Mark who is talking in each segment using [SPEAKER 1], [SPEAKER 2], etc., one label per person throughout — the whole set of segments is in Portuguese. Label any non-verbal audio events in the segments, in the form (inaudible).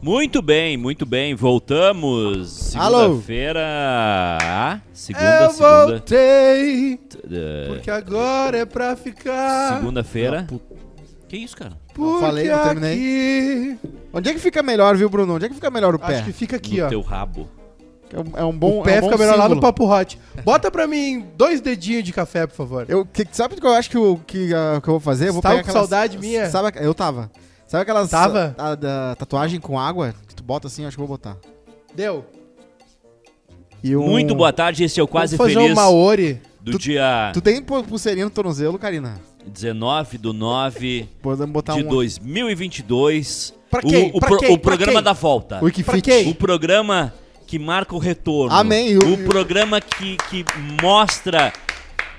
[SPEAKER 1] Muito bem, muito bem. Voltamos.
[SPEAKER 2] Alô?
[SPEAKER 1] Segunda-feira. Ah, Segunda,
[SPEAKER 2] Eu
[SPEAKER 1] segunda.
[SPEAKER 2] voltei,
[SPEAKER 1] eh,
[SPEAKER 2] porque agora é pra ficar.
[SPEAKER 1] Segunda-feira.
[SPEAKER 2] Ah,
[SPEAKER 1] Que isso, cara?
[SPEAKER 2] Porque
[SPEAKER 3] Falei, não terminei.
[SPEAKER 2] aqui...
[SPEAKER 3] Onde é que fica melhor, viu, Bruno? Onde é que fica melhor o pé?
[SPEAKER 2] Acho que fica aqui,
[SPEAKER 1] no
[SPEAKER 2] ó.
[SPEAKER 1] teu rabo.
[SPEAKER 3] É um, é um bom
[SPEAKER 2] O pé
[SPEAKER 3] é um bom
[SPEAKER 2] fica melhor lá no
[SPEAKER 3] símbolo.
[SPEAKER 2] Papo Hot. Bota pra mim dois dedinhos de café, por favor.
[SPEAKER 3] Eu, que, sabe o que eu acho que, eu- que, ah, que eu vou fazer? Eu vou
[SPEAKER 2] Você tava
[SPEAKER 3] pegar
[SPEAKER 2] com
[SPEAKER 3] aquelas-
[SPEAKER 2] saudade minha?
[SPEAKER 3] Sabe, eu tava. Sabe aquelas...
[SPEAKER 2] Tava?
[SPEAKER 3] a- da tatuagem com água que tu bota assim? Eu acho que eu vou botar.
[SPEAKER 2] Deu.
[SPEAKER 3] E um-
[SPEAKER 1] Muito boa tarde, esse é o Quase
[SPEAKER 2] Vamos fazer
[SPEAKER 1] Feliz
[SPEAKER 2] um Maori.
[SPEAKER 1] do dia
[SPEAKER 3] Tu tem pu- pulseirinha no tornozelo, Karina?
[SPEAKER 1] 19 do 9
[SPEAKER 3] Podemos botar
[SPEAKER 1] de
[SPEAKER 3] um...
[SPEAKER 1] 2022.
[SPEAKER 2] Tá Pra
[SPEAKER 1] O-
[SPEAKER 2] quem?
[SPEAKER 1] O,
[SPEAKER 2] Pra
[SPEAKER 1] pro-
[SPEAKER 2] quem?
[SPEAKER 1] o
[SPEAKER 2] Pra
[SPEAKER 1] programa
[SPEAKER 2] quem?
[SPEAKER 1] da volta.
[SPEAKER 2] Pra
[SPEAKER 3] Wikifit.
[SPEAKER 2] quem?
[SPEAKER 1] O programa que marca o retorno.
[SPEAKER 3] Amém.
[SPEAKER 1] O,
[SPEAKER 3] Eu-
[SPEAKER 1] programa que, que mostra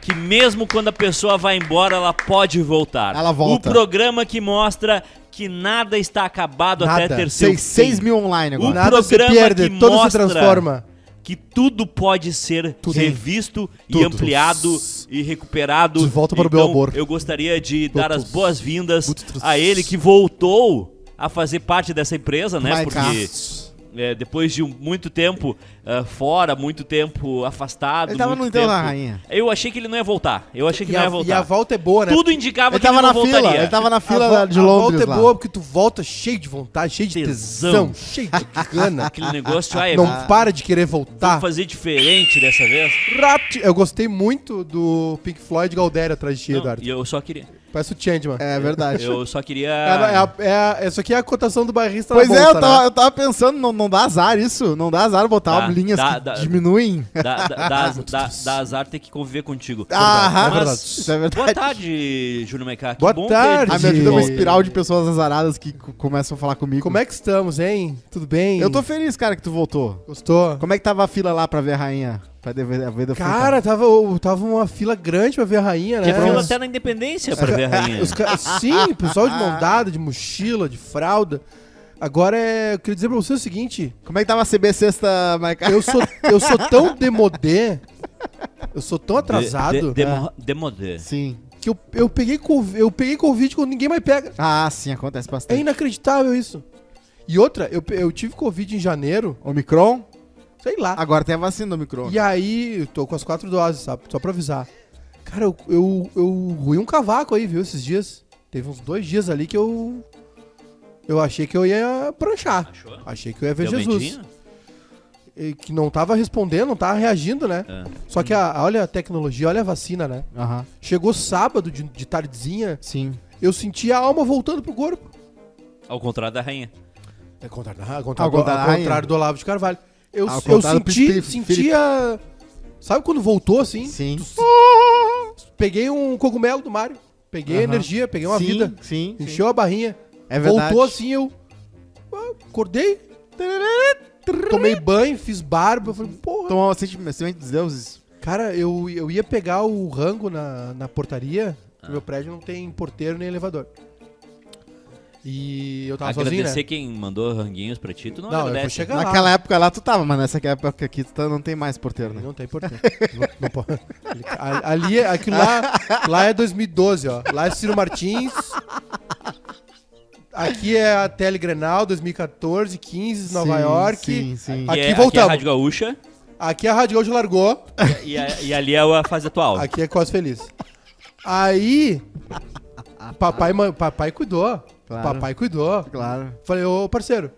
[SPEAKER 1] que mesmo quando a pessoa vai embora, ela pode voltar.
[SPEAKER 3] Ela volta.
[SPEAKER 1] O programa que mostra que nada está acabado até
[SPEAKER 2] Nada.
[SPEAKER 1] ter seu
[SPEAKER 3] Seis, seis
[SPEAKER 1] fim.
[SPEAKER 3] mil online
[SPEAKER 1] O
[SPEAKER 3] agora.
[SPEAKER 2] Nada se
[SPEAKER 1] programa
[SPEAKER 2] perde,
[SPEAKER 1] que
[SPEAKER 2] todo
[SPEAKER 1] mostra-
[SPEAKER 2] se transforma.
[SPEAKER 1] Que tudo pode ser revisto e
[SPEAKER 3] Tudo.
[SPEAKER 1] ampliado e recuperado.
[SPEAKER 2] De volta para o
[SPEAKER 1] então,
[SPEAKER 2] meu amor.
[SPEAKER 1] Eu gostaria de dar as boas-vindas
[SPEAKER 3] Tudo.
[SPEAKER 1] a ele que voltou a fazer parte dessa empresa, né?
[SPEAKER 3] Vai
[SPEAKER 1] Porque
[SPEAKER 3] cá.
[SPEAKER 1] é, depois de um- muito tempo ah, fora, muito tempo afastado.
[SPEAKER 3] Ele tava
[SPEAKER 1] muito
[SPEAKER 3] no enterro
[SPEAKER 1] tempo-
[SPEAKER 3] da rainha.
[SPEAKER 1] Eu achei que ele não ia voltar. Eu achei que
[SPEAKER 2] E
[SPEAKER 1] não
[SPEAKER 2] a,
[SPEAKER 1] ia
[SPEAKER 2] e a
[SPEAKER 1] voltar.
[SPEAKER 2] volta é boa, né?
[SPEAKER 1] Tudo indicava
[SPEAKER 3] Ele
[SPEAKER 1] que ele
[SPEAKER 3] tava
[SPEAKER 1] não
[SPEAKER 3] na fila,
[SPEAKER 1] voltaria.
[SPEAKER 3] ele tava na
[SPEAKER 2] A
[SPEAKER 3] fila
[SPEAKER 2] vo-
[SPEAKER 3] da- de
[SPEAKER 2] a
[SPEAKER 3] Londres
[SPEAKER 2] volta
[SPEAKER 3] lá.
[SPEAKER 2] é boa porque tu volta cheio de vontade, cheio de
[SPEAKER 1] Tesão.
[SPEAKER 2] tesão, cheio de
[SPEAKER 1] (laughs)
[SPEAKER 2] gana.
[SPEAKER 1] Aquele negócio, ah, é,
[SPEAKER 2] (laughs) Não tá.
[SPEAKER 1] vamos
[SPEAKER 2] para de querer voltar.
[SPEAKER 1] fazer diferente dessa vez.
[SPEAKER 2] Rat- Eu gostei muito do Pink Floyd Galdério atrás de ti,
[SPEAKER 1] Não,
[SPEAKER 2] Eduardo.
[SPEAKER 1] e eu só
[SPEAKER 2] (laughs)
[SPEAKER 1] queria.
[SPEAKER 2] Parece o Changeman. É.
[SPEAKER 3] É verdade.
[SPEAKER 1] Eu só queria.
[SPEAKER 2] É, a- é a- isso aqui é a cotação do barrista
[SPEAKER 3] Pois
[SPEAKER 2] na
[SPEAKER 3] é,
[SPEAKER 2] bolsa,
[SPEAKER 3] eu tava,
[SPEAKER 2] né?
[SPEAKER 3] eu tava pensando, não, não dá azar isso? Não dá azar
[SPEAKER 1] Dá,
[SPEAKER 3] botar linhas
[SPEAKER 1] dá,
[SPEAKER 3] que
[SPEAKER 1] dá.
[SPEAKER 3] diminuem?
[SPEAKER 1] Dá,
[SPEAKER 2] (laughs)
[SPEAKER 1] dá, dá az- dá- dá azar ter que conviver contigo.
[SPEAKER 2] Ah,
[SPEAKER 3] Aham.
[SPEAKER 1] Mas-
[SPEAKER 3] Isso é verdade.
[SPEAKER 1] Boa tarde, Júnior Maiká. Que
[SPEAKER 2] Boa
[SPEAKER 1] bom
[SPEAKER 2] tarde.
[SPEAKER 1] Ter...
[SPEAKER 3] A
[SPEAKER 1] Ah,
[SPEAKER 3] minha vida é uma
[SPEAKER 2] Sim.
[SPEAKER 3] espiral de pessoas azaradas que co- começam a falar comigo.
[SPEAKER 2] Como é que estamos, hein? Tudo bem?
[SPEAKER 3] Eu tô feliz, cara, que tu voltou.
[SPEAKER 2] Gostou?
[SPEAKER 3] Como é que tava a fila lá pra ver a rainha? Pra ver a vida
[SPEAKER 2] Cara, tava, tava uma fila grande pra ver a rainha, né?
[SPEAKER 1] Tinha fila
[SPEAKER 2] Pronto.
[SPEAKER 1] até na Independência pra ver a rainha.
[SPEAKER 2] (laughs) Os ca- Sim, pessoal de mão dada, de mochila, de fralda. Agora é. Eu queria dizer pra você o seguinte:
[SPEAKER 3] Como é que tava a CB sexta, Maica? (laughs)
[SPEAKER 2] eu sou, eu sou tão demodê, eu sou tão
[SPEAKER 1] De,
[SPEAKER 2] atrasado, É.
[SPEAKER 1] de, demo- demodé.
[SPEAKER 3] Sim.
[SPEAKER 2] que eu, eu, peguei, cov- eu peguei Covid quando ninguém mais pega.
[SPEAKER 3] Ah, sim, acontece
[SPEAKER 2] É
[SPEAKER 3] bastante.
[SPEAKER 2] inacreditável isso. E outra, eu, pe- eu tive Covid em janeiro,
[SPEAKER 3] Omicron?
[SPEAKER 2] sei lá.
[SPEAKER 3] Agora tem a vacina do Omicron.
[SPEAKER 2] E aí, eu tô com as quatro doses, sabe? Só pra avisar. Cara, eu, eu, eu ruí um cavaco aí, viu, esses dias. Teve uns dois dias ali que eu. Eu achei que eu ia pranchar.
[SPEAKER 1] Achou?
[SPEAKER 2] Achei que eu ia ver
[SPEAKER 1] Deu
[SPEAKER 2] Jesus.
[SPEAKER 1] medinho?
[SPEAKER 2] E que não tava respondendo, não tava reagindo, né?
[SPEAKER 1] É.
[SPEAKER 2] Só que a, olha a tecnologia, olha a vacina, né?
[SPEAKER 3] Aham,
[SPEAKER 2] Chegou sábado de, de tardezinha,
[SPEAKER 3] sim.
[SPEAKER 2] eu senti a alma voltando pro corpo.
[SPEAKER 1] Ao contrário da rainha.
[SPEAKER 2] É contrário, ao
[SPEAKER 3] Ao
[SPEAKER 2] contrário, do- ao
[SPEAKER 3] contrário da
[SPEAKER 2] contrário do Olavo de Carvalho. Eu,
[SPEAKER 3] Ao
[SPEAKER 2] eu
[SPEAKER 3] contrário do
[SPEAKER 2] senti,
[SPEAKER 3] Felipe-
[SPEAKER 2] senti
[SPEAKER 3] Felipe.
[SPEAKER 2] a... Sabe quando voltou assim?
[SPEAKER 3] Sim.
[SPEAKER 2] Peguei um cogumelo do Mario. Peguei
[SPEAKER 3] Aham.
[SPEAKER 2] energia, peguei uma
[SPEAKER 3] sim,
[SPEAKER 2] vida.
[SPEAKER 3] Sim, sim.
[SPEAKER 2] Encheu a barrinha.
[SPEAKER 3] É verdade.
[SPEAKER 2] Voltou assim, eu ah, acordei. Tomei banho, fiz barba. Falei, porra.
[SPEAKER 3] Tomou o sentimento dos deuses.
[SPEAKER 2] Cara, eu, eu ia pegar o rango na, na portaria. No meu prédio não tem porteiro nem elevador. E eu tava
[SPEAKER 1] Agradecer
[SPEAKER 2] sozinho, né?
[SPEAKER 1] quem mandou ranguinhos pra ti, tu não,
[SPEAKER 2] Não, eu vou
[SPEAKER 1] agradece.
[SPEAKER 2] chegar- lá.
[SPEAKER 3] Naquela época lá tu tava, mas nessa época aqui tu tá- não tem mais porteiro, né?
[SPEAKER 2] Não tem porteiro. Não- não pode. Ele- a- Ali, é- aquilo lá, lá é 2012, ó. Lá é Ciro Martins. Aqui é a Tele Grenal 2014, 15, Nova
[SPEAKER 3] Sim,
[SPEAKER 2] York.
[SPEAKER 3] Sim, sim.
[SPEAKER 1] Que
[SPEAKER 2] Aqui
[SPEAKER 1] é- aqui é a
[SPEAKER 2] voltamos.
[SPEAKER 1] Rádio Gaúcha
[SPEAKER 2] Aqui a Rádio Gaúcho largou.
[SPEAKER 1] e, a- e ali é a fase atual.
[SPEAKER 2] Aqui é Quase Feliz. Aí, papai, ma- papai cuidou.
[SPEAKER 3] Claro.
[SPEAKER 2] Papai cuidou.
[SPEAKER 3] Claro.
[SPEAKER 2] Falei, ô parceiro,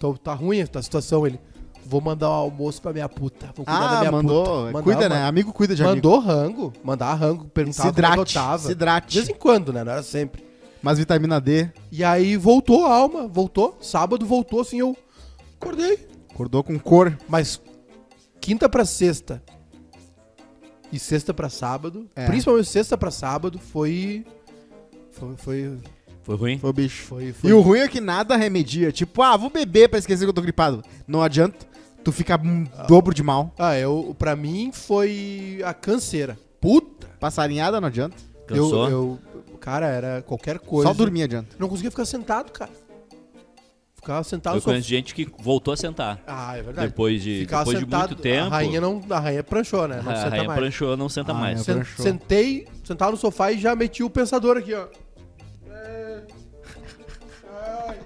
[SPEAKER 2] tô, tá ruim a situação. Ele, vou mandar um almoço pra minha puta. Vou cuidar da
[SPEAKER 3] Ah,
[SPEAKER 2] minha
[SPEAKER 3] mandou.
[SPEAKER 2] puta. Mandava,
[SPEAKER 3] Cuida, né?
[SPEAKER 2] mano.
[SPEAKER 3] Amigo cuida de amigo.
[SPEAKER 2] Mandou rango, mandar rango, perguntava
[SPEAKER 3] Se
[SPEAKER 2] como é que eu
[SPEAKER 3] hidrate,
[SPEAKER 2] tava.
[SPEAKER 3] se hidrate.
[SPEAKER 2] De vez em quando, né? Não era sempre.
[SPEAKER 3] Mas vitamina D,
[SPEAKER 2] E aí voltou a alma, voltou. Sábado voltou, assim, eu acordei.
[SPEAKER 3] acordou com cor.
[SPEAKER 2] Mas quinta pra sexta e sexta pra sábado,
[SPEAKER 3] É.
[SPEAKER 2] principalmente sexta pra sábado, foi... Foi... Foi...
[SPEAKER 1] Foi ruim?
[SPEAKER 3] Foi o bicho.
[SPEAKER 2] foi, foi-
[SPEAKER 3] E o ruim é que nada remedia. Tipo, ah, vou beber pra esquecer que eu tô gripado. Não adianta. Tu fica um dobro de mal.
[SPEAKER 2] Ah, eu, pra mim foi a canseira. Puta!
[SPEAKER 3] Passarinhada não adianta.
[SPEAKER 2] Eu,
[SPEAKER 1] Cansou?
[SPEAKER 2] eu- Cara, era qualquer coisa.
[SPEAKER 3] Só dormir adianta.
[SPEAKER 2] Não conseguia ficar sentado, cara. Ficava sentado...
[SPEAKER 1] Eu
[SPEAKER 2] só-
[SPEAKER 1] conheço gente que voltou a sentar.
[SPEAKER 2] Ah, é verdade.
[SPEAKER 1] Depois de,
[SPEAKER 2] Ficava
[SPEAKER 1] depois de
[SPEAKER 2] sentado,
[SPEAKER 1] muito tempo.
[SPEAKER 2] A rainha, não, a rainha pranchou, né? Não
[SPEAKER 1] a
[SPEAKER 2] senta
[SPEAKER 1] rainha
[SPEAKER 2] mais.
[SPEAKER 1] pranchou, não senta
[SPEAKER 3] Ah,
[SPEAKER 1] mais.
[SPEAKER 3] é.
[SPEAKER 2] Sen-
[SPEAKER 3] Pranchou.
[SPEAKER 2] Sentei, sentava no sofá e já meti o pensador aqui, ó. É. Ai.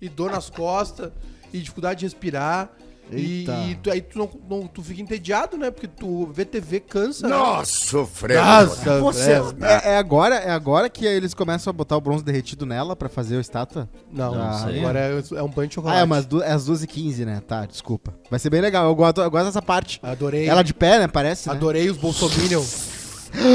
[SPEAKER 2] e dor nas costas, e dificuldade de respirar. E,
[SPEAKER 3] Eita.
[SPEAKER 2] e tu- aí tu, não, não- tu fica entediado, né? Porque tu vê TV cansa. né?
[SPEAKER 4] Nós sofremos.
[SPEAKER 2] Nossa,
[SPEAKER 3] Você,
[SPEAKER 2] velho.
[SPEAKER 3] é, é agora, é agora que eles começam a botar o bronze derretido nela pra fazer a estátua?
[SPEAKER 2] Não,
[SPEAKER 3] Ah,
[SPEAKER 2] isso
[SPEAKER 3] aí
[SPEAKER 2] agora é, é um banho de chocolate.
[SPEAKER 3] Ah, é, mas du- é às 12h15, né? Tá, desculpa. Vai ser bem legal. Eu gosto, eu gosto dessa parte.
[SPEAKER 2] Adorei.
[SPEAKER 3] Ela de pé, né? Parece. né?
[SPEAKER 2] Adorei os Bolsominion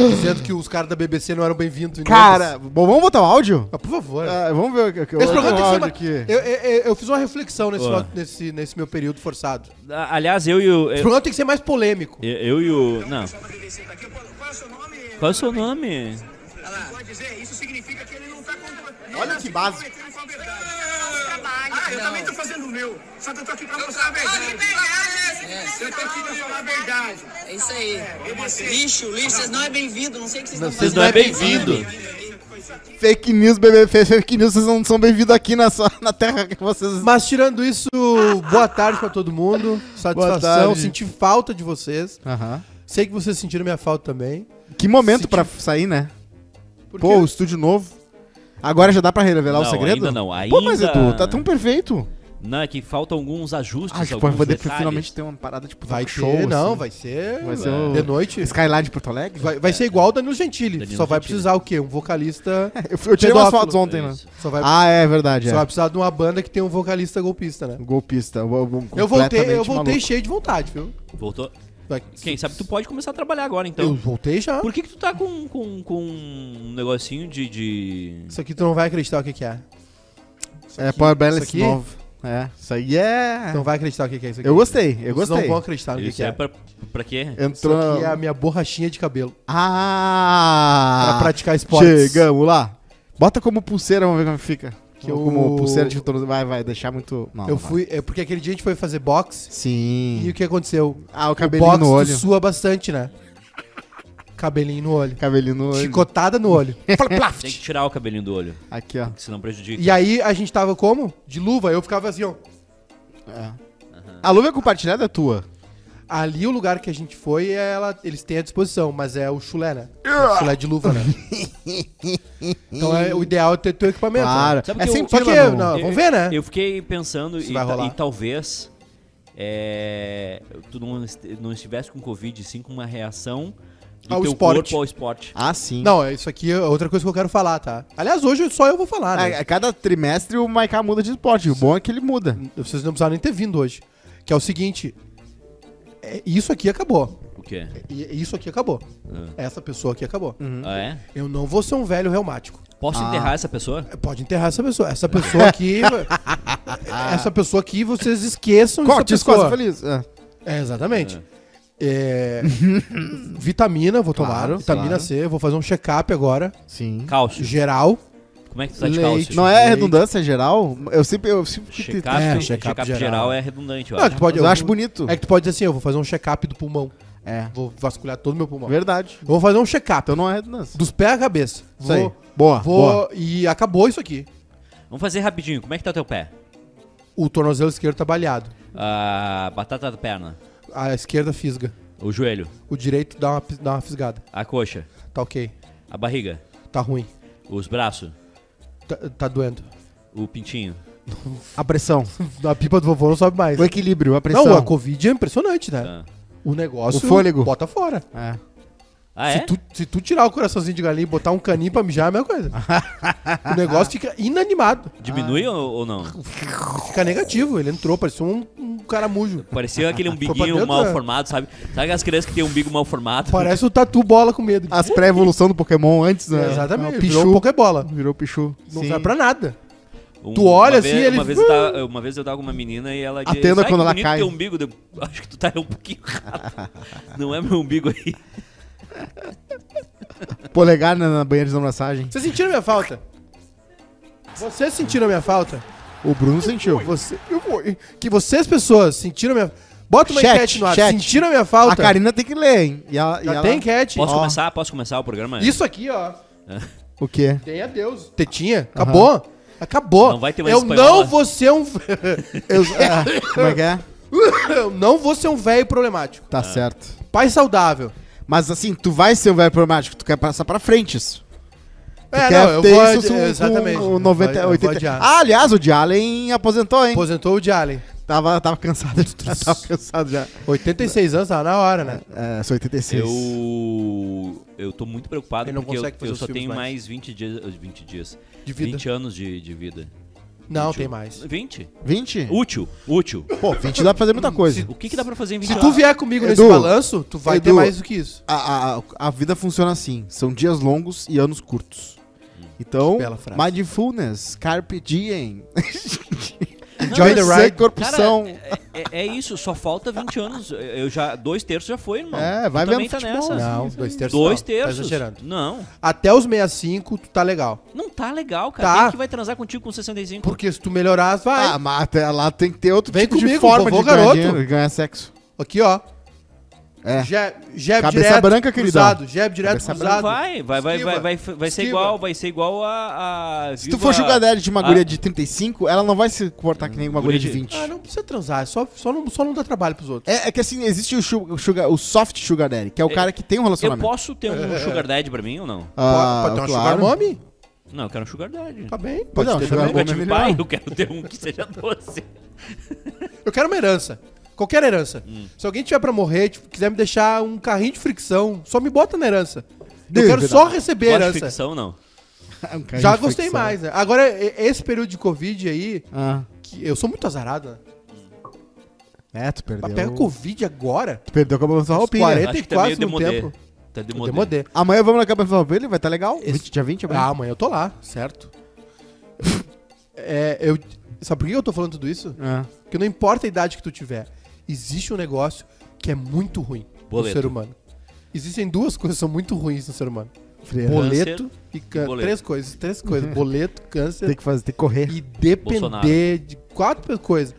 [SPEAKER 2] dizendo que os caras da BBC não eram bem-vindos. em Londres.
[SPEAKER 3] Cara, bom, vamos botar o áudio?
[SPEAKER 2] Ah, por favor.
[SPEAKER 3] Ah, vamos ver o que- o que
[SPEAKER 2] Esse
[SPEAKER 3] vou botar
[SPEAKER 2] programa
[SPEAKER 3] o áudio
[SPEAKER 2] tem que ser.
[SPEAKER 3] aqui.
[SPEAKER 2] Eu, eu, eu- eu fiz uma reflexão nesse,
[SPEAKER 1] Boa.
[SPEAKER 2] final- nesse, nesse meu período forçado.
[SPEAKER 1] A- Aliás, eu e o.
[SPEAKER 2] O
[SPEAKER 1] Eu,
[SPEAKER 2] programa tem que ser mais polêmico.
[SPEAKER 1] eu- eu e o. Não.
[SPEAKER 5] pessoal da BBC tá aqui. Qual qual é o seu nome?
[SPEAKER 1] Qual é o seu nome?
[SPEAKER 5] Olha lá. Pode dizer, isso significa que ele não tá comprometendo.
[SPEAKER 3] Olha que básico.
[SPEAKER 5] Ah, eu também tô fazendo o meu. Só que eu tô aqui pra mostrar a verdade. é Eu tô aqui pra falar a verdade.
[SPEAKER 6] É isso aí. Lixo, lixo, vocês não é bem-vindo. Não sei o que vocês estão
[SPEAKER 2] Vocês
[SPEAKER 1] não
[SPEAKER 2] não
[SPEAKER 1] é
[SPEAKER 2] é bem-vindo.
[SPEAKER 3] Fake news, bebê. fe- Fake news, vocês não são bem-vindos aqui na, sua- na terra que vocês.
[SPEAKER 2] Mas tirando isso, boa tarde pra todo mundo. Satisfação.
[SPEAKER 3] tarde.
[SPEAKER 2] Senti falta de vocês.
[SPEAKER 3] Aham.
[SPEAKER 2] Sei que vocês sentiram minha falta também.
[SPEAKER 3] Que momento
[SPEAKER 2] Se
[SPEAKER 3] pra sair, né?
[SPEAKER 2] Porque
[SPEAKER 3] Pô, o estúdio novo. Agora já dá pra revelar
[SPEAKER 1] Não,
[SPEAKER 3] o segredo?
[SPEAKER 1] ainda não,
[SPEAKER 3] Pô, mas
[SPEAKER 1] ainda-
[SPEAKER 3] Edu, tá tão perfeito. Ah,
[SPEAKER 1] Não, é que faltam alguns ajustes.
[SPEAKER 3] Acho que
[SPEAKER 1] alguns
[SPEAKER 3] pode poder
[SPEAKER 1] detalhes.
[SPEAKER 3] finalmente ter uma parada tipo
[SPEAKER 2] vai
[SPEAKER 3] talk
[SPEAKER 2] ter, não,
[SPEAKER 3] assim.
[SPEAKER 2] vai ser.
[SPEAKER 3] Vai ser
[SPEAKER 2] de
[SPEAKER 3] o
[SPEAKER 2] noite.
[SPEAKER 3] Skyline de Porto Alegre?
[SPEAKER 2] Vai, vai ser igual o Danilo Gentili.
[SPEAKER 1] Danilo
[SPEAKER 2] só vai
[SPEAKER 1] Gentili.
[SPEAKER 2] precisar o quê? Um vocalista.
[SPEAKER 3] Eu, fui- eu tirei umas
[SPEAKER 2] Pedófilo.
[SPEAKER 3] fotos ontem, né?
[SPEAKER 1] Isso.
[SPEAKER 2] Só vai,
[SPEAKER 3] Ah, é verdade.
[SPEAKER 2] só
[SPEAKER 3] É. Um
[SPEAKER 2] vai precisar de uma banda que tem um vocalista golpista, né?
[SPEAKER 3] Golpista. Eu,
[SPEAKER 2] Eu voltei, eu voltei cheio de vontade, viu?
[SPEAKER 1] Voltou.
[SPEAKER 2] Vai-
[SPEAKER 1] Quem sabe tu pode começar a trabalhar agora,
[SPEAKER 2] Eu
[SPEAKER 1] então.
[SPEAKER 2] voltei já.
[SPEAKER 1] Por que, que tu tá com, com, com um negocinho de. de...
[SPEAKER 2] Isso aqui tu não vai acreditar o que, que é.
[SPEAKER 3] É Power Balance
[SPEAKER 2] isso aqui?
[SPEAKER 3] novo. É, isso aí é.
[SPEAKER 2] Tu não vai acreditar o que, que é isso aqui.
[SPEAKER 3] eu gostei, eu
[SPEAKER 2] Vocês
[SPEAKER 3] gostei.
[SPEAKER 2] não vão acreditar no que,
[SPEAKER 1] Isso
[SPEAKER 2] que é.
[SPEAKER 1] é pra, pra quê?
[SPEAKER 2] Isso
[SPEAKER 3] Entrou.
[SPEAKER 2] aqui é a minha borrachinha de cabelo.
[SPEAKER 3] Ah!
[SPEAKER 2] pra praticar esportes.
[SPEAKER 3] Chegamos lá. Bota como pulseira, vamos ver como fica. Que
[SPEAKER 2] Eu-
[SPEAKER 3] Como pulseira de tornozelo. Vai, vai, deixar muito. Não,
[SPEAKER 2] eu
[SPEAKER 3] não vai.
[SPEAKER 2] fui. É porque aquele dia a gente foi fazer boxe
[SPEAKER 3] Sim.
[SPEAKER 2] e o que aconteceu?
[SPEAKER 3] Ah, o
[SPEAKER 2] O
[SPEAKER 3] cabelinho
[SPEAKER 2] boxe
[SPEAKER 3] no
[SPEAKER 2] tu
[SPEAKER 3] olho.
[SPEAKER 2] sua bastante, né? Cabelinho no olho.
[SPEAKER 3] Cabelinho no olho.
[SPEAKER 2] Chicotada no
[SPEAKER 3] (laughs)
[SPEAKER 2] olho. Fala, plaft.
[SPEAKER 1] Tem que tirar o cabelinho do olho,
[SPEAKER 3] Aqui, ó.
[SPEAKER 1] que senão prejudica.
[SPEAKER 2] E aí a gente tava como? De luva, eu ficava assim, ó.
[SPEAKER 3] A luva é compartilhada é tua.
[SPEAKER 2] Ali o lugar que a gente foi, ela, eles têm à disposição, mas é o chulé, né? O chulé de
[SPEAKER 3] (laughs)
[SPEAKER 2] luva, né? então é, o ideal é ter teu equipamento.
[SPEAKER 3] Claro.
[SPEAKER 2] Né?
[SPEAKER 1] Sabe
[SPEAKER 3] É
[SPEAKER 1] que eu-
[SPEAKER 3] sem
[SPEAKER 2] Só
[SPEAKER 3] pila,
[SPEAKER 2] que,
[SPEAKER 3] não.
[SPEAKER 2] não,
[SPEAKER 1] Eu-
[SPEAKER 2] vamos ver, né?
[SPEAKER 1] Eu fiquei pensando
[SPEAKER 2] Se
[SPEAKER 1] e,
[SPEAKER 2] vai
[SPEAKER 1] ta-
[SPEAKER 2] rolar.
[SPEAKER 1] e talvez é, tu não, est- não estivesse com Covid, sim com uma reação do
[SPEAKER 2] Ao
[SPEAKER 1] teu
[SPEAKER 2] esporte.
[SPEAKER 1] corpo ao esporte.
[SPEAKER 3] Ah, sim.
[SPEAKER 2] Não, isso aqui é outra coisa que eu quero falar, tá? Aliás, hoje só eu vou falar,
[SPEAKER 3] A,
[SPEAKER 2] né?
[SPEAKER 3] a é, cada trimestre o Maiká muda de esporte. O bom é que ele muda.
[SPEAKER 2] Vocês não precisaram nem ter vindo hoje. Que é o seguinte: é, isso aqui acabou.
[SPEAKER 1] O quê?
[SPEAKER 2] E- e Isso aqui acabou.
[SPEAKER 3] É.
[SPEAKER 2] Essa pessoa aqui acabou.
[SPEAKER 3] Uhum.
[SPEAKER 1] Ah, é?
[SPEAKER 2] Eu não vou ser um velho reumático.
[SPEAKER 1] Posso enterrar essa pessoa?
[SPEAKER 2] Pode enterrar essa
[SPEAKER 3] (laughs)
[SPEAKER 2] pessoa. Essa pessoa aqui. essa pessoa aqui, vocês esqueçam
[SPEAKER 3] Corte,
[SPEAKER 2] essa pessoa.
[SPEAKER 3] escola feliz. É.
[SPEAKER 2] É, exatamente. É, vitamina, vou tomar.
[SPEAKER 3] Claro,
[SPEAKER 2] vitamina
[SPEAKER 3] claro.
[SPEAKER 2] C, vou fazer um check-up agora,
[SPEAKER 3] Sim.
[SPEAKER 1] Cálcio.
[SPEAKER 2] geral.
[SPEAKER 1] Como é que tu tá de
[SPEAKER 2] Leite.
[SPEAKER 1] cálcio?
[SPEAKER 3] Não é
[SPEAKER 2] Leite.
[SPEAKER 3] redundância geral? Eu sempre. Eu sempre
[SPEAKER 1] Check-up
[SPEAKER 2] É,
[SPEAKER 1] check
[SPEAKER 2] check-up
[SPEAKER 1] check-up geral.
[SPEAKER 2] geral
[SPEAKER 1] é redundante, eu
[SPEAKER 2] Não,
[SPEAKER 1] acho.
[SPEAKER 2] tu pode-
[SPEAKER 3] eu acho bonito.
[SPEAKER 2] É que tu pode dizer assim: eu vou fazer um check-up do pulmão.
[SPEAKER 3] É.
[SPEAKER 2] Vou vasculhar todo o meu pulmão.
[SPEAKER 3] Verdade.
[SPEAKER 2] Eu vou fazer um check-up,
[SPEAKER 3] Então não é redundância.
[SPEAKER 2] dos pés à cabeça.
[SPEAKER 3] Isso aí.
[SPEAKER 2] Vou,
[SPEAKER 3] Boa,
[SPEAKER 2] vou
[SPEAKER 3] boa.
[SPEAKER 2] E acabou isso aqui.
[SPEAKER 1] Vamos fazer rapidinho. Como é que tá o teu pé?
[SPEAKER 2] O tornozelo esquerdo tá baleado.
[SPEAKER 1] A batata da perna,
[SPEAKER 2] A esquerda fisga.
[SPEAKER 1] o joelho,
[SPEAKER 2] O direito dá uma, pis- dá uma fisgada.
[SPEAKER 1] a coxa,
[SPEAKER 2] Tá ok.
[SPEAKER 1] a barriga,
[SPEAKER 2] Tá ruim.
[SPEAKER 1] os braços,
[SPEAKER 2] Tá, tá doendo.
[SPEAKER 1] o pintinho.
[SPEAKER 3] A (laughs) pressão.
[SPEAKER 2] A pipa do vovô não sobe mais.
[SPEAKER 3] O equilíbrio, a pressão.
[SPEAKER 2] Não, a Covid é impressionante, né?
[SPEAKER 1] Tá.
[SPEAKER 2] O negócio.
[SPEAKER 3] O fôlego.
[SPEAKER 2] Bota fora.
[SPEAKER 3] É.
[SPEAKER 1] Ah,
[SPEAKER 2] se,
[SPEAKER 1] é?
[SPEAKER 2] tu, se tu tirar o coraçãozinho de galinha e botar um caninho pra mijar, é a mesma coisa. o negócio fica inanimado.
[SPEAKER 1] Diminui
[SPEAKER 2] Ah.
[SPEAKER 1] ou, ou não?
[SPEAKER 2] Fica negativo. Ele entrou, parecia um, um caramujo.
[SPEAKER 1] Parecia
[SPEAKER 2] (laughs)
[SPEAKER 1] aquele
[SPEAKER 2] pra
[SPEAKER 1] umbiguinho
[SPEAKER 2] dentro,
[SPEAKER 1] mal
[SPEAKER 2] né?
[SPEAKER 1] formado, sabe? Sabe aquelas crianças que tem umbigo mal formado?
[SPEAKER 2] Parece o tatu bola com medo.
[SPEAKER 3] As pré-evolução do Pokémon antes, né?
[SPEAKER 2] Exatamente.
[SPEAKER 3] Ah, O
[SPEAKER 2] Virou um
[SPEAKER 3] Pichu.
[SPEAKER 2] Pokébola.
[SPEAKER 3] Virou Pichu.
[SPEAKER 2] Não
[SPEAKER 3] Sim.
[SPEAKER 2] serve pra nada.
[SPEAKER 1] Um-
[SPEAKER 2] Tu olha
[SPEAKER 1] uma
[SPEAKER 2] assim,
[SPEAKER 1] vez-
[SPEAKER 2] ele-
[SPEAKER 1] Uma vez, eu tava, uma vez eu tava com uma menina e ela
[SPEAKER 3] Atenda
[SPEAKER 1] "Ai, que
[SPEAKER 3] quando ela
[SPEAKER 1] bonito
[SPEAKER 3] cai."
[SPEAKER 1] teu umbigo. Eu, (laughs) Acho que tu tá um pouquinho (laughs) errado. Não é meu umbigo aí.
[SPEAKER 3] Polegar na, na banheira de desamassagem.
[SPEAKER 2] Vocês sentiram minha falta? Vocês sentiram minha falta?
[SPEAKER 3] O Bruno sentiu.
[SPEAKER 2] Você, eu vou- que vocês, pessoas, sentiram minha. Bota uma
[SPEAKER 3] Chat,
[SPEAKER 2] enquete no ar.
[SPEAKER 3] chat.
[SPEAKER 2] Sentiram minha
[SPEAKER 3] A
[SPEAKER 2] falta?
[SPEAKER 3] Karina tem que ler, hein? E ela, e
[SPEAKER 2] Já
[SPEAKER 3] ela-
[SPEAKER 2] tem enquete.
[SPEAKER 1] Posso
[SPEAKER 2] Ó,
[SPEAKER 1] começar? Posso começar o programa?
[SPEAKER 2] Isso aqui, ó.
[SPEAKER 3] O quê?
[SPEAKER 2] Tem adeus. Tetinha? Acabou. Acabou.
[SPEAKER 1] Não vai ter mais
[SPEAKER 2] Eu
[SPEAKER 1] espanhola.
[SPEAKER 2] não vou ser um.
[SPEAKER 3] Eu- (laughs) é, como é que é?
[SPEAKER 2] (laughs) Eu não vou ser um velho problemático.
[SPEAKER 3] Tá certo.
[SPEAKER 2] Pai saudável.
[SPEAKER 3] Mas assim, tu vai ser um velho problemático, tu quer passar pra frente isso.
[SPEAKER 2] É,
[SPEAKER 3] quer
[SPEAKER 2] não, eu
[SPEAKER 3] ter
[SPEAKER 2] vou
[SPEAKER 3] isso um-
[SPEAKER 2] adi-
[SPEAKER 3] com- com
[SPEAKER 2] exatamente.
[SPEAKER 3] o 90,
[SPEAKER 2] Eu vou- eu vou
[SPEAKER 3] 80.
[SPEAKER 2] adiar.
[SPEAKER 3] Ah, aliás, o de Allen aposentou, hein?
[SPEAKER 2] Aposentou o de Allen.
[SPEAKER 3] Tava, tava cansado de tudo, tava cansado já.
[SPEAKER 2] 86 anos, tá na hora, né?
[SPEAKER 3] É, sou 86.
[SPEAKER 1] Eu. Eu tô muito preocupado
[SPEAKER 2] Ele não
[SPEAKER 1] porque eu,
[SPEAKER 2] consegue fazer
[SPEAKER 1] eu
[SPEAKER 2] os
[SPEAKER 1] só
[SPEAKER 2] filmes
[SPEAKER 1] tenho
[SPEAKER 2] mais.
[SPEAKER 1] mais 20 dias. 20 dias.
[SPEAKER 2] De vida.
[SPEAKER 1] 20 anos de, de vida.
[SPEAKER 2] Não,
[SPEAKER 1] 21.
[SPEAKER 2] tem mais.
[SPEAKER 1] 20?
[SPEAKER 3] 20?
[SPEAKER 1] Útil, útil.
[SPEAKER 3] Pô, 20 dá pra fazer muita coisa.
[SPEAKER 1] O que, que dá pra fazer em 20
[SPEAKER 2] Se tu
[SPEAKER 1] anos?
[SPEAKER 2] vier comigo nesse
[SPEAKER 3] Edu,
[SPEAKER 2] balanço, tu vai ter
[SPEAKER 3] Edu.
[SPEAKER 2] mais do que isso.
[SPEAKER 3] A, a, a vida funciona assim: são dias longos e anos curtos. Então,
[SPEAKER 2] Que bela frase.
[SPEAKER 3] mindfulness, carpe diem,
[SPEAKER 2] Join the
[SPEAKER 3] sem
[SPEAKER 2] ride.
[SPEAKER 3] corrupção.
[SPEAKER 1] Cara, é, é- é isso, só falta 20 anos. Eu já, dois terços já foi, irmão.
[SPEAKER 3] É, vai
[SPEAKER 1] tu também tá
[SPEAKER 3] vendo futebol.
[SPEAKER 1] nessa.
[SPEAKER 2] Não, dois terços.
[SPEAKER 1] Dois
[SPEAKER 2] não,
[SPEAKER 1] terços.
[SPEAKER 2] Tá exagerando.
[SPEAKER 1] Não,
[SPEAKER 2] Até os 65, tu tá legal.
[SPEAKER 1] não tá legal, cara.
[SPEAKER 2] Tá.
[SPEAKER 1] Quem que vai transar contigo com 65?
[SPEAKER 2] Porque se tu melhorar, vai.
[SPEAKER 3] Ah, mas até lá tem que ter outro
[SPEAKER 2] Vem
[SPEAKER 3] tipo de
[SPEAKER 2] comigo,
[SPEAKER 3] forma de
[SPEAKER 2] vovô
[SPEAKER 3] ganhar,
[SPEAKER 2] garoto.
[SPEAKER 3] dinheiro, ganhar sexo.
[SPEAKER 2] Aqui, ó.
[SPEAKER 3] É.
[SPEAKER 2] Je- Jab
[SPEAKER 3] Cabeça
[SPEAKER 2] direto,
[SPEAKER 3] branca, queridão.
[SPEAKER 2] cruzado. Jab direto,
[SPEAKER 3] Cabeça
[SPEAKER 1] Não
[SPEAKER 2] cruzado.
[SPEAKER 1] vai, vai, vai, vai,
[SPEAKER 2] Esquiva.
[SPEAKER 1] vai, vai ser
[SPEAKER 2] Esquiva.
[SPEAKER 1] igual, vai ser igual a. a
[SPEAKER 3] Se tu for
[SPEAKER 1] julgar
[SPEAKER 3] julgar dela de uma
[SPEAKER 1] Ah.
[SPEAKER 3] guria de 35, ela não vai se comportar que nem uma
[SPEAKER 1] Guria
[SPEAKER 3] guria de
[SPEAKER 1] de-
[SPEAKER 3] 20.
[SPEAKER 2] Ah, não precisa transar. é Só, só, não, só não dá trabalho pros outros.
[SPEAKER 3] É, é que assim, existe o, su- o sugar- o soft sugar daddy, que é o
[SPEAKER 1] É,
[SPEAKER 3] cara que tem um
[SPEAKER 1] Eu
[SPEAKER 3] relacionamento.
[SPEAKER 1] posso ter
[SPEAKER 2] (laughs)
[SPEAKER 1] um Sugar Daddy pra mim ou não?
[SPEAKER 3] Ah,
[SPEAKER 2] pode, pode ter uma
[SPEAKER 3] claro.
[SPEAKER 2] sugar mommy?
[SPEAKER 1] Não, eu quero um Sugar Daddy.
[SPEAKER 2] Tá bem. Pode
[SPEAKER 3] Pois é, um
[SPEAKER 2] ter
[SPEAKER 3] sugar
[SPEAKER 2] também.
[SPEAKER 1] Nunca
[SPEAKER 3] mommy é
[SPEAKER 1] tive
[SPEAKER 3] melhor.
[SPEAKER 1] pai, eu quero ter um que seja doce.
[SPEAKER 2] Eu quero uma herança. Qualquer herança. Se alguém tiver pra morrer, tipo, quiser me deixar um carrinho de fricção, só me bota na herança. Eu
[SPEAKER 3] Dívida.
[SPEAKER 2] quero só receber a
[SPEAKER 1] Gosto de
[SPEAKER 2] herança.
[SPEAKER 1] ficção, não.
[SPEAKER 3] Um cara
[SPEAKER 2] Já
[SPEAKER 3] de
[SPEAKER 2] gostei
[SPEAKER 3] ficção.
[SPEAKER 2] mais, né? Agora, e- esse período de Covid aí,
[SPEAKER 3] Ah,
[SPEAKER 2] que eu sou muito azarado, né?
[SPEAKER 3] é, tu
[SPEAKER 2] Mas
[SPEAKER 3] perdeu.
[SPEAKER 2] pega Covid agora,
[SPEAKER 3] Tu perdeu com a Cabeça Roupinha.
[SPEAKER 2] 40.
[SPEAKER 1] Acho que tá meio
[SPEAKER 2] 44 no
[SPEAKER 1] demodê.
[SPEAKER 2] um tempo.
[SPEAKER 1] Tá demodê.
[SPEAKER 2] demodê.
[SPEAKER 3] Amanhã vamos na Cabeça Roupinha, vai estar legal. 20, dia 20
[SPEAKER 2] Ah,
[SPEAKER 3] amanhã.
[SPEAKER 2] amanhã eu tô lá, certo. é, eu, sabe por que eu tô falando tudo isso?
[SPEAKER 3] Ah.
[SPEAKER 2] Porque não importa a idade que tu tiver, existe um negócio que é muito ruim
[SPEAKER 1] Boleto.
[SPEAKER 2] no ser humano. Existem duas coisas que são muito ruins no ser humano.
[SPEAKER 3] Freira.
[SPEAKER 2] Boleto e
[SPEAKER 1] e
[SPEAKER 2] câncer.
[SPEAKER 1] boleto.
[SPEAKER 2] Três coisas,
[SPEAKER 3] (laughs)
[SPEAKER 2] três coisas. boleto,
[SPEAKER 3] Tem
[SPEAKER 2] câncer
[SPEAKER 3] que fazer, tem que correr.
[SPEAKER 2] e depender
[SPEAKER 1] Bolsonaro.
[SPEAKER 2] de quatro coisas.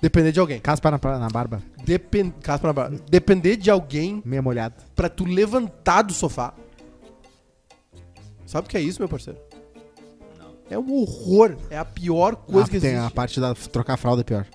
[SPEAKER 2] Depender de alguém.
[SPEAKER 3] Caspa na, pra- na barba,
[SPEAKER 2] Depen- Caspa na barba. Depender de alguém
[SPEAKER 3] meia molhada.
[SPEAKER 2] pra tu levantar do sofá. Sabe o que é isso, meu parceiro? É um horror. É a pior coisa
[SPEAKER 3] Ah,
[SPEAKER 2] que
[SPEAKER 3] tem
[SPEAKER 2] existe.
[SPEAKER 3] a parte da trocar a fralda é pior.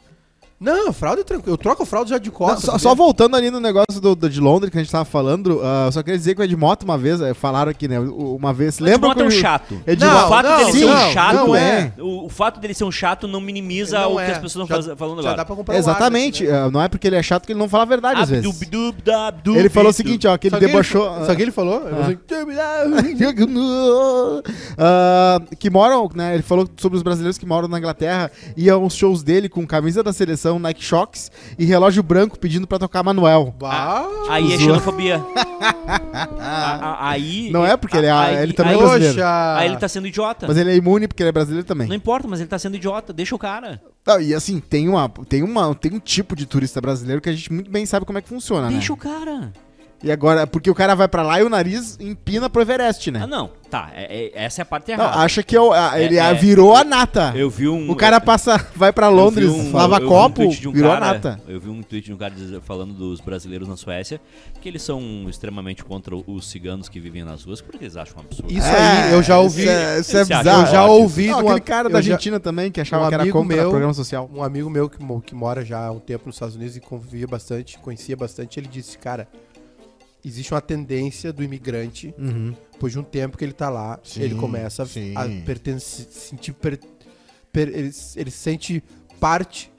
[SPEAKER 2] Não, fralda é tranquilo. Eu troco a fralda já de
[SPEAKER 3] Não,
[SPEAKER 2] costas.
[SPEAKER 3] só,
[SPEAKER 2] porque-
[SPEAKER 3] só voltando ali no negócio do, do- de Londres que a gente tava falando, ah, eu só queria dizer que o Edmota uma vez, eh, falaram aqui, né? o- Uma vez. Lembra
[SPEAKER 1] Edmota é um
[SPEAKER 3] quando-
[SPEAKER 1] chato.
[SPEAKER 3] Edmota-
[SPEAKER 2] Não,
[SPEAKER 1] o fato
[SPEAKER 2] não,
[SPEAKER 1] dele ser um
[SPEAKER 3] não,
[SPEAKER 1] chato
[SPEAKER 3] não
[SPEAKER 1] é.
[SPEAKER 3] é.
[SPEAKER 1] O, o fato dele ser um chato não minimiza
[SPEAKER 2] Não
[SPEAKER 1] o que
[SPEAKER 2] é.
[SPEAKER 1] as pessoas
[SPEAKER 2] Já-
[SPEAKER 1] estão faz- falando
[SPEAKER 2] Já
[SPEAKER 1] agora.
[SPEAKER 2] dá pra comprar um
[SPEAKER 3] Exatamente.
[SPEAKER 2] Arctic, né?
[SPEAKER 3] ah, não é porque ele é chato que ele não fala a verdade às vezes.
[SPEAKER 1] Abdubdubdabdub.
[SPEAKER 3] Ele falou o seguinte, ó, que ele
[SPEAKER 2] Sabe o que
[SPEAKER 3] debochou. eh,
[SPEAKER 1] é.
[SPEAKER 2] ele- Sabe o que ele falou? assim, Eu falei,
[SPEAKER 1] (laughs)
[SPEAKER 3] (laughs) Ah, que moram, né? Ele falou sobre os brasileiros que moram na Inglaterra e aos shows dele com camisa da seleção Nike Shox e relógio branco pedindo pra tocar Manuel.
[SPEAKER 2] "Bah,
[SPEAKER 1] Aí é
[SPEAKER 3] Zoa.
[SPEAKER 2] (laughs)
[SPEAKER 1] xenofobia. A- a- aí.
[SPEAKER 3] Não é porque ele é- ele também é
[SPEAKER 1] aí,
[SPEAKER 3] brasileiro.
[SPEAKER 2] poxa."
[SPEAKER 1] Aí ele tá sendo idiota.
[SPEAKER 3] Mas ele é imune porque ele é brasileiro também.
[SPEAKER 1] Não importa, mas ele tá sendo idiota. Deixa o cara.
[SPEAKER 3] Não, e assim, tem, uma, tem, uma, tem um tipo de turista brasileiro que a gente muito bem sabe como é que funciona, né?
[SPEAKER 1] Deixa o cara.
[SPEAKER 3] E agora, porque o cara vai pra lá e o nariz empina pro Everest, né?
[SPEAKER 1] Ah, não. Tá, é- é- essa é a parte
[SPEAKER 3] Não,
[SPEAKER 1] errada.
[SPEAKER 3] acha que é o- a-
[SPEAKER 1] É,
[SPEAKER 3] ele
[SPEAKER 1] é.
[SPEAKER 3] a- virou a nata.
[SPEAKER 1] Eu vi um.
[SPEAKER 3] o cara passa, vai pra Londres,
[SPEAKER 1] Eu vi um-
[SPEAKER 3] lava
[SPEAKER 1] eu vi um
[SPEAKER 3] copo,
[SPEAKER 1] tweet de um
[SPEAKER 3] virou
[SPEAKER 1] cara-
[SPEAKER 3] a nata.
[SPEAKER 1] Eu vi um tweet de um cara diz- falando dos brasileiros na Suécia, que eles são extremamente contra os ciganos que vivem nas ruas, porque eles acham um absurdo.
[SPEAKER 2] Isso aí, eu já ouvi.
[SPEAKER 3] Isso é, isso é
[SPEAKER 1] Esse
[SPEAKER 3] bizarro.
[SPEAKER 1] acha
[SPEAKER 2] eu já
[SPEAKER 1] ótimo.
[SPEAKER 2] ouvi
[SPEAKER 3] Não,
[SPEAKER 2] de um
[SPEAKER 3] aquele
[SPEAKER 2] am-
[SPEAKER 3] cara da
[SPEAKER 2] eu já-
[SPEAKER 3] Argentina também, que achava
[SPEAKER 2] um
[SPEAKER 3] que era
[SPEAKER 2] amigo
[SPEAKER 3] contra
[SPEAKER 2] meu-
[SPEAKER 3] o programa social.
[SPEAKER 2] Um amigo meu que, mo- que mora já há um tempo nos Estados Unidos e convivia bastante, conhecia bastante, ele disse, cara, existe uma tendência do imigrante, depois de um tempo que ele tá lá,
[SPEAKER 3] Uhum. Sim,
[SPEAKER 2] ele começa a-
[SPEAKER 3] sim.
[SPEAKER 2] a pertencer, sentir, per- per- ele, ele se sente parte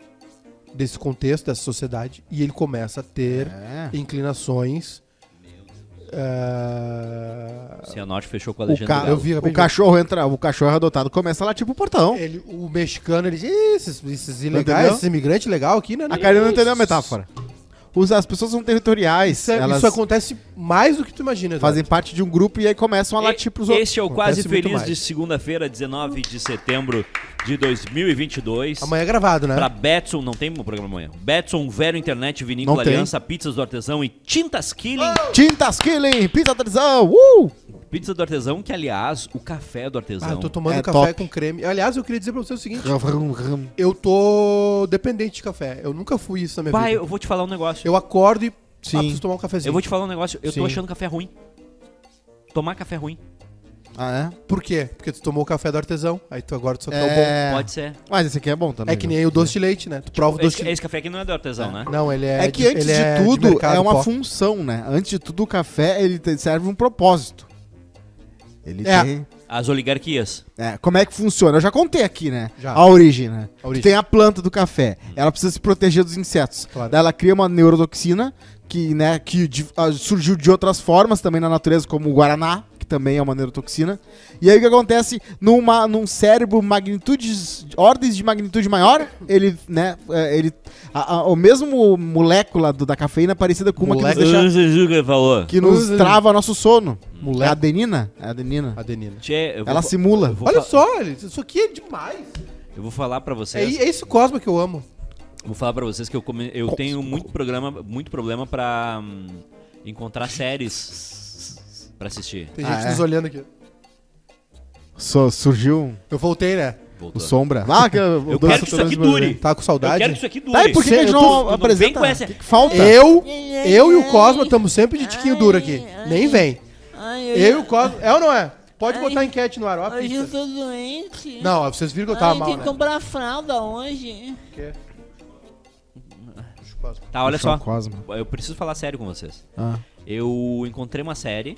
[SPEAKER 2] desse contexto, dessa sociedade, e ele começa a ter
[SPEAKER 3] É.
[SPEAKER 2] inclinações... ah,
[SPEAKER 1] Cianorte fechou com a
[SPEAKER 3] O,
[SPEAKER 1] legenda
[SPEAKER 3] ca-
[SPEAKER 1] do Galo.
[SPEAKER 2] vi,
[SPEAKER 3] o
[SPEAKER 2] rapidinho.
[SPEAKER 3] cachorro entra, o cachorro é adotado, começa lá tipo o portão.
[SPEAKER 2] ele- o mexicano, ele diz, "Ih, esses, esses ilegais,
[SPEAKER 3] entendeu?
[SPEAKER 2] esses imigrantes legal aqui, né?
[SPEAKER 3] A Karina não entendeu a metáfora. Os- as pessoas são territoriais,
[SPEAKER 2] Isso, é-
[SPEAKER 3] elas
[SPEAKER 2] isso acontece mais do que tu imagina. Eduardo.
[SPEAKER 3] fazem parte de um grupo e aí começam a latir pros outros.
[SPEAKER 1] Este é o Quase
[SPEAKER 2] tipo, Acontece muito
[SPEAKER 1] Feliz de
[SPEAKER 2] mais.
[SPEAKER 1] segunda-feira, 19 de setembro de 2022.
[SPEAKER 2] Amanhã é gravado, né?
[SPEAKER 1] Pra Betson, não tem programa amanhã. Betson, Vero Internet, Vinícola
[SPEAKER 3] Não tem.
[SPEAKER 1] Aliança, Pizzas do Artesão e Tintas Killing.
[SPEAKER 3] Tintas Killing, Pizza Artesão, uh!
[SPEAKER 1] Pizza do Artesão, que aliás, o café do
[SPEAKER 2] Ah, eu
[SPEAKER 1] artesão.
[SPEAKER 2] tô tomando
[SPEAKER 3] É
[SPEAKER 2] café
[SPEAKER 3] top.
[SPEAKER 2] com creme. Aliás, eu queria dizer pra você o seguinte:
[SPEAKER 3] Rum, rum.
[SPEAKER 2] eu tô dependente de café. Eu nunca fui isso na minha
[SPEAKER 1] Pai,
[SPEAKER 2] vida.
[SPEAKER 1] eu vou te falar um negócio.
[SPEAKER 2] Eu acordo e
[SPEAKER 3] Sim.
[SPEAKER 2] ah, preciso tomar um cafezinho.
[SPEAKER 1] Eu vou te falar um negócio. Eu
[SPEAKER 3] Sim.
[SPEAKER 1] tô achando café ruim. Tomar café é ruim.
[SPEAKER 3] Ah,
[SPEAKER 2] Por quê? Porque tu tomou o café do artesão, aí tu agora tu só
[SPEAKER 3] é?
[SPEAKER 2] quer o
[SPEAKER 3] É.
[SPEAKER 1] Pode ser.
[SPEAKER 3] Mas esse aqui é bom também.
[SPEAKER 2] bom. É que
[SPEAKER 3] viu?
[SPEAKER 2] nem o doce de leite, né? Tu prova o doce
[SPEAKER 1] Esse,
[SPEAKER 2] de leite.
[SPEAKER 1] esse café aqui não Tipo, é do artesão, né?
[SPEAKER 2] Não, ele é.
[SPEAKER 3] É que antes de
[SPEAKER 2] ele é
[SPEAKER 3] tudo,
[SPEAKER 2] mercado,
[SPEAKER 3] é uma
[SPEAKER 2] pó.
[SPEAKER 3] função, né? Antes de tudo, o café ele te- serve um propósito. Ele
[SPEAKER 2] É.
[SPEAKER 3] tem.
[SPEAKER 1] As oligarquias.
[SPEAKER 3] É, como é que funciona? Eu já contei aqui, né?
[SPEAKER 2] Já.
[SPEAKER 3] A origem, né?
[SPEAKER 2] A origem.
[SPEAKER 3] Tu
[SPEAKER 2] Hum.
[SPEAKER 3] Tem a planta do café. Ela precisa se proteger dos insetos.
[SPEAKER 2] Claro.
[SPEAKER 3] Daí ela cria uma neurotoxina que, né, que de- ah, surgiu de outras formas também na natureza, como o guaraná, que também é uma neurotoxina. E aí o que acontece? Numa, num cérebro magnitudes, ordens de magnitude maior, ele, né, eh, ele a, a- o mesmo molécula do- da cafeína é parecida com uma que nos,
[SPEAKER 2] Molécula.
[SPEAKER 3] deixa-
[SPEAKER 1] que ele falou.
[SPEAKER 3] que nos
[SPEAKER 2] Uhum.
[SPEAKER 3] trava nosso sono. É a
[SPEAKER 2] Moleque.
[SPEAKER 3] adenina, é a adenina.
[SPEAKER 2] Adenina.
[SPEAKER 1] Tchê, é, eu vou
[SPEAKER 3] Ela
[SPEAKER 1] fa-
[SPEAKER 3] simula.
[SPEAKER 1] Tipo, eu vou
[SPEAKER 2] Olha
[SPEAKER 1] fa-
[SPEAKER 2] só, isso aqui é demais.
[SPEAKER 1] Eu vou falar pra
[SPEAKER 2] É,
[SPEAKER 1] vocês.
[SPEAKER 2] é isso Cosmo que eu amo.
[SPEAKER 1] Vou falar pra vocês que eu, come- eu tenho muito programa, muito problema pra hum, encontrar séries pra assistir.
[SPEAKER 2] Tem
[SPEAKER 3] Ah,
[SPEAKER 2] gente
[SPEAKER 3] é?
[SPEAKER 2] nos olhando aqui.
[SPEAKER 3] Só surgiu um
[SPEAKER 2] Eu voltei, né?
[SPEAKER 3] O
[SPEAKER 1] Voltou.
[SPEAKER 3] Sombra. Ah, que eu,
[SPEAKER 1] Eu quero que isso aqui dure.
[SPEAKER 2] Tá com
[SPEAKER 1] Eu
[SPEAKER 2] saudade?
[SPEAKER 1] quero que isso aqui dure.
[SPEAKER 3] Tá, e por que, que a gente
[SPEAKER 2] Eu tô-
[SPEAKER 3] não
[SPEAKER 1] vem
[SPEAKER 3] apresenta?
[SPEAKER 1] com essa. É.
[SPEAKER 3] O que, que falta?
[SPEAKER 2] Eu, eu e o Cosmo estamos sempre de tiquinho duro aqui. Nem vem. Eu e o Cosmo. É ou não é? Pode botar a enquete no ar, ó. a
[SPEAKER 4] Hoje eu
[SPEAKER 2] pizza.
[SPEAKER 4] tô doente.
[SPEAKER 2] Não, ó, vocês viram que eu tava
[SPEAKER 4] Ai,
[SPEAKER 2] mal,
[SPEAKER 4] tem
[SPEAKER 2] né?
[SPEAKER 4] que comprar fralda hoje.
[SPEAKER 2] Porque- Deixa o Cosmo.
[SPEAKER 1] Tá, olha
[SPEAKER 3] Puxar
[SPEAKER 1] só.
[SPEAKER 3] o Cosmo.
[SPEAKER 1] Eu preciso falar sério com vocês.
[SPEAKER 3] Ah.
[SPEAKER 1] Eu encontrei uma série.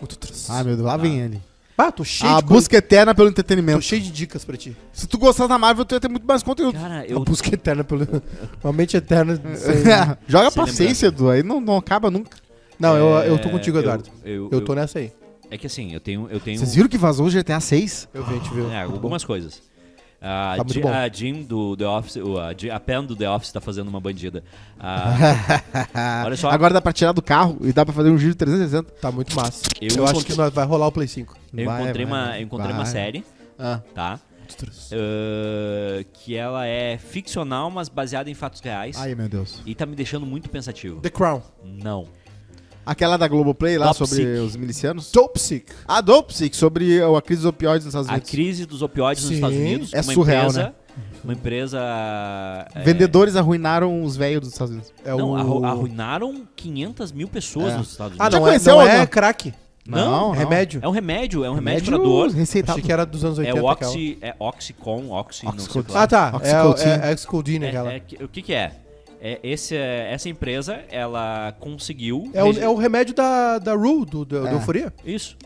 [SPEAKER 3] Ah, meu Deus, lá vem ele.
[SPEAKER 2] Ah, é tô cheio
[SPEAKER 3] a
[SPEAKER 2] de coisa.
[SPEAKER 3] busca eterna pelo
[SPEAKER 2] Tô
[SPEAKER 3] entretenimento.
[SPEAKER 2] cheio de dicas pra ti.
[SPEAKER 3] Se tu gostasse da Marvel, tu ia ter muito mais conteúdo. (laughs)
[SPEAKER 1] Cara,
[SPEAKER 2] A
[SPEAKER 1] eu.
[SPEAKER 2] busca eterna pelo. (laughs) É, Uma mente eterna. sem- (laughs)
[SPEAKER 3] Joga
[SPEAKER 1] Sem
[SPEAKER 3] paciência, Edu. Aí não, não acaba nunca.
[SPEAKER 2] Não,
[SPEAKER 1] é,
[SPEAKER 2] eu, eu tô contigo, Eduardo.
[SPEAKER 1] Eu,
[SPEAKER 2] Eu tô nessa aí.
[SPEAKER 1] É que assim, eu tenho. Eu tenho
[SPEAKER 3] Vocês viram Tá que vazou o GTA 6?
[SPEAKER 2] Eu vi, a gente viu.
[SPEAKER 1] É,
[SPEAKER 2] Muito
[SPEAKER 1] algumas coisas. A,
[SPEAKER 2] Tá muito
[SPEAKER 1] Ji-
[SPEAKER 2] bom.
[SPEAKER 1] a Jim do The Office, o- a, Ji- a Pam do The Office tá fazendo uma bandida.
[SPEAKER 3] (laughs)
[SPEAKER 1] A- olha só,
[SPEAKER 3] Agora dá pra tirar do carro e dá pra fazer um giro 360.
[SPEAKER 2] bom. Tá muito massa.
[SPEAKER 1] Eu
[SPEAKER 2] Eu, acho
[SPEAKER 1] encontrei-
[SPEAKER 2] que nós vai rolar o Play 5.
[SPEAKER 1] eu
[SPEAKER 3] Vai,
[SPEAKER 1] encontrei,
[SPEAKER 3] vai,
[SPEAKER 1] uma, eu encontrei uma
[SPEAKER 3] vai.
[SPEAKER 1] série,
[SPEAKER 3] Ah.
[SPEAKER 1] tá? Ah, que ela é ficcional, mas baseada em fatos reais.
[SPEAKER 3] Ai, meu Deus.
[SPEAKER 1] E tá me deixando muito pensativo.
[SPEAKER 2] The Crown.
[SPEAKER 1] Não.
[SPEAKER 3] Aquela da Globoplay lá
[SPEAKER 1] Top
[SPEAKER 3] sobre
[SPEAKER 1] Sick.
[SPEAKER 3] os milicianos?
[SPEAKER 2] Dope Sick.
[SPEAKER 3] Ah, Dopsic, sobre a crise dos opioides nos Estados
[SPEAKER 1] A
[SPEAKER 3] Unidos.
[SPEAKER 1] crise dos opioides nos
[SPEAKER 2] Sim,
[SPEAKER 1] Estados Unidos.
[SPEAKER 3] é surreal,
[SPEAKER 1] empresa,
[SPEAKER 3] né?
[SPEAKER 1] Uma empresa... é,
[SPEAKER 3] Vendedores arruinaram os velhos dos Estados Unidos.
[SPEAKER 2] É
[SPEAKER 1] Não,
[SPEAKER 2] o...
[SPEAKER 1] arru- arruinaram 500 mil pessoas
[SPEAKER 3] É.
[SPEAKER 1] nos Estados
[SPEAKER 2] Ah,
[SPEAKER 1] Unidos.
[SPEAKER 3] Já
[SPEAKER 2] não, é,
[SPEAKER 3] conheceu
[SPEAKER 2] não
[SPEAKER 3] ou
[SPEAKER 2] é
[SPEAKER 3] não?
[SPEAKER 2] crack.
[SPEAKER 1] Não,
[SPEAKER 2] Remédio.
[SPEAKER 1] É um remédio, é um remédio, pra dor.
[SPEAKER 3] Receitado.
[SPEAKER 2] Achei que era dos anos
[SPEAKER 1] É
[SPEAKER 2] 80.
[SPEAKER 1] o
[SPEAKER 2] aquela.
[SPEAKER 1] Oxy, é Oxycon, Oxy, não sei o que lá.
[SPEAKER 2] Ah, tá.
[SPEAKER 3] Oxycontin.
[SPEAKER 2] É, é, é Excodine,
[SPEAKER 1] É,
[SPEAKER 2] aquela.
[SPEAKER 1] é
[SPEAKER 2] É,
[SPEAKER 1] que- o que que é? É esse, é- essa empresa, ela conseguiu...
[SPEAKER 2] o,
[SPEAKER 1] regi-
[SPEAKER 2] é o remédio da, da Rue, do, do,
[SPEAKER 3] É.
[SPEAKER 2] do Euforia.
[SPEAKER 1] Isso.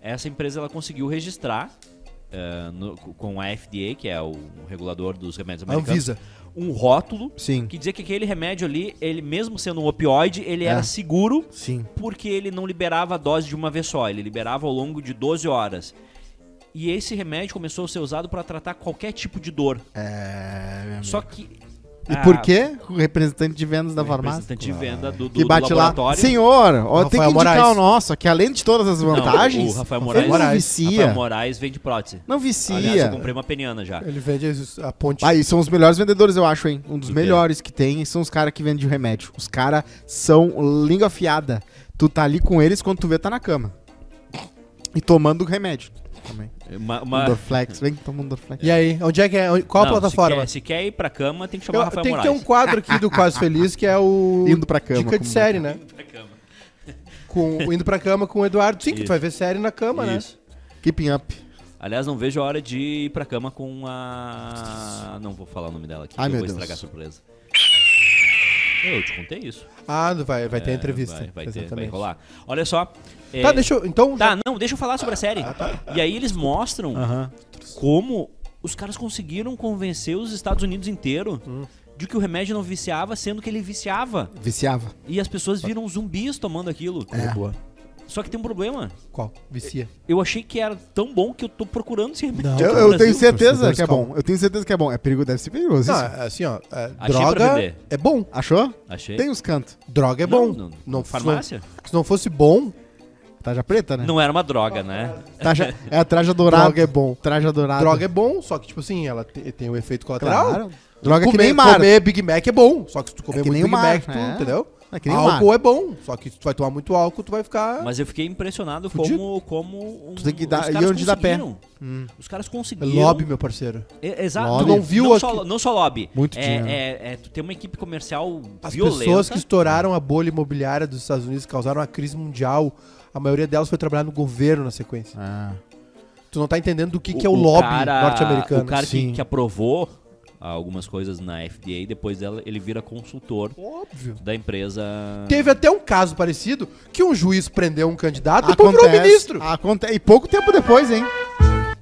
[SPEAKER 1] Essa empresa, ela conseguiu registrar eh, no- com a FDA, que é o regulador dos remédios
[SPEAKER 3] É
[SPEAKER 2] A
[SPEAKER 1] americanos,
[SPEAKER 2] Anvisa.
[SPEAKER 1] um rótulo
[SPEAKER 3] Sim.
[SPEAKER 1] que dizia que aquele remédio ali, ele mesmo sendo um opioide, ele
[SPEAKER 3] É.
[SPEAKER 1] era seguro
[SPEAKER 3] Sim.
[SPEAKER 1] porque ele não liberava a dose de uma vez só, ele liberava ao longo de 12 horas. E esse remédio começou a ser usado para tratar qualquer tipo de dor.
[SPEAKER 3] É...
[SPEAKER 1] Só que.
[SPEAKER 3] E
[SPEAKER 1] ah,
[SPEAKER 3] por quê? O representante de vendas da farmácia.
[SPEAKER 1] Representante de venda do, do,
[SPEAKER 3] Que bate
[SPEAKER 1] do
[SPEAKER 3] lá.
[SPEAKER 1] laboratório.
[SPEAKER 3] Senhor, ó, tem que
[SPEAKER 2] Rafael
[SPEAKER 3] indicar
[SPEAKER 2] Moraes.
[SPEAKER 3] o nosso, que além de todas as
[SPEAKER 1] Não,
[SPEAKER 3] vantagens,
[SPEAKER 1] o Rafael
[SPEAKER 3] ele
[SPEAKER 1] Moraes.
[SPEAKER 3] não
[SPEAKER 2] Moraes.
[SPEAKER 1] Rafael
[SPEAKER 3] vicia.
[SPEAKER 1] Moraes vende prótese.
[SPEAKER 3] Não
[SPEAKER 1] Aliás, eu
[SPEAKER 3] vicia.
[SPEAKER 1] comprei uma peniana já.
[SPEAKER 2] É. Ele vende as- a ponte.
[SPEAKER 3] Aí são os melhores vendedores, eu acho, hein? Um dos
[SPEAKER 1] Do quê?
[SPEAKER 3] melhores que tem são os caras que vendem o remédio. Os caras são língua afiada. Tu tá ali com eles quando tu vê, tá na cama. E tomando o remédio. Também.
[SPEAKER 1] Uma,
[SPEAKER 3] Um
[SPEAKER 1] uma...
[SPEAKER 3] Dorflex, vem que toma um Dorflex.
[SPEAKER 2] E aí, onde é que é? Onde- Qual
[SPEAKER 1] Não,
[SPEAKER 2] a plataforma?
[SPEAKER 1] Se quer, se quer ir pra cama, tem que chamar o
[SPEAKER 2] Eu-
[SPEAKER 1] Rafael
[SPEAKER 2] tem que ter
[SPEAKER 1] Moraes.
[SPEAKER 2] um quadro aqui do Quase Feliz que é o.
[SPEAKER 3] Indo pra cama,
[SPEAKER 2] Dica de
[SPEAKER 3] como-
[SPEAKER 2] série, né?
[SPEAKER 1] Pra cama.
[SPEAKER 2] Com, o indo pra cama com o Eduardo. Sim, que tu
[SPEAKER 1] Isso.
[SPEAKER 2] vai ver série na
[SPEAKER 3] né?
[SPEAKER 2] cama, né?
[SPEAKER 1] Isso.
[SPEAKER 3] Keeping up.
[SPEAKER 1] Aliás, não vejo a hora de ir pra cama com a. Não vou falar o nome dela aqui,
[SPEAKER 3] Ai,
[SPEAKER 1] que eu vou
[SPEAKER 3] meu Deus.
[SPEAKER 1] estragar a surpresa. Eu te contei isso.
[SPEAKER 2] né? Ah, vai, vai ter
[SPEAKER 1] É,
[SPEAKER 2] entrevista.
[SPEAKER 1] Vai, vai, ter, vai
[SPEAKER 2] exatamente.
[SPEAKER 1] rolar. Olha só. é,
[SPEAKER 2] Tá, deixa eu. Então.
[SPEAKER 1] Tá, não, deixa eu falar sobre a série.
[SPEAKER 3] Ah, tá.
[SPEAKER 1] E aí eles mostram como os caras conseguiram convencer os Estados Unidos inteiro
[SPEAKER 3] Hum.
[SPEAKER 1] de que o remédio não viciava, sendo que ele viciava.
[SPEAKER 3] Viciava.
[SPEAKER 1] E as
[SPEAKER 3] Tá.
[SPEAKER 1] pessoas viram zumbis tomando aquilo.
[SPEAKER 2] É. Boa.
[SPEAKER 1] Só que tem um problema.
[SPEAKER 2] Qual? Vicia.
[SPEAKER 1] Eu achei que era tão bom que eu tô procurando esse remédio.
[SPEAKER 2] Não.
[SPEAKER 1] aqui
[SPEAKER 3] Eu,
[SPEAKER 1] no
[SPEAKER 3] eu
[SPEAKER 1] Brasil.
[SPEAKER 3] tenho certeza
[SPEAKER 2] Consumidores
[SPEAKER 3] que é
[SPEAKER 2] calma.
[SPEAKER 3] bom. Eu tenho certeza que é bom. É perigo, deve ser perigoso.
[SPEAKER 2] Não,
[SPEAKER 3] isso.
[SPEAKER 2] é assim, ó. é,
[SPEAKER 1] pra
[SPEAKER 2] droga
[SPEAKER 1] beber.
[SPEAKER 2] é bom.
[SPEAKER 3] Achou?
[SPEAKER 1] Achei.
[SPEAKER 3] Tem os cantos.
[SPEAKER 2] Droga é
[SPEAKER 1] Não,
[SPEAKER 2] bom.
[SPEAKER 1] não,
[SPEAKER 2] Não,
[SPEAKER 1] farmácia?
[SPEAKER 2] Se não, se não fosse bom,
[SPEAKER 3] Taja preta, né?
[SPEAKER 1] Não era uma droga, né?
[SPEAKER 3] Taja,
[SPEAKER 2] (laughs)
[SPEAKER 3] é a traja dourada.
[SPEAKER 2] Droga é bom.
[SPEAKER 3] Traja dourada.
[SPEAKER 2] droga é bom, só que, tipo assim, ela te- tem o efeito colateral.
[SPEAKER 3] Claro. Droga é que
[SPEAKER 2] comer,
[SPEAKER 3] nem mar.
[SPEAKER 2] comer Big Mac é bom, só que se tu comer
[SPEAKER 3] que nem
[SPEAKER 2] muito
[SPEAKER 3] o
[SPEAKER 2] Big
[SPEAKER 3] mar,
[SPEAKER 2] Mac, tu,
[SPEAKER 3] é.
[SPEAKER 2] entendeu?
[SPEAKER 3] É que nem o
[SPEAKER 2] álcool
[SPEAKER 3] mar.
[SPEAKER 2] é bom, só que se tu vai tomar muito álcool, tu vai ficar...
[SPEAKER 1] Mas eu fiquei impressionado
[SPEAKER 2] Fudido.
[SPEAKER 1] como, como
[SPEAKER 3] Tu tem que
[SPEAKER 1] um-
[SPEAKER 3] dar-
[SPEAKER 1] os
[SPEAKER 3] e
[SPEAKER 1] caras
[SPEAKER 3] onde dá pé. Hum.
[SPEAKER 1] conseguiram. Os caras
[SPEAKER 2] É
[SPEAKER 1] conseguiram.
[SPEAKER 2] lobby, meu parceiro.
[SPEAKER 1] É, Exato.
[SPEAKER 3] Lobby.
[SPEAKER 1] Não,
[SPEAKER 2] Não viu
[SPEAKER 1] não só,
[SPEAKER 2] aqui-
[SPEAKER 1] não só lobby.
[SPEAKER 3] Muito
[SPEAKER 1] é,
[SPEAKER 3] dinheiro.
[SPEAKER 1] É, é, tu tem uma equipe comercial
[SPEAKER 2] As
[SPEAKER 1] violenta.
[SPEAKER 2] pessoas que estouraram a bolha imobiliária dos Estados Unidos causaram a crise mundial. A maioria delas foi trabalhar no governo na sequência.
[SPEAKER 3] Ah.
[SPEAKER 2] Tu não tá entendendo do que, que é o, lobby
[SPEAKER 1] cara-
[SPEAKER 2] norte-americano.
[SPEAKER 1] O cara que, é
[SPEAKER 3] Sim.
[SPEAKER 1] que aprovou algumas coisas na FDA, depois dela, ele vira consultor
[SPEAKER 2] Óbvio.
[SPEAKER 1] da empresa.
[SPEAKER 2] Teve até um caso parecido que um juiz prendeu um candidato e depois
[SPEAKER 3] Acontece.
[SPEAKER 2] virou ministro.
[SPEAKER 3] Aconte... E pouco tempo depois, hein?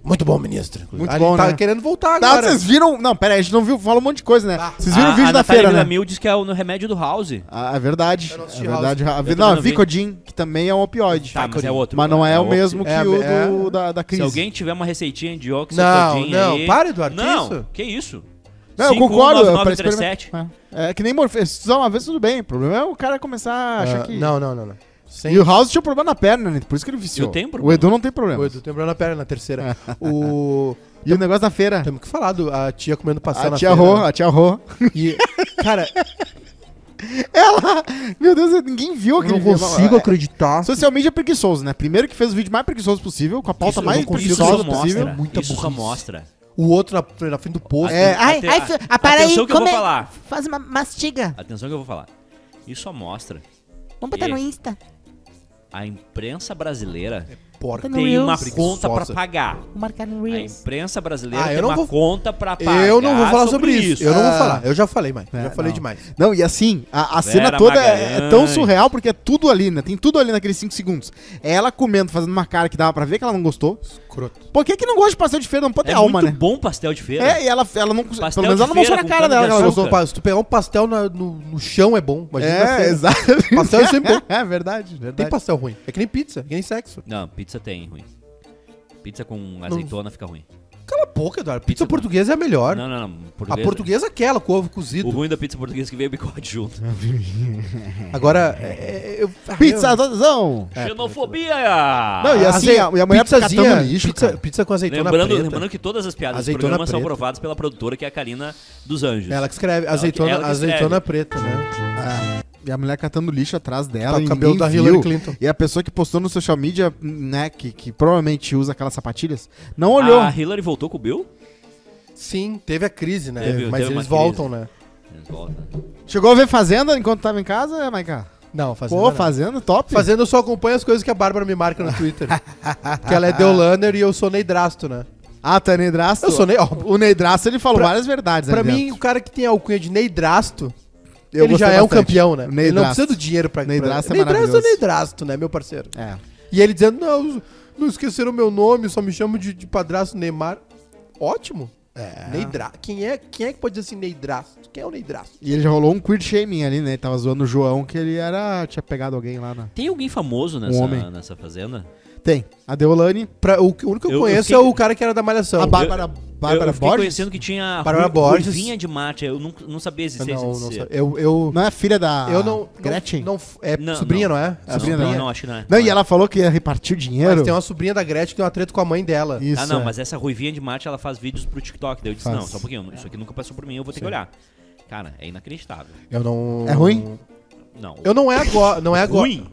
[SPEAKER 2] Muito bom, ministro.
[SPEAKER 3] Muito
[SPEAKER 2] Ah,
[SPEAKER 3] bom,
[SPEAKER 2] ele tá
[SPEAKER 3] né?
[SPEAKER 2] querendo voltar
[SPEAKER 3] Tá,
[SPEAKER 2] agora. Ah,
[SPEAKER 3] vocês viram. Não, pera aí, a gente não viu, fala um monte de coisa, né? Vocês viram
[SPEAKER 1] a,
[SPEAKER 3] o vídeo
[SPEAKER 1] a
[SPEAKER 3] da
[SPEAKER 1] Natália
[SPEAKER 3] feira, né?
[SPEAKER 1] Villamil diz que é o no remédio do House.
[SPEAKER 3] Ah, é verdade.
[SPEAKER 2] Eu não assisti
[SPEAKER 3] É verdade. A,
[SPEAKER 1] Eu
[SPEAKER 3] não, a
[SPEAKER 1] também não vi.
[SPEAKER 3] Vicodin, que também é um opioide.
[SPEAKER 1] Tá, mas é outro.
[SPEAKER 3] Mas não é, o
[SPEAKER 1] outro.
[SPEAKER 3] mesmo que
[SPEAKER 2] É,
[SPEAKER 3] o
[SPEAKER 2] é.
[SPEAKER 3] do- da, da crise.
[SPEAKER 1] Se alguém tiver uma receitinha de óxido
[SPEAKER 2] Não,
[SPEAKER 1] todinha
[SPEAKER 2] não,
[SPEAKER 1] aí-
[SPEAKER 2] para, Eduardo, que
[SPEAKER 1] Não,
[SPEAKER 2] isso?
[SPEAKER 1] que isso?
[SPEAKER 3] Não, eu concordo. é
[SPEAKER 1] 5199337.
[SPEAKER 3] pra experimentar. É, é que nem morfina. Se usar uma vez, tudo bem. O problema é o cara começar a
[SPEAKER 2] Ah,
[SPEAKER 3] achar que...
[SPEAKER 2] Não, não, não, não. Sem...
[SPEAKER 3] E o House tinha um problema na perna, né? Por isso que ele viciou.
[SPEAKER 1] Eu tenho um
[SPEAKER 3] O
[SPEAKER 1] problema.
[SPEAKER 3] Edu não tem problema.
[SPEAKER 2] O Edu tem problema na perna na terceira.
[SPEAKER 3] (laughs)
[SPEAKER 2] o...
[SPEAKER 3] E o negócio da feira.
[SPEAKER 2] Temos que falar do Tá a tia comendo passar
[SPEAKER 3] A
[SPEAKER 2] na
[SPEAKER 3] tia
[SPEAKER 2] feira,
[SPEAKER 3] Rô,
[SPEAKER 2] né?
[SPEAKER 3] a tia Rô. (laughs)
[SPEAKER 2] E, cara,
[SPEAKER 3] Ela... Meu Deus, ninguém viu aquele
[SPEAKER 2] não
[SPEAKER 3] vídeo.
[SPEAKER 2] consigo acreditar.
[SPEAKER 3] Social media é preguiçoso, né? Primeiro que fez o vídeo mais preguiçoso possível, com a pauta
[SPEAKER 1] Isso-
[SPEAKER 3] mais
[SPEAKER 1] isso
[SPEAKER 3] preguiçosa
[SPEAKER 1] só
[SPEAKER 3] possível.
[SPEAKER 1] mostra,
[SPEAKER 2] muita
[SPEAKER 1] Isso só
[SPEAKER 2] burrice.
[SPEAKER 1] mostra.
[SPEAKER 2] O outro na, na frente do posto.
[SPEAKER 3] É,
[SPEAKER 1] Ai, ai,
[SPEAKER 4] ah, para aí,
[SPEAKER 1] Atenção que eu vou
[SPEAKER 4] come-
[SPEAKER 1] falar.
[SPEAKER 4] Faz uma mastiga.
[SPEAKER 1] Atenção que eu vou falar. Isso só mostra.
[SPEAKER 4] Vamos botar
[SPEAKER 1] E-
[SPEAKER 4] no Insta.
[SPEAKER 1] A imprensa brasileira
[SPEAKER 2] porca.
[SPEAKER 4] Não,
[SPEAKER 1] tem um
[SPEAKER 4] eu-
[SPEAKER 1] uma
[SPEAKER 2] É Preguiçosa.
[SPEAKER 1] conta pra pagar.
[SPEAKER 4] Vou marcar no
[SPEAKER 1] A
[SPEAKER 4] Reels.
[SPEAKER 1] imprensa brasileira
[SPEAKER 2] Ah, eu
[SPEAKER 1] tem
[SPEAKER 2] não
[SPEAKER 1] uma
[SPEAKER 2] vou-
[SPEAKER 1] conta pra pagar.
[SPEAKER 2] Eu não vou falar sobre isso. Eu não vou
[SPEAKER 3] Ah.
[SPEAKER 2] falar. Eu já falei, mãe.
[SPEAKER 3] É,
[SPEAKER 2] já falei
[SPEAKER 3] não.
[SPEAKER 2] demais.
[SPEAKER 3] Não, e assim, a, a cena
[SPEAKER 1] Vera
[SPEAKER 3] toda é, é tão
[SPEAKER 1] Magalhães.
[SPEAKER 3] surreal porque é tudo ali, né? Tem tudo ali naqueles 5 segundos. É ela comendo, fazendo uma cara que dava pra ver que ela não gostou.
[SPEAKER 2] Croto.
[SPEAKER 3] Por que, que não gosta de pastel de feira? Não pode ter
[SPEAKER 1] É
[SPEAKER 3] alma,
[SPEAKER 1] muito
[SPEAKER 3] né?
[SPEAKER 1] bom pastel de feira.
[SPEAKER 3] É, e ela, ela não.
[SPEAKER 1] Pastel
[SPEAKER 3] pelo menos
[SPEAKER 1] de
[SPEAKER 3] ela não mostrou
[SPEAKER 1] feira
[SPEAKER 3] na
[SPEAKER 1] com
[SPEAKER 3] cara dela que
[SPEAKER 1] cana
[SPEAKER 3] ela
[SPEAKER 1] de
[SPEAKER 3] gostou.
[SPEAKER 1] açúcar.
[SPEAKER 2] Se tu pegar um pastel na- no, no chão é bom. Imagina na
[SPEAKER 3] É,
[SPEAKER 2] feira.
[SPEAKER 3] exato.
[SPEAKER 2] Pastel é
[SPEAKER 3] (laughs)
[SPEAKER 2] sempre bom.
[SPEAKER 3] É verdade,
[SPEAKER 2] Tem
[SPEAKER 3] verdade.
[SPEAKER 2] pastel ruim. É que nem pizza, é que nem sexo.
[SPEAKER 1] Não, pizza tem ruim. Pizza com azeitona fica ruim.
[SPEAKER 2] Cala a boca, Eduardo. Pizza,
[SPEAKER 1] Pizza não.
[SPEAKER 2] portuguesa é a melhor.
[SPEAKER 1] Não, não, não.
[SPEAKER 2] a portuguesa é aquela, com ovo cozido.
[SPEAKER 1] O ruim da pizza portuguesa é que veio bigode junto.
[SPEAKER 2] Agora, é, é, eu...
[SPEAKER 3] Pizza, atenção!
[SPEAKER 2] É.
[SPEAKER 1] Xenofobia!
[SPEAKER 3] Não, e assim, a, e a mulher fica
[SPEAKER 2] pizzazinha,
[SPEAKER 3] catando lixo.
[SPEAKER 2] pizza,
[SPEAKER 3] cara.
[SPEAKER 2] pizza com azeitona
[SPEAKER 1] Lembrando,
[SPEAKER 2] preta.
[SPEAKER 1] lembrando que todas as piadas do
[SPEAKER 2] Azeitona
[SPEAKER 1] programa são
[SPEAKER 2] preta.
[SPEAKER 1] aprovadas pela produtora, que é a Karina dos Anjos.
[SPEAKER 2] Ela que escreve,
[SPEAKER 1] que-
[SPEAKER 2] azeitona,
[SPEAKER 1] ela que escreve.
[SPEAKER 2] azeitona preta, né?
[SPEAKER 3] E a mulher catando lixo atrás dela.
[SPEAKER 2] Tá, o
[SPEAKER 3] e
[SPEAKER 2] cabelo
[SPEAKER 3] ninguém
[SPEAKER 2] da Hillary
[SPEAKER 3] viu.
[SPEAKER 2] Clinton.
[SPEAKER 3] E a pessoa que postou no social media, né, que, que provavelmente usa aquelas sapatilhas, não olhou.
[SPEAKER 1] A Hillary voltou com o Bill?
[SPEAKER 2] Sim, teve a crise, né?
[SPEAKER 1] Teve-
[SPEAKER 2] Mas
[SPEAKER 1] teve uma
[SPEAKER 2] eles voltam, né?
[SPEAKER 1] Eles voltam.
[SPEAKER 3] Chegou a ver Fazenda enquanto tava em casa, Maica?
[SPEAKER 2] Não, fazendo.
[SPEAKER 3] Pô, Fazenda, top.
[SPEAKER 2] Fazendo eu só acompanho as coisas que a Bárbara me marca no (laughs) Twitter. que ela é Deolander e eu sou Neidrasto, né?
[SPEAKER 3] Ah, tá, Neidrasto.
[SPEAKER 2] Eu sou Ney, ó,
[SPEAKER 3] (laughs) O Neidrasto, ele falou
[SPEAKER 2] Pra-
[SPEAKER 3] várias verdades
[SPEAKER 2] Pra
[SPEAKER 3] ali
[SPEAKER 2] mim,
[SPEAKER 3] dentro.
[SPEAKER 2] o cara que tem a alcunha de Neidrasto,
[SPEAKER 3] Eu
[SPEAKER 2] ele já
[SPEAKER 3] gostei
[SPEAKER 2] é um
[SPEAKER 3] bastante.
[SPEAKER 2] campeão, né? Ele não
[SPEAKER 3] Neidrasto.
[SPEAKER 2] precisa do dinheiro pra
[SPEAKER 3] Neidrasto é
[SPEAKER 2] pra... Neidrasto
[SPEAKER 3] maravilhoso.
[SPEAKER 2] Neidrasto, né, meu parceiro?
[SPEAKER 3] É.
[SPEAKER 2] E ele dizendo, não, não esqueceram meu nome, só me chamam de, de padrasto Neymar. Ótimo. É. Neidra... Quem, é, quem é que pode dizer assim, Neidrasto? Quem é o Neidrasto?
[SPEAKER 3] E ele já rolou um queer shaming ali, né? Ele tava zoando o João, que ele era... tinha pegado alguém lá na...
[SPEAKER 1] Tem alguém famoso nessa,
[SPEAKER 3] Um homem.
[SPEAKER 1] nessa fazenda?
[SPEAKER 3] Tem. A Deolane,
[SPEAKER 2] Pra, o, que- o único que
[SPEAKER 1] Eu-
[SPEAKER 2] eu,
[SPEAKER 1] eu
[SPEAKER 2] conheço
[SPEAKER 1] fiquei-
[SPEAKER 2] é o cara que era da Malhação.
[SPEAKER 3] a Bárbara... Bárbara
[SPEAKER 1] eu, eu fiquei
[SPEAKER 3] Borges?
[SPEAKER 1] conhecendo que tinha
[SPEAKER 2] Bárbara
[SPEAKER 1] Ru-
[SPEAKER 2] Borges.
[SPEAKER 1] Ruivinha de Mate, eu não, não sabia a
[SPEAKER 2] Não,
[SPEAKER 3] Ah,
[SPEAKER 1] existência
[SPEAKER 2] não,
[SPEAKER 1] desse
[SPEAKER 2] não
[SPEAKER 1] ser.
[SPEAKER 2] sei. Eu, eu,
[SPEAKER 3] Não é a filha da...
[SPEAKER 2] eu não...
[SPEAKER 3] Gretchen?
[SPEAKER 2] Não, não- é
[SPEAKER 1] Não,
[SPEAKER 2] sobrinha, não, é? É
[SPEAKER 1] Não,
[SPEAKER 3] Sobrinha,
[SPEAKER 1] não,
[SPEAKER 3] né?
[SPEAKER 1] não, acho que não é.
[SPEAKER 3] Não, e ela falou que ia repartir o dinheiro.
[SPEAKER 2] Mas tem uma sobrinha da Gretchen que tem uma treta com a mãe dela.
[SPEAKER 3] Isso,
[SPEAKER 1] ah, não,
[SPEAKER 3] é.
[SPEAKER 1] mas essa ruivinha de mate, ela faz vídeos pro TikTok. Daí eu disse,
[SPEAKER 3] Faz.
[SPEAKER 1] não, só um pouquinho, isso aqui nunca passou por mim, eu vou ter que olhar. Cara, é inacreditável.
[SPEAKER 2] Eu não...
[SPEAKER 3] É ruim?
[SPEAKER 1] Não.
[SPEAKER 2] Eu não é agora, não é agora.
[SPEAKER 1] Ruim.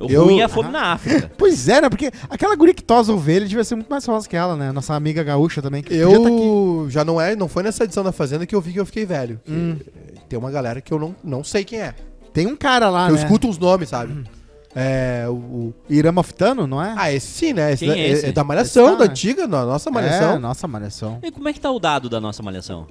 [SPEAKER 1] Eu,
[SPEAKER 2] Eu-
[SPEAKER 1] ruim é a fome
[SPEAKER 3] Ah.
[SPEAKER 1] na África.
[SPEAKER 3] Pois é, né? Porque aquela guria que tosa ovelha devia ser muito mais famosa que ela, né? Nossa amiga gaúcha também. Que podia tá aqui. Hum.
[SPEAKER 2] Eu já não é, não foi nessa edição da Fazenda que eu vi que eu fiquei velho. Que, eh, Tem uma galera que eu não, não sei quem é.
[SPEAKER 3] Tem um cara lá,
[SPEAKER 2] eu
[SPEAKER 3] né?
[SPEAKER 2] escuto uns nomes, sabe? É, o, o-
[SPEAKER 3] Irama Fitano, não é?
[SPEAKER 2] Ah, esse sim, né? Esse
[SPEAKER 1] Quem
[SPEAKER 2] da,
[SPEAKER 1] é esse?
[SPEAKER 2] é da Malhação,
[SPEAKER 3] Esse tá,
[SPEAKER 2] da
[SPEAKER 3] né?
[SPEAKER 2] antiga, na nossa
[SPEAKER 3] É,
[SPEAKER 2] Malhação.
[SPEAKER 3] nossa, malhação.
[SPEAKER 1] E como é que tá o dado da nossa malhação?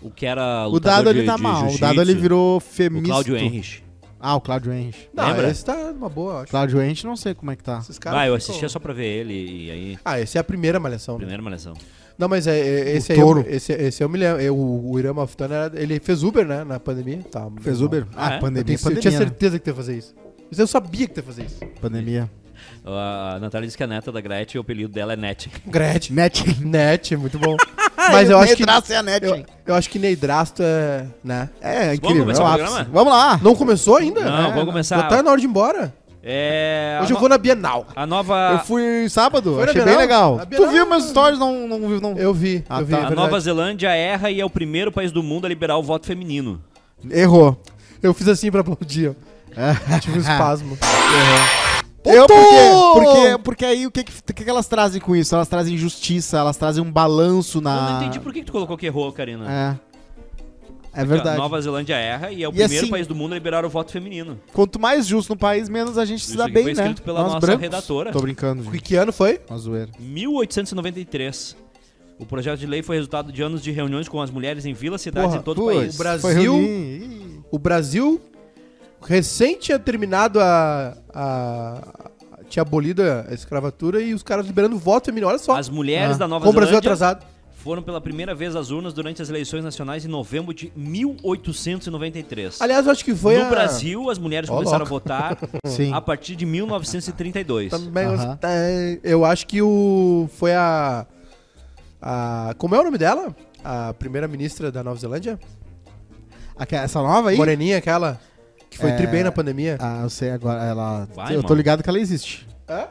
[SPEAKER 1] O que era
[SPEAKER 3] O
[SPEAKER 1] lutador
[SPEAKER 3] Dado
[SPEAKER 1] de,
[SPEAKER 3] ele tá
[SPEAKER 1] de
[SPEAKER 3] mal. O
[SPEAKER 1] jiu-jitsu,
[SPEAKER 3] Dado ele virou
[SPEAKER 1] O
[SPEAKER 3] femista.
[SPEAKER 1] Claudio Henrich.
[SPEAKER 3] Ah, o Claudio Henrich.
[SPEAKER 2] não,
[SPEAKER 1] lembra?
[SPEAKER 2] esse tá numa boa, eu acho.
[SPEAKER 3] Claudio Henrich, não sei como é que tá.
[SPEAKER 2] Esses caras
[SPEAKER 1] Ah, eu
[SPEAKER 2] ficam-
[SPEAKER 1] assistia só pra ver ele e aí...
[SPEAKER 2] Ah, esse é a primeira Malhação. né?
[SPEAKER 1] Primeira malhação.
[SPEAKER 2] Não, mas é, é- esse
[SPEAKER 3] O
[SPEAKER 2] aí. Eu,
[SPEAKER 3] touro.
[SPEAKER 2] esse, esse eu me lembro. Eu- o Irama Aftano, era- ele fez Uber, né? Na pandemia. Tá,
[SPEAKER 3] Fez Uber?
[SPEAKER 1] Ah,
[SPEAKER 3] Ah,
[SPEAKER 1] é?
[SPEAKER 2] Eu,
[SPEAKER 3] pandemia.
[SPEAKER 2] tenho- eu
[SPEAKER 3] pandemia,
[SPEAKER 2] tinha
[SPEAKER 3] né?
[SPEAKER 2] certeza que tu ia fazer isso. Isso eu sabia que tu ia fazer isso.
[SPEAKER 3] Pandemia.
[SPEAKER 1] A Natália disse que a neta da Gretchen, o apelido dela é Net.
[SPEAKER 3] (laughs)
[SPEAKER 2] Gretchen.
[SPEAKER 3] Net.
[SPEAKER 2] Net,
[SPEAKER 3] (laughs)
[SPEAKER 2] muito bom. Mas eu acho que.
[SPEAKER 3] Neidrasto é a Net.
[SPEAKER 2] Eu, eu acho que Neidrasto é. né?
[SPEAKER 3] É, é incrível.
[SPEAKER 1] começar
[SPEAKER 3] é o
[SPEAKER 1] o
[SPEAKER 3] ápice.
[SPEAKER 1] programa?
[SPEAKER 3] Vamos lá.
[SPEAKER 2] Não começou ainda?
[SPEAKER 1] Não,
[SPEAKER 2] né?
[SPEAKER 1] vamos começar.
[SPEAKER 2] Já tá na hora de ir embora.
[SPEAKER 1] É...
[SPEAKER 2] Hoje
[SPEAKER 1] a
[SPEAKER 2] eu vou na Bienal.
[SPEAKER 1] no- A nova...
[SPEAKER 3] Eu fui sábado,
[SPEAKER 2] Foi na
[SPEAKER 3] achei bem
[SPEAKER 2] Bienal?
[SPEAKER 3] legal.
[SPEAKER 2] Na
[SPEAKER 3] Tu
[SPEAKER 2] Bienal?
[SPEAKER 3] viu meus stories? Não, não viu, não.
[SPEAKER 2] Eu vi,
[SPEAKER 3] Ah,
[SPEAKER 2] eu vi.
[SPEAKER 3] tá.
[SPEAKER 2] é
[SPEAKER 1] A
[SPEAKER 2] verdade.
[SPEAKER 1] Nova Zelândia erra e é o primeiro país do mundo a liberar o voto feminino.
[SPEAKER 3] Errou. É. Ah.
[SPEAKER 2] Eu fiz assim pra aplaudir, ó.
[SPEAKER 3] (laughs)
[SPEAKER 2] Tive um espasmo.
[SPEAKER 3] Eu, porque, porque, porque aí o que, que, o que que elas trazem com isso? Elas trazem justiça, elas trazem um balanço
[SPEAKER 1] Eu
[SPEAKER 3] na.
[SPEAKER 2] Ah.
[SPEAKER 1] não entendi por que, que tu colocou que errou, Karina.
[SPEAKER 3] É. É
[SPEAKER 1] Aqui, ó,
[SPEAKER 3] verdade.
[SPEAKER 1] Nova Zelândia erra e é o
[SPEAKER 3] E
[SPEAKER 1] primeiro
[SPEAKER 3] assim-
[SPEAKER 1] país do mundo a liberar o voto feminino.
[SPEAKER 3] Quanto mais justo no país, menos a gente se
[SPEAKER 1] Isso
[SPEAKER 3] dá
[SPEAKER 1] aqui
[SPEAKER 3] bem,
[SPEAKER 1] foi
[SPEAKER 3] né?
[SPEAKER 1] escrito pela nossa redatora.
[SPEAKER 3] Tô brincando, gente.
[SPEAKER 2] E que ano foi?
[SPEAKER 3] Uma zoeira.
[SPEAKER 1] 1893. O projeto de lei foi resultado de anos de reuniões com as mulheres em vilas, cidades
[SPEAKER 2] Porra,
[SPEAKER 1] e Tá todo o
[SPEAKER 3] Putz,
[SPEAKER 1] país.
[SPEAKER 2] o Brasil-
[SPEAKER 3] foi reunir. Ih,
[SPEAKER 2] O Brasil recém tinha terminado a. a- tinha abolido a escravatura e os caras liberando voto feminino. Olha só.
[SPEAKER 1] As mulheres da Nova
[SPEAKER 2] Ah. Com o Brasil
[SPEAKER 1] Zelândia
[SPEAKER 2] atrasado.
[SPEAKER 1] foram pela primeira vez às urnas durante as eleições nacionais em novembro de 1893.
[SPEAKER 2] Aliás, eu acho que foi
[SPEAKER 1] no
[SPEAKER 2] a...
[SPEAKER 1] Brasil, as mulheres
[SPEAKER 2] Ó,
[SPEAKER 1] começaram
[SPEAKER 2] louco.
[SPEAKER 1] a
[SPEAKER 2] (laughs)
[SPEAKER 1] votar
[SPEAKER 3] Sim.
[SPEAKER 1] a partir de 1932.
[SPEAKER 2] Também
[SPEAKER 3] Aham.
[SPEAKER 2] os- é, Eu acho que o. Foi a. a- como é o nome dela? A primeira-ministra da Nova Zelândia?
[SPEAKER 3] Aqui, Essa nova aí?
[SPEAKER 2] Moreninha, aquela. Que foi
[SPEAKER 3] É.
[SPEAKER 2] tri bem na pandemia.
[SPEAKER 3] Ah, eu sei agora. Ela.
[SPEAKER 1] Vai,
[SPEAKER 3] eu tô
[SPEAKER 1] mano.
[SPEAKER 3] ligado que ela existe.
[SPEAKER 2] Hã?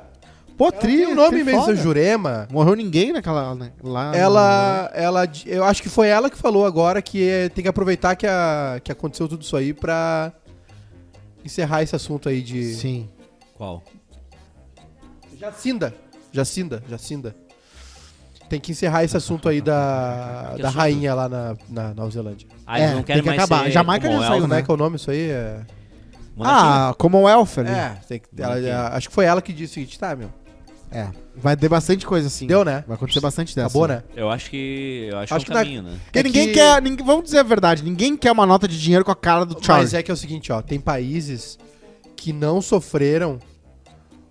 [SPEAKER 3] Pô,
[SPEAKER 2] Ela
[SPEAKER 3] tri.
[SPEAKER 2] tem um nome
[SPEAKER 3] tri
[SPEAKER 2] mesmo,
[SPEAKER 3] foda.
[SPEAKER 2] Jurema.
[SPEAKER 3] Morreu ninguém naquela. né, Lá
[SPEAKER 2] Ela, ela, di- eu acho que foi ela que falou agora que é- tem que aproveitar que, a, que aconteceu tudo isso aí pra encerrar esse assunto aí
[SPEAKER 3] no-
[SPEAKER 2] de.
[SPEAKER 3] Sim.
[SPEAKER 1] Qual?
[SPEAKER 2] Jacinda. Jacinda, Jacinda. Tem que encerrar esse assunto aí da,
[SPEAKER 1] Que
[SPEAKER 2] da
[SPEAKER 1] assunto?
[SPEAKER 2] rainha lá na, na Nova Zelândia.
[SPEAKER 1] Ah, eles
[SPEAKER 3] É,
[SPEAKER 1] não querem
[SPEAKER 3] tem que
[SPEAKER 1] mais
[SPEAKER 3] acabar.
[SPEAKER 1] ser
[SPEAKER 3] Jamaica
[SPEAKER 1] como
[SPEAKER 3] já
[SPEAKER 1] é,
[SPEAKER 3] saiu,
[SPEAKER 2] Como
[SPEAKER 3] né?
[SPEAKER 2] é que é o nome isso aí? É...
[SPEAKER 1] monarquia.
[SPEAKER 3] Ah, como o Elf ali.
[SPEAKER 2] É, tem que- ela-
[SPEAKER 1] Bonequinho.
[SPEAKER 2] ela- acho que foi ela que disse o seguinte, tá, meu.
[SPEAKER 3] É. Vai ter bastante coisa assim.
[SPEAKER 2] Deu, né?
[SPEAKER 3] Vai acontecer bastante dessa.
[SPEAKER 2] Acabou, né?
[SPEAKER 1] Eu acho que. Eu acho,
[SPEAKER 2] Acho
[SPEAKER 1] que
[SPEAKER 2] que
[SPEAKER 1] é um
[SPEAKER 2] na-
[SPEAKER 1] caminho, né?
[SPEAKER 3] Porque
[SPEAKER 2] É
[SPEAKER 3] ninguém
[SPEAKER 2] que-
[SPEAKER 3] quer. ninguém- vamos dizer a verdade, ninguém quer uma nota de dinheiro com a cara do Charles.
[SPEAKER 2] Mas é que é o seguinte, ó, tem países que não sofreram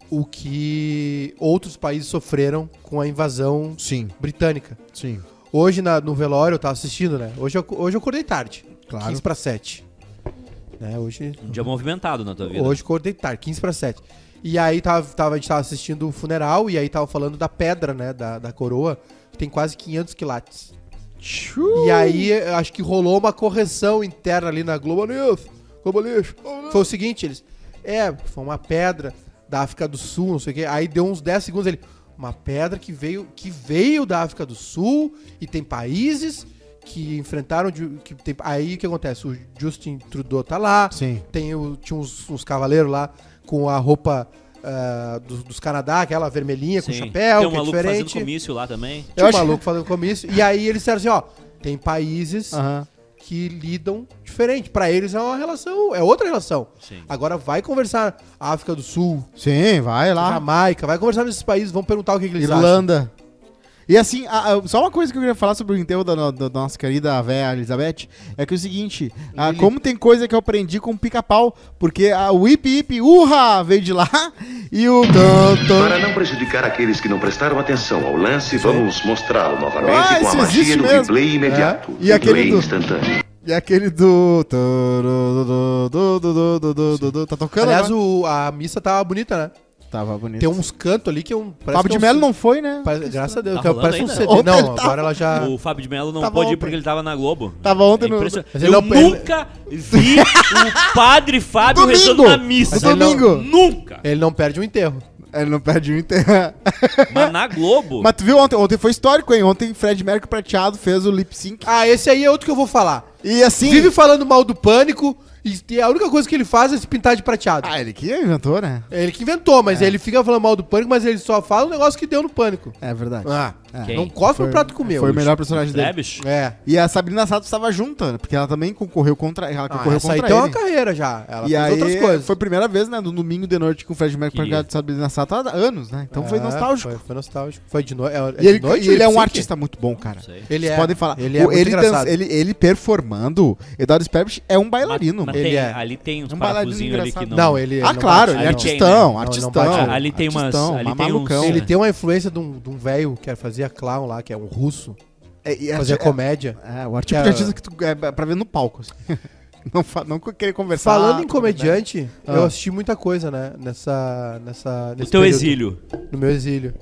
[SPEAKER 2] o que outros países sofreram com a invasão
[SPEAKER 3] Sim,
[SPEAKER 2] britânica.
[SPEAKER 3] sim.
[SPEAKER 2] Hoje na- no velório eu tava assistindo, né? Hoje eu, hoje eu acordei tarde.
[SPEAKER 3] Claro.
[SPEAKER 2] 15 pra 7. Né? Hoje,
[SPEAKER 1] Um dia movimentado na tua vida.
[SPEAKER 2] hoje eu acordei tarde, 15 pra 7. E aí tava, tava, a gente tava assistindo o funeral e aí tava falando da pedra, né? Da, da coroa, que tem quase 500 quilates. E aí, eu acho que rolou uma correção interna ali na Globo News. Globo Lixo. Foi o seguinte, eles... É, foi uma pedra da África do Sul, não sei o quê. Aí deu uns 10 segundos ele... Uma pedra que veio, que veio da África do Sul e tem países que enfrentaram... de- Que tem- aí o que acontece? O Justin Trudeau tá lá.
[SPEAKER 3] Sim.
[SPEAKER 2] Tem o, tinha uns, uns cavaleiros lá com a roupa ah, dos, dos Canadá, aquela vermelhinha com
[SPEAKER 1] Sim.
[SPEAKER 2] chapéu,
[SPEAKER 1] Tem um
[SPEAKER 2] que é
[SPEAKER 1] maluco fazendo
[SPEAKER 2] diferente.
[SPEAKER 1] comício lá também.
[SPEAKER 2] Tinha
[SPEAKER 3] Eu
[SPEAKER 2] um
[SPEAKER 3] acho-
[SPEAKER 2] maluco fazendo comício. E aí eles disseram assim, ó, tem países
[SPEAKER 3] Aham.
[SPEAKER 2] que lidam diferente. Pra eles é uma relação, é outra relação.
[SPEAKER 1] Sim.
[SPEAKER 2] Agora vai conversar África do Sul,
[SPEAKER 3] Sim, vai lá.
[SPEAKER 2] Jamaica, vai conversar nesses países, vão perguntar o que, que eles acham.
[SPEAKER 3] Irlanda. E assim, a- a- só uma coisa que eu queria falar sobre o enterro da, no- da nossa querida véia Elizabeth é que é o seguinte: ah, como tem coisa que eu aprendi com o pica-pau, porque a Whip Hip Urra veio de lá (laughs) e o. Tan, tan,
[SPEAKER 7] Para não prejudicar aqueles que não prestaram atenção ao lance, vamos mostrá-lo novamente
[SPEAKER 3] Ah,
[SPEAKER 7] com a
[SPEAKER 3] isso
[SPEAKER 7] magia
[SPEAKER 3] existe
[SPEAKER 7] do
[SPEAKER 3] mesmo. É.
[SPEAKER 7] replay imediato.
[SPEAKER 3] E aquele
[SPEAKER 7] replay
[SPEAKER 3] do-
[SPEAKER 7] instantâneo.
[SPEAKER 3] E aquele do. Tarararara, do, do, do, do, do, do, do. Tá tocando?
[SPEAKER 2] Aliás,
[SPEAKER 3] agora?
[SPEAKER 2] o- a missa tava bonita, né?
[SPEAKER 3] Tava bonito.
[SPEAKER 2] Tem uns cantos ali que é um... parece
[SPEAKER 3] Fábio
[SPEAKER 2] que é
[SPEAKER 3] de
[SPEAKER 2] um-
[SPEAKER 3] Melo não foi, né?
[SPEAKER 2] parece- graças a Deus,
[SPEAKER 1] Tá
[SPEAKER 2] que é-
[SPEAKER 1] rolando
[SPEAKER 2] parece um
[SPEAKER 1] ainda?
[SPEAKER 2] CD.
[SPEAKER 3] Ontem
[SPEAKER 2] Não,
[SPEAKER 3] tava-
[SPEAKER 2] agora ela já...
[SPEAKER 1] O Fábio de Mello não
[SPEAKER 3] Tava
[SPEAKER 1] pôde ir
[SPEAKER 3] ontem.
[SPEAKER 1] porque ele tava na Globo. É
[SPEAKER 3] Tava ontem no-
[SPEAKER 1] impressionante.
[SPEAKER 2] Mas ele é
[SPEAKER 1] Eu
[SPEAKER 2] não- ele-
[SPEAKER 1] nunca vi o padre Fábio
[SPEAKER 3] Domingo!
[SPEAKER 1] rezando na
[SPEAKER 3] No
[SPEAKER 2] Mas
[SPEAKER 1] missa.
[SPEAKER 2] ele é não-
[SPEAKER 3] domingo!
[SPEAKER 1] Nunca!
[SPEAKER 2] Ele não perde um enterro.
[SPEAKER 3] Ele não perde o enterro.
[SPEAKER 1] Mas na Globo.
[SPEAKER 3] (laughs) Mas tu viu ontem? Ontem foi histórico, hein? Ontem Fred Mercury prateado fez o lip sync.
[SPEAKER 2] Ah, esse aí é outro que eu vou falar.
[SPEAKER 3] E assim.
[SPEAKER 2] Vive falando mal do pânico e e a única coisa que ele faz é se pintar de prateado.
[SPEAKER 3] Ah, ele que inventou, né?
[SPEAKER 2] É Ele que inventou, mas ele fica falando mal do pânico, mas ele só fala o negócio que deu no pânico.
[SPEAKER 3] É verdade.
[SPEAKER 2] Ah,
[SPEAKER 3] É.
[SPEAKER 1] Quem?
[SPEAKER 2] não cofre o prato que comeu.
[SPEAKER 3] Foi o melhor
[SPEAKER 1] né,
[SPEAKER 3] personagem dele.
[SPEAKER 1] Trebisch?
[SPEAKER 2] É.
[SPEAKER 3] E a Sabrina Sato estava junta, né? porque ela também concorreu contra. Ela
[SPEAKER 2] Ah,
[SPEAKER 3] concorreu
[SPEAKER 2] essa aí
[SPEAKER 3] contra
[SPEAKER 2] tem uma
[SPEAKER 3] ele.
[SPEAKER 2] carreira já. Ela
[SPEAKER 3] E aí,
[SPEAKER 2] fez
[SPEAKER 3] é,
[SPEAKER 2] outras coisas.
[SPEAKER 3] foi a primeira vez, né, no domingo de noite com o Fred Mercury
[SPEAKER 1] Que-
[SPEAKER 3] prateado de Sabrina Sato há anos, né? Então foi
[SPEAKER 2] É,
[SPEAKER 3] nostálgico.
[SPEAKER 2] Foi, foi nostálgico. Foi de, no... é, é
[SPEAKER 3] E
[SPEAKER 2] de
[SPEAKER 3] ele,
[SPEAKER 2] noite,
[SPEAKER 3] e ele é um
[SPEAKER 2] Lipsync?
[SPEAKER 3] artista muito bom, cara.
[SPEAKER 1] sei.
[SPEAKER 2] Ele
[SPEAKER 3] Vocês
[SPEAKER 2] é.
[SPEAKER 3] podem falar.
[SPEAKER 2] Ele é
[SPEAKER 3] O-
[SPEAKER 2] muito
[SPEAKER 3] ele,
[SPEAKER 2] engraçado.
[SPEAKER 3] dança- ele, ele performando, Eduardo Sperbrich é um
[SPEAKER 1] Mas
[SPEAKER 3] bailarino. mano.
[SPEAKER 1] tem-
[SPEAKER 2] Ele é.
[SPEAKER 1] ali tem uns
[SPEAKER 3] É um
[SPEAKER 1] parafusinhos
[SPEAKER 3] bailarino
[SPEAKER 1] ali que não.
[SPEAKER 3] engraçado.
[SPEAKER 2] Não, ele.
[SPEAKER 3] ah,
[SPEAKER 2] ele não
[SPEAKER 3] claro,
[SPEAKER 2] bate,
[SPEAKER 3] ele é
[SPEAKER 1] Ali tem,
[SPEAKER 3] artistão,
[SPEAKER 2] né?
[SPEAKER 3] artistão.
[SPEAKER 2] Não, não bate.
[SPEAKER 1] Ali tem umas-
[SPEAKER 3] artistão,
[SPEAKER 1] ali
[SPEAKER 3] mas
[SPEAKER 1] tem uns-
[SPEAKER 3] malucão.
[SPEAKER 1] Ele
[SPEAKER 2] Ele tem uma influência de um, de um velho que fazia clown lá, que é um russo,
[SPEAKER 3] É, e
[SPEAKER 2] fazia
[SPEAKER 3] arti-
[SPEAKER 2] comédia.
[SPEAKER 3] é, é, o
[SPEAKER 2] que
[SPEAKER 3] artista
[SPEAKER 2] é-
[SPEAKER 3] de artista que tu é pra ver no palco. assim. (laughs) não, fa- não querer conversar.
[SPEAKER 2] Falando em comediante,
[SPEAKER 3] é Ah.
[SPEAKER 2] eu assisti muita coisa, né? Nessa. nessa
[SPEAKER 1] O
[SPEAKER 2] nesse
[SPEAKER 1] teu
[SPEAKER 2] período,
[SPEAKER 1] exílio.
[SPEAKER 2] No meu exílio.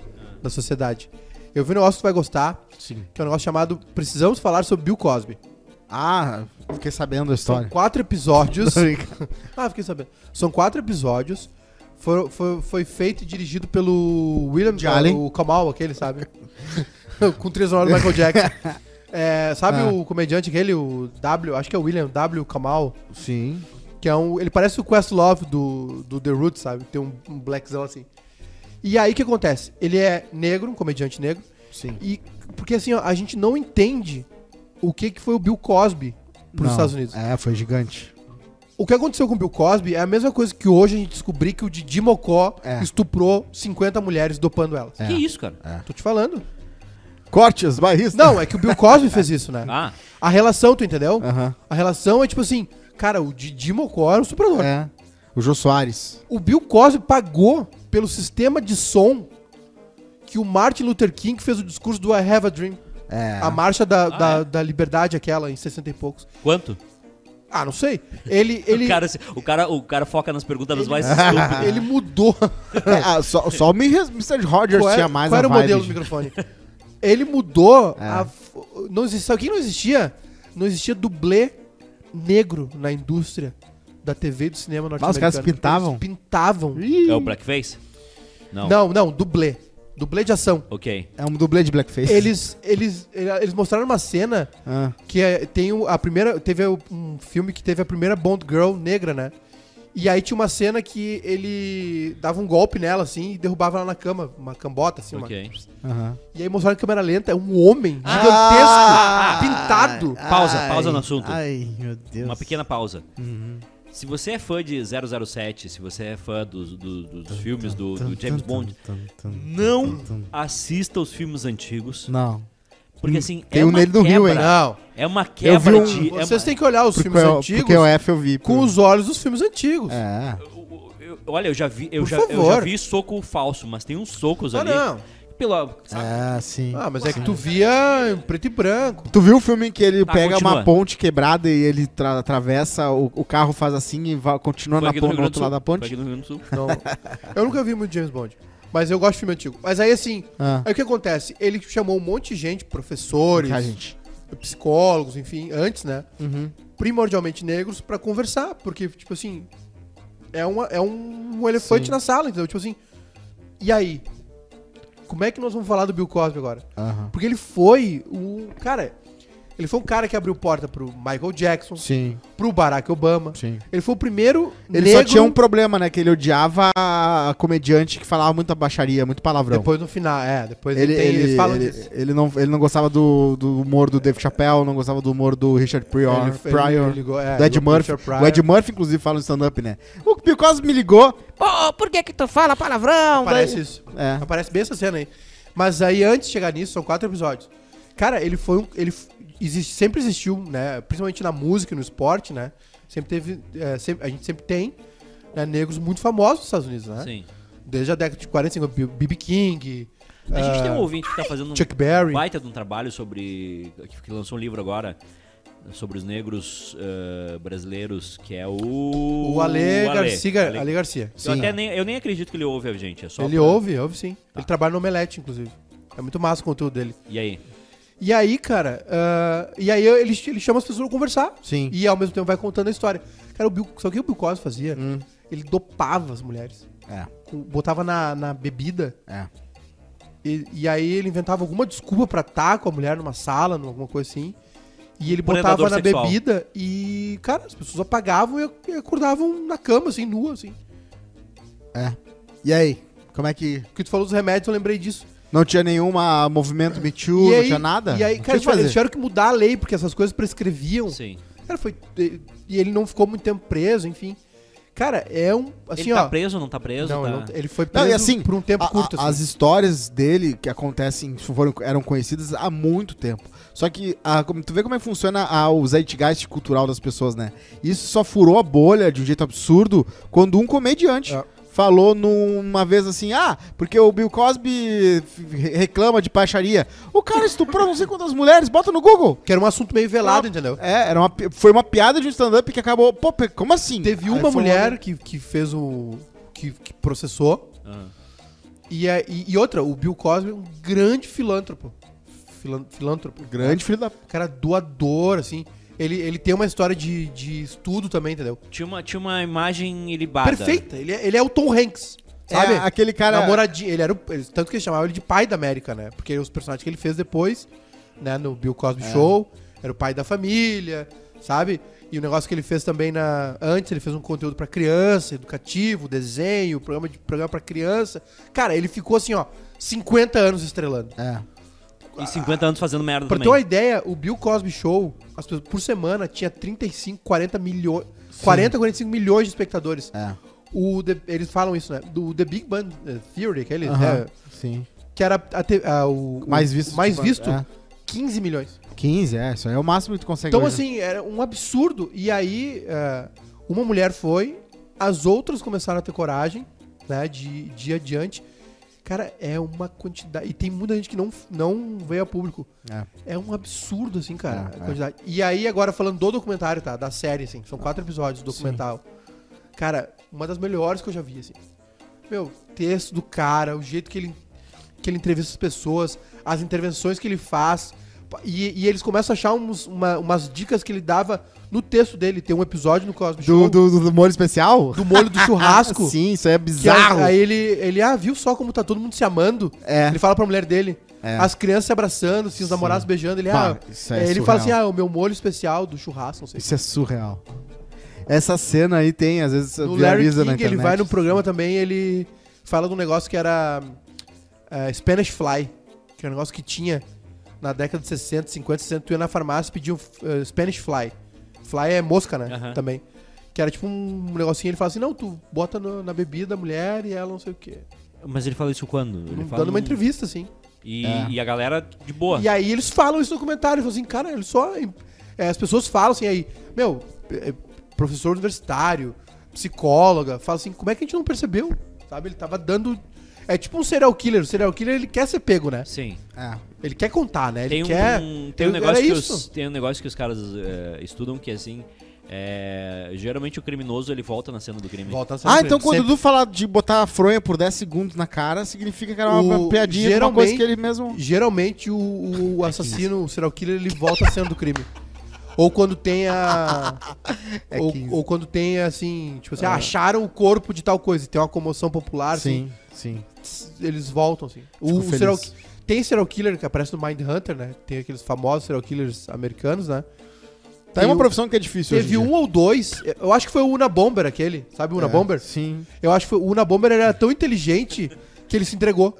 [SPEAKER 2] Da sociedade. Eu vi um negócio que tu vai gostar,
[SPEAKER 3] Sim.
[SPEAKER 2] que é um negócio chamado Precisamos Falar sobre Bill Cosby.
[SPEAKER 3] Ah, fiquei sabendo a
[SPEAKER 2] São
[SPEAKER 3] história.
[SPEAKER 2] quatro
[SPEAKER 3] (laughs)
[SPEAKER 2] episódios.
[SPEAKER 3] Tô brincando.
[SPEAKER 2] Ah, fiquei sabendo. São quatro episódios. Foi, foi, foi feito e dirigido pelo William
[SPEAKER 3] De Allen.
[SPEAKER 2] o Kamal, aquele, sabe? (laughs) Com trilha sonora do
[SPEAKER 3] (laughs)
[SPEAKER 2] Michael Jackson. É, sabe
[SPEAKER 3] Ah.
[SPEAKER 2] o comediante aquele, o W, acho que é o William W. Kamal,
[SPEAKER 3] Sim.
[SPEAKER 2] que é um. Ele parece o Questlove do, do The Roots, sabe? Tem um, um blackzão assim. E aí o que acontece? Ele é negro, um comediante negro,
[SPEAKER 3] Sim.
[SPEAKER 2] e. Porque assim, ó, a gente não entende o que, que foi o Bill Cosby pros
[SPEAKER 3] Não,
[SPEAKER 2] Estados Unidos.
[SPEAKER 3] É, foi gigante.
[SPEAKER 2] O que aconteceu com o Bill Cosby é a mesma coisa que hoje a gente descobrir que o Didi Mocó
[SPEAKER 3] É.
[SPEAKER 2] estuprou 50 mulheres dopando elas.
[SPEAKER 1] Que isso, cara?
[SPEAKER 2] Tô te falando.
[SPEAKER 3] Cortes, barristas.
[SPEAKER 2] Não, é que o Bill Cosby fez isso, né?
[SPEAKER 1] Ah,
[SPEAKER 2] A relação, tu entendeu?
[SPEAKER 3] Aham.
[SPEAKER 2] A relação é tipo assim, cara, o Didi Mocó era um estuprador.
[SPEAKER 3] É. O Jô Soares.
[SPEAKER 2] O Bill Cosby pagou pelo sistema de som que o Martin Luther King fez o discurso do I Have a Dream.
[SPEAKER 3] É.
[SPEAKER 2] A marcha da,
[SPEAKER 1] Ah,
[SPEAKER 2] da,
[SPEAKER 1] é?
[SPEAKER 2] da liberdade, aquela, em 60 e poucos.
[SPEAKER 1] Quanto?
[SPEAKER 2] Ah, não sei. Ele,
[SPEAKER 1] (laughs)
[SPEAKER 2] ele,
[SPEAKER 1] O, cara, se- o, cara, o cara foca nas perguntas das
[SPEAKER 3] (laughs)
[SPEAKER 1] mais estúpidas.
[SPEAKER 2] ele mudou.
[SPEAKER 3] É, ah, só, só o Mr. Rogers
[SPEAKER 2] qual,
[SPEAKER 3] tinha
[SPEAKER 2] era,
[SPEAKER 3] mais
[SPEAKER 2] qual era
[SPEAKER 3] a
[SPEAKER 2] o
[SPEAKER 3] vibe
[SPEAKER 2] modelo
[SPEAKER 3] de-
[SPEAKER 2] do microfone? Ele mudou.
[SPEAKER 3] (laughs) É.
[SPEAKER 2] a f- não existia, sabe o que não existia? Não existia dublê negro na indústria da TV e do cinema
[SPEAKER 3] Ah, os
[SPEAKER 2] norte-americano.
[SPEAKER 3] caras pintavam?
[SPEAKER 2] Eles pintavam.
[SPEAKER 3] Ih,
[SPEAKER 1] É o Blackface? Não.
[SPEAKER 2] Não, não, dublê. Dublê de ação.
[SPEAKER 1] Ok.
[SPEAKER 3] É um dublê de blackface.
[SPEAKER 2] Eles, eles, eles mostraram uma cena
[SPEAKER 3] Ah.
[SPEAKER 2] que é- tem o- a primeira. Teve o- um filme que teve a primeira Bond Girl negra, né? E aí tinha uma cena que ele dava um golpe nela, assim, e derrubava ela na cama, uma cambota, assim, uma
[SPEAKER 1] Ok.
[SPEAKER 3] Aham.
[SPEAKER 2] E aí mostraram em câmera lenta, é um homem gigantesco,
[SPEAKER 3] Ah!
[SPEAKER 2] pintado.
[SPEAKER 1] Pausa, pausa no assunto.
[SPEAKER 3] Ai, meu Deus. Uhum.
[SPEAKER 1] Uma pequena pausa. Se você é fã de 007, se você é fã dos, do- dos filmes do, do James Bond, não assista os filmes antigos.
[SPEAKER 3] Não.
[SPEAKER 1] Porque assim,
[SPEAKER 3] Tem
[SPEAKER 1] é
[SPEAKER 3] um
[SPEAKER 1] uma
[SPEAKER 3] nele do
[SPEAKER 1] quebra.
[SPEAKER 3] Rio, hein? Ah.
[SPEAKER 2] Não.
[SPEAKER 1] É uma
[SPEAKER 3] Eu vi
[SPEAKER 1] quebra
[SPEAKER 3] um-
[SPEAKER 1] de... é
[SPEAKER 2] Vocês
[SPEAKER 1] uma-
[SPEAKER 2] têm que olhar os
[SPEAKER 3] Porque,
[SPEAKER 2] filmes
[SPEAKER 3] eu,
[SPEAKER 2] antigos
[SPEAKER 3] porque é o F eu vi.
[SPEAKER 2] com
[SPEAKER 3] por-
[SPEAKER 2] os olhos dos filmes antigos.
[SPEAKER 3] É.
[SPEAKER 1] Eu- Olha, eu já vi, eu
[SPEAKER 2] Por
[SPEAKER 1] já, eu
[SPEAKER 2] favor.
[SPEAKER 1] já vi soco falso, mas tem uns socos
[SPEAKER 2] Ah,
[SPEAKER 1] ali.
[SPEAKER 2] não.
[SPEAKER 1] Pela, sabe?
[SPEAKER 3] É, sim.
[SPEAKER 2] Ah, mas é que tu via em preto e branco.
[SPEAKER 3] Tu viu o filme em que ele
[SPEAKER 1] Tá,
[SPEAKER 3] pega
[SPEAKER 1] continua.
[SPEAKER 3] uma ponte quebrada e ele tra- atravessa, o, o carro faz assim e va- continua
[SPEAKER 1] Foi
[SPEAKER 3] na
[SPEAKER 1] aqui no
[SPEAKER 3] ponte,
[SPEAKER 1] Rio Grande
[SPEAKER 3] no
[SPEAKER 1] do
[SPEAKER 3] outro
[SPEAKER 1] Sul.
[SPEAKER 3] lado da
[SPEAKER 1] Foi
[SPEAKER 3] ponte?
[SPEAKER 1] aqui no Rio Grande do Sul.
[SPEAKER 3] (laughs)
[SPEAKER 2] Não. eu nunca vi muito James Bond. Mas eu gosto de filme antigo. Mas aí assim,
[SPEAKER 3] Ah.
[SPEAKER 2] aí o que acontece? Ele chamou um monte de gente, professores,
[SPEAKER 3] Ah, gente.
[SPEAKER 2] psicólogos, enfim, antes, né?
[SPEAKER 3] Uhum.
[SPEAKER 2] Primordialmente negros, pra conversar. Porque, tipo assim, é, uma, é um elefante
[SPEAKER 3] Sim.
[SPEAKER 2] na sala, entendeu? Tipo assim, e aí? Como é que nós vamos falar do Bill Cosby agora?
[SPEAKER 3] Aham.
[SPEAKER 2] Porque ele foi o. Cara, ele foi um cara que abriu porta pro Michael Jackson,
[SPEAKER 3] Sim,
[SPEAKER 2] pro Barack Obama.
[SPEAKER 3] sim.
[SPEAKER 2] Ele foi o primeiro.
[SPEAKER 3] Ele só tinha um problema, né? Que ele odiava a a comediante que falava muita baixaria, muito palavrão.
[SPEAKER 2] Depois no final, é, depois
[SPEAKER 3] ele,
[SPEAKER 2] ele, tem,
[SPEAKER 3] ele,
[SPEAKER 2] eles falam
[SPEAKER 3] ele,
[SPEAKER 2] disso.
[SPEAKER 3] ele não, ele não gostava do, do humor do Dave Chappelle, não gostava do humor do Richard Pryor.
[SPEAKER 2] Ele- ele-
[SPEAKER 3] Pryor.
[SPEAKER 2] ele go- é,
[SPEAKER 3] do Ed
[SPEAKER 2] do
[SPEAKER 3] Murphy.
[SPEAKER 2] Richard Pryor.
[SPEAKER 3] O Ed Murphy, inclusive, fala no stand-up, né? O Bill Cosby me ligou. Pô, por que que tu fala palavrão?
[SPEAKER 2] Aparece
[SPEAKER 3] Daí-
[SPEAKER 2] isso.
[SPEAKER 3] É.
[SPEAKER 2] Aparece bem essa cena aí. Mas aí, antes de chegar nisso, são quatro episódios. Cara, ele foi um. Ele f- existe, sempre existiu, né? Principalmente na música e no esporte, né? Sempre teve. é, sempre- a gente sempre tem né, negros muito famosos nos Estados Unidos, né?
[SPEAKER 1] Sim.
[SPEAKER 2] Desde a década de 40, 50, B.B. King.
[SPEAKER 1] A gente
[SPEAKER 2] ah,
[SPEAKER 1] tem um ouvinte que tá fazendo um
[SPEAKER 2] Chuck Berry.
[SPEAKER 1] baita de um trabalho sobre. que- que lançou um livro agora sobre os negros eh, brasileiros, que é o.
[SPEAKER 2] O Ale,
[SPEAKER 1] o Ale.
[SPEAKER 2] Garcia.
[SPEAKER 1] Ale-
[SPEAKER 2] Ale Garcia.
[SPEAKER 1] Eu, até nem, eu nem acredito que ele ouve a gente. É só Tá.
[SPEAKER 2] Ele
[SPEAKER 1] pra-
[SPEAKER 2] ouve, ouve sim. Ele trabalha no Omelete, inclusive. É muito massa o conteúdo dele.
[SPEAKER 1] E aí?
[SPEAKER 2] E aí, cara, ah, e aí ele, ele chama as pessoas pra conversar.
[SPEAKER 3] Sim.
[SPEAKER 2] E ao mesmo tempo vai contando a história. Cara, o Bill, só que o Bill Cosby fazia, ele dopava as mulheres.
[SPEAKER 3] Hum. É,
[SPEAKER 2] Com- Botava na, na bebida.
[SPEAKER 3] é.
[SPEAKER 2] E, e aí ele inventava alguma desculpa pra estar com a mulher numa sala, numa- alguma coisa assim. E
[SPEAKER 3] Um
[SPEAKER 2] ele
[SPEAKER 1] Predador
[SPEAKER 2] botava na
[SPEAKER 1] sexual.
[SPEAKER 2] bebida e, cara, as pessoas apagavam e ac- e acordavam na cama, assim, nua, assim.
[SPEAKER 3] E aí? Como é que.
[SPEAKER 2] Porque tu falou dos remédios, eu lembrei disso.
[SPEAKER 3] Não tinha nenhuma movimento Me Too,
[SPEAKER 2] e
[SPEAKER 3] não
[SPEAKER 2] aí,
[SPEAKER 3] tinha nada?
[SPEAKER 2] E aí,
[SPEAKER 3] Não tinha o
[SPEAKER 2] cara,
[SPEAKER 3] que
[SPEAKER 2] tipo, eles
[SPEAKER 3] fazer.
[SPEAKER 2] tiveram que mudar a lei, porque essas coisas prescreviam.
[SPEAKER 1] Sim.
[SPEAKER 2] Cara, foi. E e ele não ficou muito tempo preso, enfim. Cara, é um. Assim,
[SPEAKER 1] ele
[SPEAKER 2] ó.
[SPEAKER 1] tá preso ou não tá preso?
[SPEAKER 2] não,
[SPEAKER 1] tá...
[SPEAKER 2] ele não- ele foi
[SPEAKER 3] Não,
[SPEAKER 2] preso
[SPEAKER 3] e assim,
[SPEAKER 2] por um tempo
[SPEAKER 3] a- a-
[SPEAKER 2] curto. assim.
[SPEAKER 3] as histórias dele que acontecem foram, eram conhecidas há muito tempo. Só que a- como- tu vê como é que funciona a, o zeitgeist cultural das pessoas, né? Isso só furou a bolha de um jeito absurdo quando um comediante
[SPEAKER 2] É.
[SPEAKER 3] falou numa vez assim: ah, porque o Bill Cosby f- reclama de baixaria. O cara estuprou não sei quantas mulheres, bota no Google.
[SPEAKER 2] Que era um assunto meio velado, entendeu?
[SPEAKER 3] É, era uma, pi- foi uma piada de um stand-up que acabou. Pô, pe- como assim?
[SPEAKER 2] Teve
[SPEAKER 3] Aí foi
[SPEAKER 2] uma mulher que, que fez o. que, que processou.
[SPEAKER 1] Ah.
[SPEAKER 2] E, é- e, e outra, o Bill Cosby é um grande filântropo. Filan- filântropo. Um
[SPEAKER 3] Grande filho da.
[SPEAKER 2] Cara, doador, assim. Ele, ele tem uma história de, de estudo também, entendeu?
[SPEAKER 1] Tinha, uma, tinha uma imagem ilibada.
[SPEAKER 2] Perfeita. Ele é, ele é o Tom Hanks. Sabe?
[SPEAKER 3] É, aquele cara.
[SPEAKER 2] Namoradinho, ele era o, ele- tanto que eles chamavam ele de pai da América, né? Porque os personagens que ele fez depois, né, no Bill Cosby
[SPEAKER 3] É.
[SPEAKER 2] Show, era o pai da família, sabe? E o negócio que ele fez também na antes, ele fez um conteúdo pra criança, educativo, desenho, programa de programa para criança. Cara, ele ficou assim, ó, 50 anos estrelando.
[SPEAKER 3] É.
[SPEAKER 1] E 50 anos fazendo merda
[SPEAKER 2] Pra ter uma
[SPEAKER 1] também.
[SPEAKER 2] ideia, o Bill Cosby Show, as pessoas- por semana tinha 35, 40 milhões, 40, 45 milhões de espectadores.
[SPEAKER 3] É.
[SPEAKER 2] O The- eles falam isso, né? Do The Big Bang eh, Theory, que ele,
[SPEAKER 3] Aham,
[SPEAKER 2] né?
[SPEAKER 3] Sim.
[SPEAKER 2] que era a te- a- o, o-
[SPEAKER 3] Mais visto,
[SPEAKER 2] o mais
[SPEAKER 3] tipo,
[SPEAKER 2] visto
[SPEAKER 3] é.
[SPEAKER 2] 15 milhões.
[SPEAKER 3] 15, é, isso aí é o máximo que tu consegue.
[SPEAKER 2] Então,
[SPEAKER 3] hoje.
[SPEAKER 2] assim, era um absurdo. E aí, é, uma mulher foi, as outras começaram a ter coragem né, de dia adiante. Cara, é uma quantidade. E tem muita gente que não, não veio a público.
[SPEAKER 3] É.
[SPEAKER 2] É um absurdo, assim, cara,
[SPEAKER 3] É,
[SPEAKER 2] a
[SPEAKER 3] é.
[SPEAKER 2] quantidade. E aí, agora falando do documentário, tá? Da série, assim. São quatro episódios do documental. Cara, uma das melhores que eu já vi, assim. Meu, texto do cara, o jeito que ele, que ele entrevista as pessoas, as intervenções que ele faz. E, e eles começam a achar uns- uma- umas dicas que ele dava no texto dele. Tem um episódio no Cosmo
[SPEAKER 3] Do, do, do molho especial?
[SPEAKER 2] do
[SPEAKER 3] (laughs)
[SPEAKER 2] molho do (laughs) churrasco.
[SPEAKER 3] Sim, isso aí é
[SPEAKER 2] Que aí-
[SPEAKER 3] bizarro.
[SPEAKER 2] Aí ele, ele, ah, viu só como tá todo mundo se amando?
[SPEAKER 3] É.
[SPEAKER 2] Ele fala pra mulher dele.
[SPEAKER 3] É.
[SPEAKER 2] As crianças se abraçando, assim, os
[SPEAKER 3] Sim.
[SPEAKER 2] namorados beijando. Ele,
[SPEAKER 3] Bah,
[SPEAKER 2] ah,
[SPEAKER 3] isso é
[SPEAKER 2] ele fala assim,
[SPEAKER 3] surreal.
[SPEAKER 2] ah, o meu molho especial do churrasco, não sei.
[SPEAKER 3] Isso é surreal. Essa cena aí tem, às vezes,
[SPEAKER 2] No Larry
[SPEAKER 3] viraliza
[SPEAKER 2] King,
[SPEAKER 3] na internet.
[SPEAKER 2] ele vai no programa também, ele fala de um negócio que era é, Spanish Fly, que era um negócio que tinha na década de 60, 50, 60, tu ia na farmácia e pedia um eh, Spanish Fly. Fly é mosca, né?
[SPEAKER 1] Aham.
[SPEAKER 2] Também. Que era tipo um negocinho, ele fala assim, não, tu bota no- na bebida da mulher e ela não sei o quê.
[SPEAKER 1] Mas ele fala isso quando? Ele fala um
[SPEAKER 2] Dando uma
[SPEAKER 1] num-
[SPEAKER 2] entrevista, assim.
[SPEAKER 1] E,
[SPEAKER 3] É.
[SPEAKER 1] e a galera de boa.
[SPEAKER 2] E aí eles falam isso no comentário, eles falam assim, cara, eles só. é, as pessoas falam assim aí, meu, é, é, professor universitário, psicóloga, fala assim, como é que a gente não percebeu? Sabe? Ele tava dando. É tipo um serial killer. O serial killer ele quer ser pego, né?
[SPEAKER 1] Sim.
[SPEAKER 3] É.
[SPEAKER 2] Ele quer contar, né? Ele
[SPEAKER 1] Tem um,
[SPEAKER 2] quer.
[SPEAKER 1] tem um
[SPEAKER 2] Era
[SPEAKER 1] negócio que
[SPEAKER 2] isso.
[SPEAKER 1] os, tem um negócio que os caras eh, estudam que assim. eh, geralmente o criminoso ele volta na cena do crime.
[SPEAKER 2] Volta a ser um
[SPEAKER 3] Ah,
[SPEAKER 2] sempre.
[SPEAKER 3] então quando o
[SPEAKER 2] Sempre.
[SPEAKER 3] Dudu falar de botar a fronha por 10 segundos na cara, significa que era uma
[SPEAKER 2] O-
[SPEAKER 3] piadinha, era uma
[SPEAKER 2] geralmente-
[SPEAKER 3] coisa que ele mesmo...
[SPEAKER 2] Geralmente o, (laughs) o assassino, o serial killer, ele volta sendo do crime. Ou quando tem (laughs) a.
[SPEAKER 3] É
[SPEAKER 2] ou,
[SPEAKER 3] 15.
[SPEAKER 2] ou quando tem assim, tipo assim, ah, acharam o corpo de tal coisa, e tem uma comoção popular, assim,
[SPEAKER 3] Sim, sim.
[SPEAKER 2] eles voltam, assim. O,
[SPEAKER 3] Fico
[SPEAKER 2] o
[SPEAKER 3] feliz.
[SPEAKER 2] serial, tem serial killer que aparece no Mind Hunter, né? Tem aqueles famosos serial killers americanos, né?
[SPEAKER 3] Tá aí
[SPEAKER 2] Tem
[SPEAKER 3] uma
[SPEAKER 2] um-
[SPEAKER 3] profissão que é difícil
[SPEAKER 2] Teve um ou dois. Eu acho que foi o Una Bomber aquele, sabe o
[SPEAKER 3] É.
[SPEAKER 2] Una Bomber?
[SPEAKER 3] Sim.
[SPEAKER 2] Eu acho que foi- o Una Bomber era tão inteligente que ele se entregou.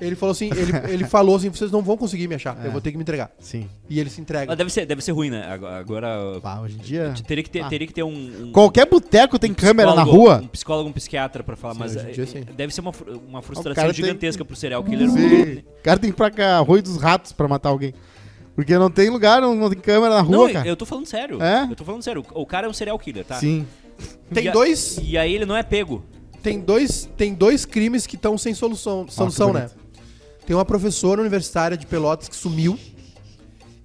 [SPEAKER 2] Ele falou assim, ele, ele falou assim, vocês não vão conseguir me achar, eu vou ter que me entregar.
[SPEAKER 3] Sim.
[SPEAKER 2] E ele se entrega.
[SPEAKER 1] Mas Ah, deve ser, deve ser ruim, né? Ago- Agora.
[SPEAKER 3] Pá, hoje em dia...
[SPEAKER 1] Teria que ter, teria que ter um. um
[SPEAKER 3] Qualquer boteco tem câmera na
[SPEAKER 1] psicólogo-
[SPEAKER 3] rua.
[SPEAKER 1] Um psicólogo, um psiquiatra pra falar, mas
[SPEAKER 2] hoje em dia,
[SPEAKER 1] eh,
[SPEAKER 2] sim.
[SPEAKER 1] deve ser uma, fr- uma frustração
[SPEAKER 3] cara tem-
[SPEAKER 1] gigantesca pro serial killer.
[SPEAKER 3] Sim. O cara tem que ir pra cá, Arroio dos Ratos pra matar alguém. Porque não tem lugar, não, não tem câmera na
[SPEAKER 1] Não,
[SPEAKER 3] rua, cara.
[SPEAKER 1] eu tô falando sério.
[SPEAKER 3] É?
[SPEAKER 1] Eu tô falando sério. O, o cara é um serial killer, tá?
[SPEAKER 3] Sim.
[SPEAKER 1] E
[SPEAKER 2] Tem
[SPEAKER 1] a-
[SPEAKER 2] dois,
[SPEAKER 1] E aí ele não é pego.
[SPEAKER 2] tem dois, tem dois crimes que estão sem solução, solução, né? Tem uma professora universitária de Pelotas que sumiu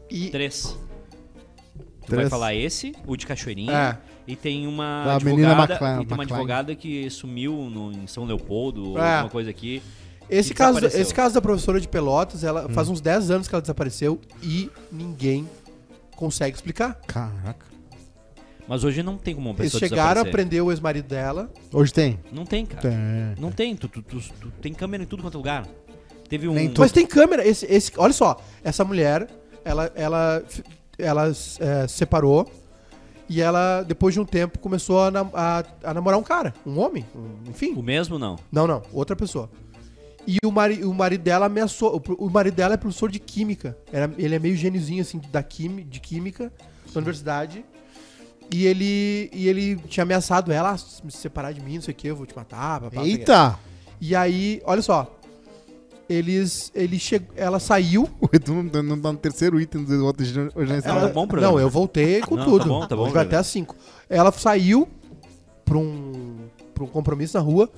[SPEAKER 2] e
[SPEAKER 1] Três. Tu vai
[SPEAKER 3] Três.
[SPEAKER 1] falar esse, o de Cachoeirinha.
[SPEAKER 2] É.
[SPEAKER 1] E tem uma
[SPEAKER 3] Da menina
[SPEAKER 1] advogada.
[SPEAKER 3] Macla-
[SPEAKER 1] e tem uma
[SPEAKER 3] Maclain.
[SPEAKER 1] advogada que sumiu no- em São Leopoldo ou
[SPEAKER 2] É.
[SPEAKER 1] alguma coisa aqui.
[SPEAKER 2] Esse
[SPEAKER 1] E
[SPEAKER 2] caso,
[SPEAKER 1] desapareceu. Hum.
[SPEAKER 2] esse caso da professora de Pelotas, ela faz uns 10 anos que ela desapareceu e ninguém consegue explicar.
[SPEAKER 3] Caraca.
[SPEAKER 1] Mas hoje não tem como uma
[SPEAKER 2] Eles
[SPEAKER 1] pessoa
[SPEAKER 2] chegaram a
[SPEAKER 1] desaparecer.
[SPEAKER 2] prender o ex-marido dela.
[SPEAKER 3] Hoje tem?
[SPEAKER 1] Não tem, cara.
[SPEAKER 3] Tem.
[SPEAKER 1] Não tem. Tu, tu- tu- tu- tem câmera em tudo quanto é lugar. Teve um.
[SPEAKER 3] Nem
[SPEAKER 2] Mas tem câmera. Esse, esse, olha só, essa mulher, ela, ela, f- ela é, separou e ela, depois de um tempo, começou a, nam- a- a namorar um cara, um homem, um- enfim.
[SPEAKER 1] O mesmo não.
[SPEAKER 2] Não, não, outra pessoa. E o, mari, o marido dela ameaçou. o pro- O marido dela é professor de química. Era- ele é meio gêniozinho, assim, da quimi, de química, da universidade. E ele, e ele tinha ameaçado ela, "Ah, se me separar de mim, não sei o que, eu vou te matar. Blá, blá, blá."
[SPEAKER 3] Eita!
[SPEAKER 2] E aí, olha só. Eles, ele che... Ela saiu.
[SPEAKER 3] O Edu não- não tá no terceiro item do outro hoje na
[SPEAKER 1] Tá
[SPEAKER 3] história.
[SPEAKER 1] um bom programa.
[SPEAKER 2] não, eu voltei com
[SPEAKER 1] Não, tá
[SPEAKER 2] tudo.
[SPEAKER 1] bom, tá bom,
[SPEAKER 2] Hoje vai
[SPEAKER 1] Bruno.
[SPEAKER 2] até às 5. Ela saiu pra um, pra um compromisso na rua.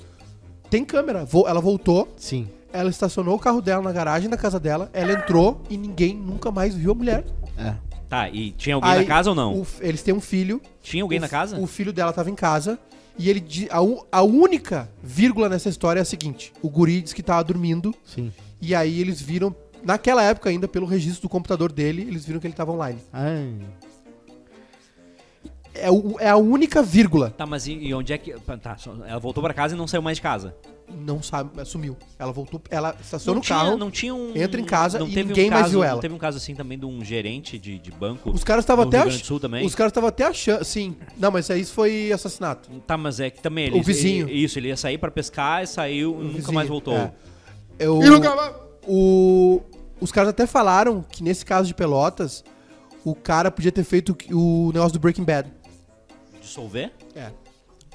[SPEAKER 2] Tem câmera. vo- Ela voltou.
[SPEAKER 3] Sim.
[SPEAKER 2] Ela estacionou o carro dela na garagem da casa dela, ela entrou e ninguém nunca mais viu a mulher.
[SPEAKER 3] É.
[SPEAKER 1] Tá, e tinha alguém
[SPEAKER 2] Aí,
[SPEAKER 1] na casa ou não?
[SPEAKER 2] o f- eles têm um filho.
[SPEAKER 1] Tinha alguém
[SPEAKER 2] O
[SPEAKER 1] na
[SPEAKER 2] f-
[SPEAKER 1] casa?
[SPEAKER 2] O filho dela tava em casa. E ele di- a, u- a única vírgula nessa história é a seguinte: o guri diz que tava dormindo.
[SPEAKER 3] Sim.
[SPEAKER 2] E aí eles viram, naquela época ainda, pelo registro do computador dele, eles viram que ele tava online.
[SPEAKER 3] Ai.
[SPEAKER 2] É, o- é a única vírgula.
[SPEAKER 1] Tá, mas e, e onde é que. Tá, só- ela voltou pra casa e não saiu mais de casa.
[SPEAKER 2] Não sabe, sumiu. Ela voltou, ela estacionou
[SPEAKER 1] Não
[SPEAKER 2] no
[SPEAKER 1] tinha,
[SPEAKER 2] carro.
[SPEAKER 1] não tinha um.
[SPEAKER 2] entra em casa
[SPEAKER 1] não
[SPEAKER 2] e
[SPEAKER 1] teve
[SPEAKER 2] ninguém
[SPEAKER 1] um
[SPEAKER 2] mais
[SPEAKER 1] caso,
[SPEAKER 2] viu
[SPEAKER 1] Não
[SPEAKER 2] ela.
[SPEAKER 1] teve um caso assim também de um gerente de, de banco.
[SPEAKER 2] Os caras estavam
[SPEAKER 1] no
[SPEAKER 2] até.
[SPEAKER 1] Rio
[SPEAKER 2] ach-
[SPEAKER 1] Grande do Sul também?
[SPEAKER 2] Os caras estavam até achando. Sim. Não, mas isso foi assassinato.
[SPEAKER 1] Tá, mas é que também ele.
[SPEAKER 2] O vizinho.
[SPEAKER 1] ele- isso, ele ia sair pra pescar e saiu e nunca
[SPEAKER 2] vizinho,
[SPEAKER 1] mais voltou.
[SPEAKER 2] é. Eu,
[SPEAKER 3] E nunca mais-
[SPEAKER 2] o- Os caras até falaram que nesse caso de Pelotas, o cara podia ter feito o que- o negócio do Breaking Bad.
[SPEAKER 1] Dissolver?
[SPEAKER 2] É.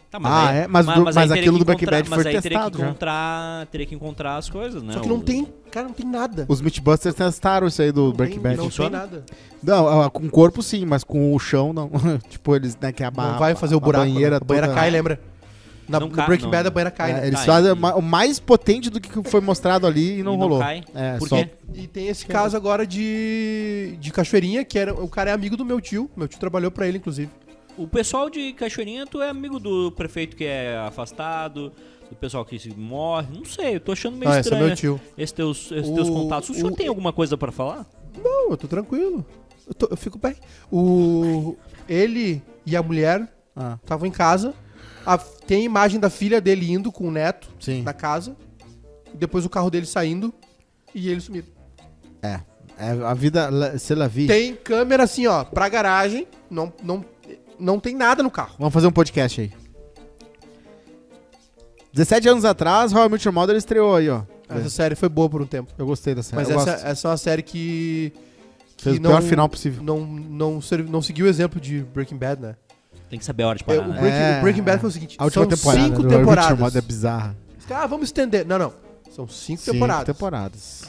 [SPEAKER 1] Tá,
[SPEAKER 3] Ah, é? Mas do-
[SPEAKER 1] aí
[SPEAKER 3] mas
[SPEAKER 1] teria
[SPEAKER 3] aquilo
[SPEAKER 1] que
[SPEAKER 3] do Breaking
[SPEAKER 1] encontrar-
[SPEAKER 3] Bad foi
[SPEAKER 1] mas aí
[SPEAKER 3] testado
[SPEAKER 1] Teria
[SPEAKER 3] já.
[SPEAKER 1] que, encontrar, teria que encontrar as coisas, né?
[SPEAKER 2] Só que não
[SPEAKER 1] O-
[SPEAKER 2] tem. Cara, não tem nada.
[SPEAKER 3] Os Mythbusters testaram isso aí do
[SPEAKER 2] Não
[SPEAKER 3] Breaking
[SPEAKER 2] tem-
[SPEAKER 3] Bad.
[SPEAKER 2] Não tem
[SPEAKER 1] Funciona?
[SPEAKER 2] nada.
[SPEAKER 3] Não, ah, com o corpo sim, mas com o chão não. (laughs) tipo, eles, né, que a ba-
[SPEAKER 2] não vai fazer o
[SPEAKER 3] a
[SPEAKER 2] buraco. né?
[SPEAKER 3] banheira
[SPEAKER 2] A banheira
[SPEAKER 3] toda-
[SPEAKER 2] cai, lembra? Na,
[SPEAKER 1] Não
[SPEAKER 2] no
[SPEAKER 1] ca-
[SPEAKER 2] Breaking
[SPEAKER 1] não.
[SPEAKER 2] Bad a banheira cai, né?
[SPEAKER 3] É, eles
[SPEAKER 1] Tá,
[SPEAKER 3] fazem ma- o mais potente do que foi mostrado ali e não
[SPEAKER 1] E não
[SPEAKER 3] rolou.
[SPEAKER 1] cai?
[SPEAKER 3] É,
[SPEAKER 1] Por
[SPEAKER 3] só-
[SPEAKER 1] quê?
[SPEAKER 2] E tem esse caso agora de, de Cachoeirinha, que era, o cara é amigo do meu tio. Meu tio trabalhou pra ele, inclusive.
[SPEAKER 1] O pessoal de Cachoeirinha, tu é amigo do prefeito que é afastado, do pessoal que se morre, não sei, eu tô achando meio
[SPEAKER 2] Ah, esse é
[SPEAKER 1] estranho.
[SPEAKER 2] meu tio.
[SPEAKER 1] Esses teus, esses teus
[SPEAKER 2] O-
[SPEAKER 1] contatos. O senhor
[SPEAKER 2] o-
[SPEAKER 1] tem alguma coisa pra falar?
[SPEAKER 2] Não, eu tô tranquilo. Eu, tô- eu fico bem. O, ele e a mulher
[SPEAKER 3] Ah.
[SPEAKER 2] estavam em casa. A- tem a imagem da filha dele indo com o neto
[SPEAKER 3] Sim.
[SPEAKER 2] na casa. E depois o carro dele saindo e ele sumiu.
[SPEAKER 3] É, a vida, la- se la vi.
[SPEAKER 2] Tem câmera assim, ó, pra garagem. Não, não, não tem nada no carro.
[SPEAKER 3] Vamos fazer um podcast aí. 17 anos atrás, How I Met Your Mother estreou aí, ó.
[SPEAKER 2] Essa série foi boa por um tempo.
[SPEAKER 3] Eu gostei dessa
[SPEAKER 2] Mas
[SPEAKER 3] É. eu
[SPEAKER 2] essa,
[SPEAKER 3] gosto.
[SPEAKER 2] essa é uma série que. que
[SPEAKER 3] Fez o pior final possível.
[SPEAKER 2] Não, não, serve- não seguiu o exemplo de Breaking Bad, né?
[SPEAKER 1] Tem que saber a hora de
[SPEAKER 2] É,
[SPEAKER 1] parar,
[SPEAKER 2] o,
[SPEAKER 1] né?
[SPEAKER 2] Breaking,
[SPEAKER 3] É,
[SPEAKER 2] o Breaking Bad foi o seguinte:
[SPEAKER 3] A última
[SPEAKER 2] são
[SPEAKER 3] temporada
[SPEAKER 2] cinco
[SPEAKER 3] do How I Met Your Mother é
[SPEAKER 2] temporadas.
[SPEAKER 3] bizarra.
[SPEAKER 2] Ah, vamos estender. Não, não. São cinco,
[SPEAKER 3] Cinco
[SPEAKER 2] temporadas.
[SPEAKER 3] temporadas.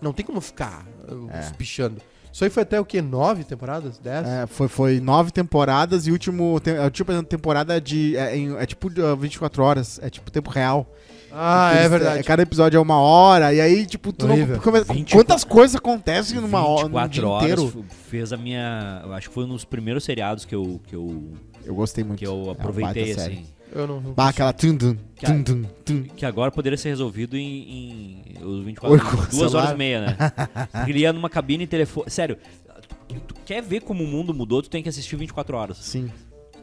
[SPEAKER 2] Não tem como ficar uh, espichando. Isso aí foi até o quê? Nove temporadas? Dez?
[SPEAKER 3] É, foi, foi nove temporadas e o último, te, é, a última temporada de, é, em- é tipo uh, 24 horas, é tipo tempo real.
[SPEAKER 2] Ah,
[SPEAKER 3] Eles-
[SPEAKER 2] é verdade.
[SPEAKER 3] Cada episódio é uma hora, e aí, tipo, tu não,
[SPEAKER 2] Horrível.
[SPEAKER 3] come-
[SPEAKER 1] 24
[SPEAKER 3] quantas coisas acontecem numa hora, num
[SPEAKER 1] 24
[SPEAKER 3] dia
[SPEAKER 1] horas tipo,
[SPEAKER 3] inteiro?
[SPEAKER 1] f- fez a minha. eu Acho que foi um dos primeiros seriados que eu, que eu,
[SPEAKER 3] Eu gostei muito.
[SPEAKER 1] que
[SPEAKER 3] É
[SPEAKER 1] eu
[SPEAKER 3] uma
[SPEAKER 1] aproveitei,
[SPEAKER 3] baita série.
[SPEAKER 1] assim.
[SPEAKER 2] Eu não. não
[SPEAKER 3] Bah, aquela tum-dum,
[SPEAKER 1] Que a-
[SPEAKER 3] tum-dum, tum.
[SPEAKER 1] Que agora poderia ser resolvido em, em os 24
[SPEAKER 3] Oi, com o
[SPEAKER 1] em duas
[SPEAKER 3] celular.
[SPEAKER 1] horas e meia,
[SPEAKER 3] (laughs)
[SPEAKER 1] né? Porque ele ia numa cabine telefone. Sério, tu, tu quer ver como o mundo mudou, tu tem que assistir 24 horas.
[SPEAKER 3] Sim.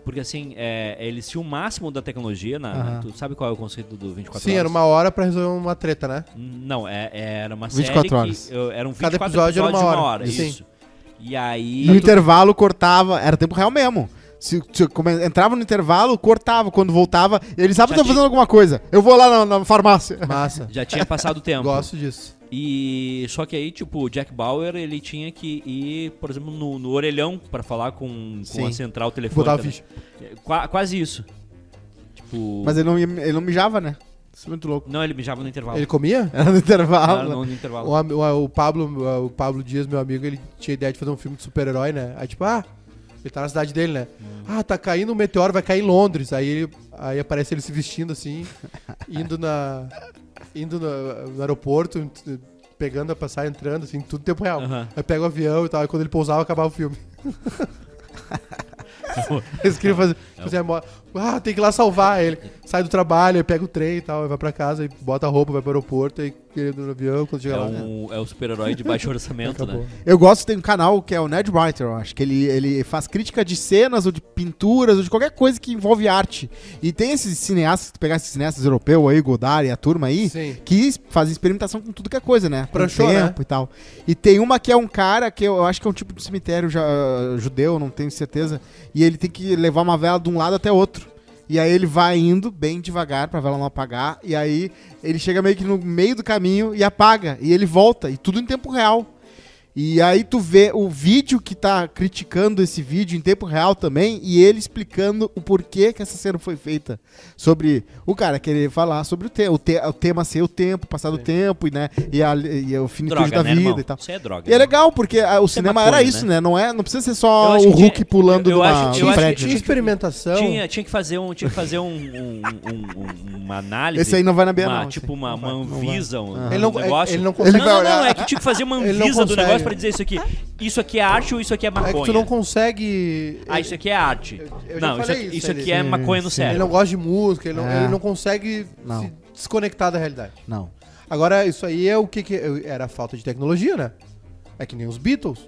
[SPEAKER 1] Porque assim, é, eles tinham o máximo da tecnologia, na,
[SPEAKER 3] Aham.
[SPEAKER 1] tu sabe qual é o conceito do 24
[SPEAKER 2] Sim,
[SPEAKER 1] horas?
[SPEAKER 2] era uma hora pra resolver uma treta, né?
[SPEAKER 1] Não, é- era uma
[SPEAKER 3] 24
[SPEAKER 1] série
[SPEAKER 3] horas.
[SPEAKER 1] que eu- um eram 24
[SPEAKER 2] Cada
[SPEAKER 1] episódios
[SPEAKER 2] episódio era
[SPEAKER 1] de
[SPEAKER 2] uma
[SPEAKER 1] uma
[SPEAKER 2] hora.
[SPEAKER 1] hora,
[SPEAKER 2] Sim.
[SPEAKER 1] isso. E aí...
[SPEAKER 3] E o intervalo cortava, era tempo real mesmo. Se, se come- entrava no intervalo, cortava. Quando voltava, eles sabem que
[SPEAKER 1] Já
[SPEAKER 3] estão fazendo alguma coisa. Eu vou lá na, na farmácia.
[SPEAKER 2] Massa.
[SPEAKER 1] Já tinha passado o tempo.
[SPEAKER 2] Gosto disso.
[SPEAKER 1] E só que aí, tipo, o Jack Bauer, ele tinha que ir, por exemplo, no, no orelhão pra falar com, com
[SPEAKER 3] Sim.
[SPEAKER 1] a central telefônica.
[SPEAKER 2] Botava
[SPEAKER 1] né?
[SPEAKER 2] ficha.
[SPEAKER 1] É, qua- quase isso. Tipo.
[SPEAKER 3] Mas ele não, ia- ele não mijava, né? Isso é muito louco.
[SPEAKER 1] Não, ele mijava no intervalo.
[SPEAKER 2] Ele comia?
[SPEAKER 3] Era no
[SPEAKER 1] Ah,
[SPEAKER 3] intervalo.
[SPEAKER 1] não, no
[SPEAKER 2] O,
[SPEAKER 1] intervalo.
[SPEAKER 2] am- o, o Pablo, o Pablo Dias, meu amigo, ele tinha ideia de fazer um filme de super-herói, né? Aí tipo, ah, ele tá na cidade dele, né?
[SPEAKER 1] Hum.
[SPEAKER 2] Ah, tá caindo um meteoro, vai cair em Londres. Aí, ele- aí aparece ele se vestindo assim, indo na indo na- no, aeroporto, t- pegando a passagem, entrando assim, tudo em tempo real.
[SPEAKER 1] Aham.
[SPEAKER 2] Aí pega o avião e tal, e quando ele pousava, acabava
[SPEAKER 1] (laughs)
[SPEAKER 2] o filme. Eles queriam
[SPEAKER 1] É.
[SPEAKER 2] fazer, fazer a mo- Ah, tem que ir lá salvar ele. Sai do trabalho, aí pega o trem e tal, aí vai pra casa, aí bota a roupa, vai pro aeroporto, aí entra no avião, quando chega
[SPEAKER 1] É,
[SPEAKER 2] lá.
[SPEAKER 1] um, é o super-herói de baixo orçamento,
[SPEAKER 2] Acabou.
[SPEAKER 1] né?
[SPEAKER 3] Eu gosto, tem um canal que é o Nerdwriter, eu acho, que ele, ele faz crítica de cenas ou de pinturas ou de qualquer coisa que envolve arte. E tem esses cineastas, se tu pegar esses cineastas europeus aí, Godard e a turma aí,
[SPEAKER 2] Sim.
[SPEAKER 3] que es- fazem experimentação com tudo que é coisa, né? Com
[SPEAKER 2] Pranchou, né?
[SPEAKER 3] tempo e tal. E tem uma que é um cara que eu, eu acho que é um tipo de cemitério já, ah, judeu, não tenho certeza, e ele tem que levar uma vela de um lado até outro. E aí ele vai indo bem devagar pra vela não apagar, e aí ele chega meio que no meio do caminho e apaga, e ele volta, e tudo em tempo real. E aí tu vê o vídeo que tá criticando esse vídeo em tempo real também, e ele explicando o porquê que essa cena foi feita. Sobre o cara querer falar sobre o, te o, te o tema ser o tempo, passar do tempo, e, né, e, a, e a finitude
[SPEAKER 1] Droga,
[SPEAKER 3] da
[SPEAKER 1] né,
[SPEAKER 3] vida
[SPEAKER 1] irmão?
[SPEAKER 3] e tal.
[SPEAKER 1] Isso é droga.
[SPEAKER 3] E é legal, porque ah, o cinema era
[SPEAKER 1] maconha,
[SPEAKER 3] isso,
[SPEAKER 1] né?
[SPEAKER 3] né? Não, é, não precisa ser
[SPEAKER 1] Eu
[SPEAKER 3] só
[SPEAKER 1] acho
[SPEAKER 3] o
[SPEAKER 1] que
[SPEAKER 3] Hulk
[SPEAKER 1] tinha-
[SPEAKER 3] pulando
[SPEAKER 1] eu
[SPEAKER 3] numa-
[SPEAKER 1] acho que- eu
[SPEAKER 3] num
[SPEAKER 1] acho que
[SPEAKER 3] prédio.
[SPEAKER 2] Tinha experimentação.
[SPEAKER 1] né? Tinha, tinha que fazer, um, tinha que fazer um, um- um- um- uma análise.
[SPEAKER 3] Esse aí não vai na Bienal,
[SPEAKER 1] uma-
[SPEAKER 3] esse
[SPEAKER 1] Tipo
[SPEAKER 3] aí.
[SPEAKER 1] uma, uma Anvisa, um,
[SPEAKER 2] Ele não-
[SPEAKER 1] um negócio.
[SPEAKER 2] ele não consegue-
[SPEAKER 1] não,
[SPEAKER 3] Ele
[SPEAKER 1] não,
[SPEAKER 3] vai
[SPEAKER 1] não,
[SPEAKER 3] olhar.
[SPEAKER 1] é que tinha que fazer uma
[SPEAKER 2] Ele não
[SPEAKER 1] Anvisa do
[SPEAKER 2] consegue.
[SPEAKER 1] negócio pra dizer isso aqui. Isso aqui é arte ou isso aqui é
[SPEAKER 2] É
[SPEAKER 1] maconha?
[SPEAKER 2] que tu não consegue.
[SPEAKER 1] Ah, isso aqui é arte.
[SPEAKER 2] eu já
[SPEAKER 1] não, isso
[SPEAKER 2] falei
[SPEAKER 1] aqui,
[SPEAKER 2] isso,
[SPEAKER 1] isso aqui
[SPEAKER 2] ele-
[SPEAKER 1] é
[SPEAKER 3] Sim,
[SPEAKER 1] maconha no
[SPEAKER 3] sim.
[SPEAKER 1] cérebro.
[SPEAKER 2] Ele um não gosta de música, ele não,
[SPEAKER 3] É.
[SPEAKER 2] ele não consegue
[SPEAKER 3] Não.
[SPEAKER 2] se desconectar da realidade.
[SPEAKER 3] Não.
[SPEAKER 2] Agora, isso aí é o que, que- era a falta de tecnologia, né? É que nem os Beatles.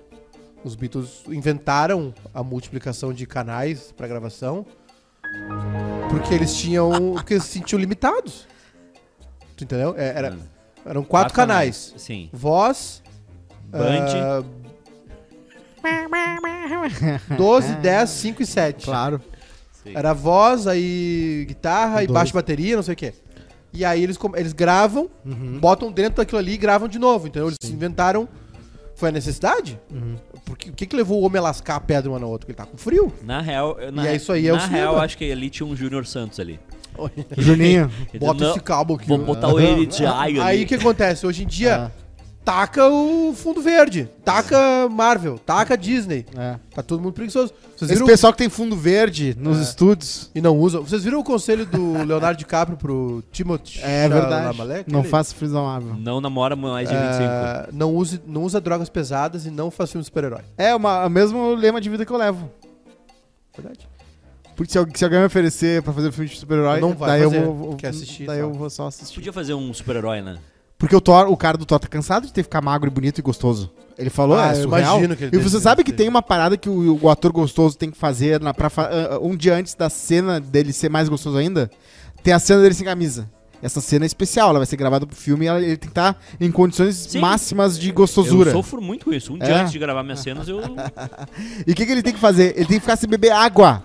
[SPEAKER 2] Os Beatles inventaram a multiplicação de canais pra gravação porque eles tinham. porque eles se sentiam limitados. Tu entendeu? É, era- eram quatro canais:
[SPEAKER 1] Sim.
[SPEAKER 2] voz,
[SPEAKER 1] Band.
[SPEAKER 2] ah,
[SPEAKER 1] (laughs)
[SPEAKER 2] 12, 10, 5 e 7.
[SPEAKER 3] Claro.
[SPEAKER 2] Era voz, aí guitarra e
[SPEAKER 3] Dois.
[SPEAKER 2] baixo bateria, não sei o quê. E aí eles, com- eles gravam,
[SPEAKER 3] Uhum.
[SPEAKER 2] botam dentro daquilo ali e gravam de novo. Então eles inventaram. Foi a necessidade?
[SPEAKER 3] Uhum.
[SPEAKER 2] Porque o que, que levou o homem a lascar a pedra uma na outra? Porque ele tá com frio.
[SPEAKER 1] Na real, eu- na,
[SPEAKER 2] E é isso aí, é o
[SPEAKER 1] na real,
[SPEAKER 2] cinema.
[SPEAKER 1] acho que ali tinha um Júnior Santos ali.
[SPEAKER 3] Juninho.
[SPEAKER 1] Ele
[SPEAKER 2] Bota
[SPEAKER 1] não-
[SPEAKER 2] esse cabo aqui.
[SPEAKER 3] Uhum.
[SPEAKER 1] Vamos botar o ele de Ai ali.
[SPEAKER 3] Ah.
[SPEAKER 2] Aí o que acontece? Hoje em dia, Taca o fundo verde, taca Marvel, taca Disney.
[SPEAKER 3] É.
[SPEAKER 2] Tá todo mundo preguiçoso. Vocês
[SPEAKER 3] Esse
[SPEAKER 2] viram,
[SPEAKER 3] pessoal que tem fundo verde nos estúdios.
[SPEAKER 2] E não usa. Vocês viram o conselho
[SPEAKER 3] (laughs)
[SPEAKER 2] do Leonardo DiCaprio pro Timothy
[SPEAKER 3] É verdade.
[SPEAKER 2] Chalamet?
[SPEAKER 3] Não
[SPEAKER 2] Ele-
[SPEAKER 3] faça frisão amável.
[SPEAKER 1] Não namora mais de 25.
[SPEAKER 2] Ah, não, use, não usa drogas pesadas e não faz filme de super-herói.
[SPEAKER 3] É uma, o mesmo lema de vida que eu levo.
[SPEAKER 2] Verdade.
[SPEAKER 3] Porque se alguém, se alguém me oferecer pra fazer um filme de super-herói,
[SPEAKER 2] Não vai
[SPEAKER 3] daí
[SPEAKER 2] fazer,
[SPEAKER 3] eu vou, vou-
[SPEAKER 2] quer assistir,
[SPEAKER 3] daí
[SPEAKER 2] só.
[SPEAKER 3] eu vou só assistir.
[SPEAKER 1] Podia fazer um super-herói, né?
[SPEAKER 3] Porque o Thor, o cara do Thor tá cansado de ter que ficar magro e bonito e gostoso. Ele falou,
[SPEAKER 2] Ah,
[SPEAKER 3] é
[SPEAKER 2] eu
[SPEAKER 3] surreal.
[SPEAKER 2] imagino que ele
[SPEAKER 3] e você
[SPEAKER 2] deve-
[SPEAKER 3] sabe que
[SPEAKER 2] deve-
[SPEAKER 3] tem uma parada que o, o ator gostoso tem que fazer na, pra, fa- ah, ah, um dia antes da cena dele ser mais gostoso ainda? Tem a cena dele sem camisa. Essa cena é especial, ela vai ser gravada pro filme e ela- ele tem que estar em condições
[SPEAKER 1] Sim.
[SPEAKER 3] máximas de gostosura.
[SPEAKER 1] Eu sofro muito com isso. Um
[SPEAKER 3] É?
[SPEAKER 1] dia antes de gravar minhas cenas,
[SPEAKER 2] (laughs)
[SPEAKER 1] eu.
[SPEAKER 3] E o que, que ele tem que fazer? Ele tem que ficar sem beber água.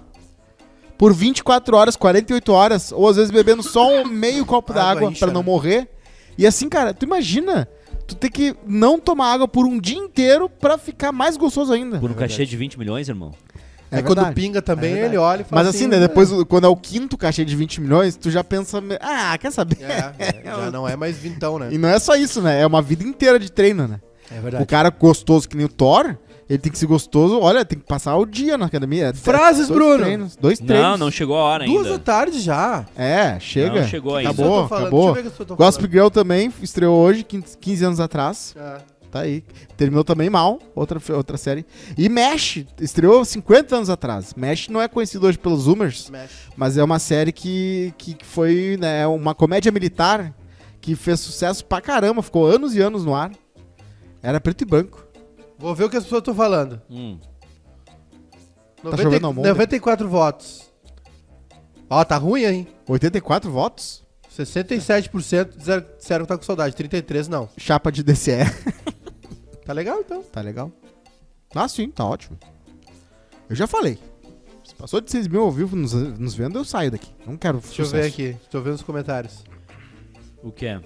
[SPEAKER 3] Por 24 horas, 48 horas, ou às vezes bebendo só um meio copo
[SPEAKER 2] Água
[SPEAKER 3] d'água
[SPEAKER 2] incha,
[SPEAKER 3] pra não
[SPEAKER 2] né?
[SPEAKER 3] morrer. E assim, cara, tu imagina, tu tem que não tomar água por um dia inteiro pra ficar mais gostoso ainda.
[SPEAKER 2] É
[SPEAKER 1] Por um cachê de 20 milhões, irmão.
[SPEAKER 3] É
[SPEAKER 2] Aí quando
[SPEAKER 3] verdade. É
[SPEAKER 2] pinga também,
[SPEAKER 3] verdade.
[SPEAKER 2] ele olha e fala "Ah,
[SPEAKER 3] Mas assim, né, depois, quando é o quinto cachê de 20 milhões, tu já pensa, me- ah, quer saber?
[SPEAKER 2] É, é, já não é mais vintão, né?
[SPEAKER 3] (laughs) E não é só isso, né? É uma vida inteira de treino, né?
[SPEAKER 2] É
[SPEAKER 3] O cara gostoso que nem o Thor, ele tem que ser gostoso, olha, tem que passar o dia na academia. É
[SPEAKER 2] Frases,
[SPEAKER 3] dois
[SPEAKER 2] Bruno.
[SPEAKER 3] Treinos, dois treinos.
[SPEAKER 1] Não, não chegou a hora
[SPEAKER 2] Duas da
[SPEAKER 1] ainda.
[SPEAKER 2] tarde já.
[SPEAKER 3] É, chega.
[SPEAKER 1] Não chegou ainda.
[SPEAKER 2] Isso eu
[SPEAKER 3] Acabou,
[SPEAKER 2] tô falando.
[SPEAKER 3] acabou.
[SPEAKER 2] Deixa eu ver o que eu tô
[SPEAKER 3] Gossip
[SPEAKER 2] falando.
[SPEAKER 3] Girl também estreou hoje, 15 15 anos atrás.
[SPEAKER 2] É.
[SPEAKER 3] Tá aí. Terminou também mal, outra, outra série. E Mesh, estreou 50 anos atrás. Mesh não é conhecido hoje pelos Zoomers, mas é uma série que, que que foi né, uma comédia militar que fez sucesso pra caramba. Ficou anos e anos no ar. Era preto e branco.
[SPEAKER 2] Vou ver o que as pessoas estão falando.
[SPEAKER 1] Hum.
[SPEAKER 3] chovendo na mão, né?
[SPEAKER 2] 94 votos. Ó, tá ruim, hein?
[SPEAKER 3] 84 votos?
[SPEAKER 2] 67% disseram disseram que tá com saudade. 33% não.
[SPEAKER 3] Chapa de DCE.
[SPEAKER 2] Tá legal, então.
[SPEAKER 3] Tá legal? Ah, sim, tá ótimo. Eu já falei. Se passou de 6 mil ao vivo nos, nos vendo, eu saio daqui. Não quero
[SPEAKER 2] Deixa eu ver aqui. Tô vendo os comentários.
[SPEAKER 1] O que
[SPEAKER 2] (laughs)
[SPEAKER 1] é?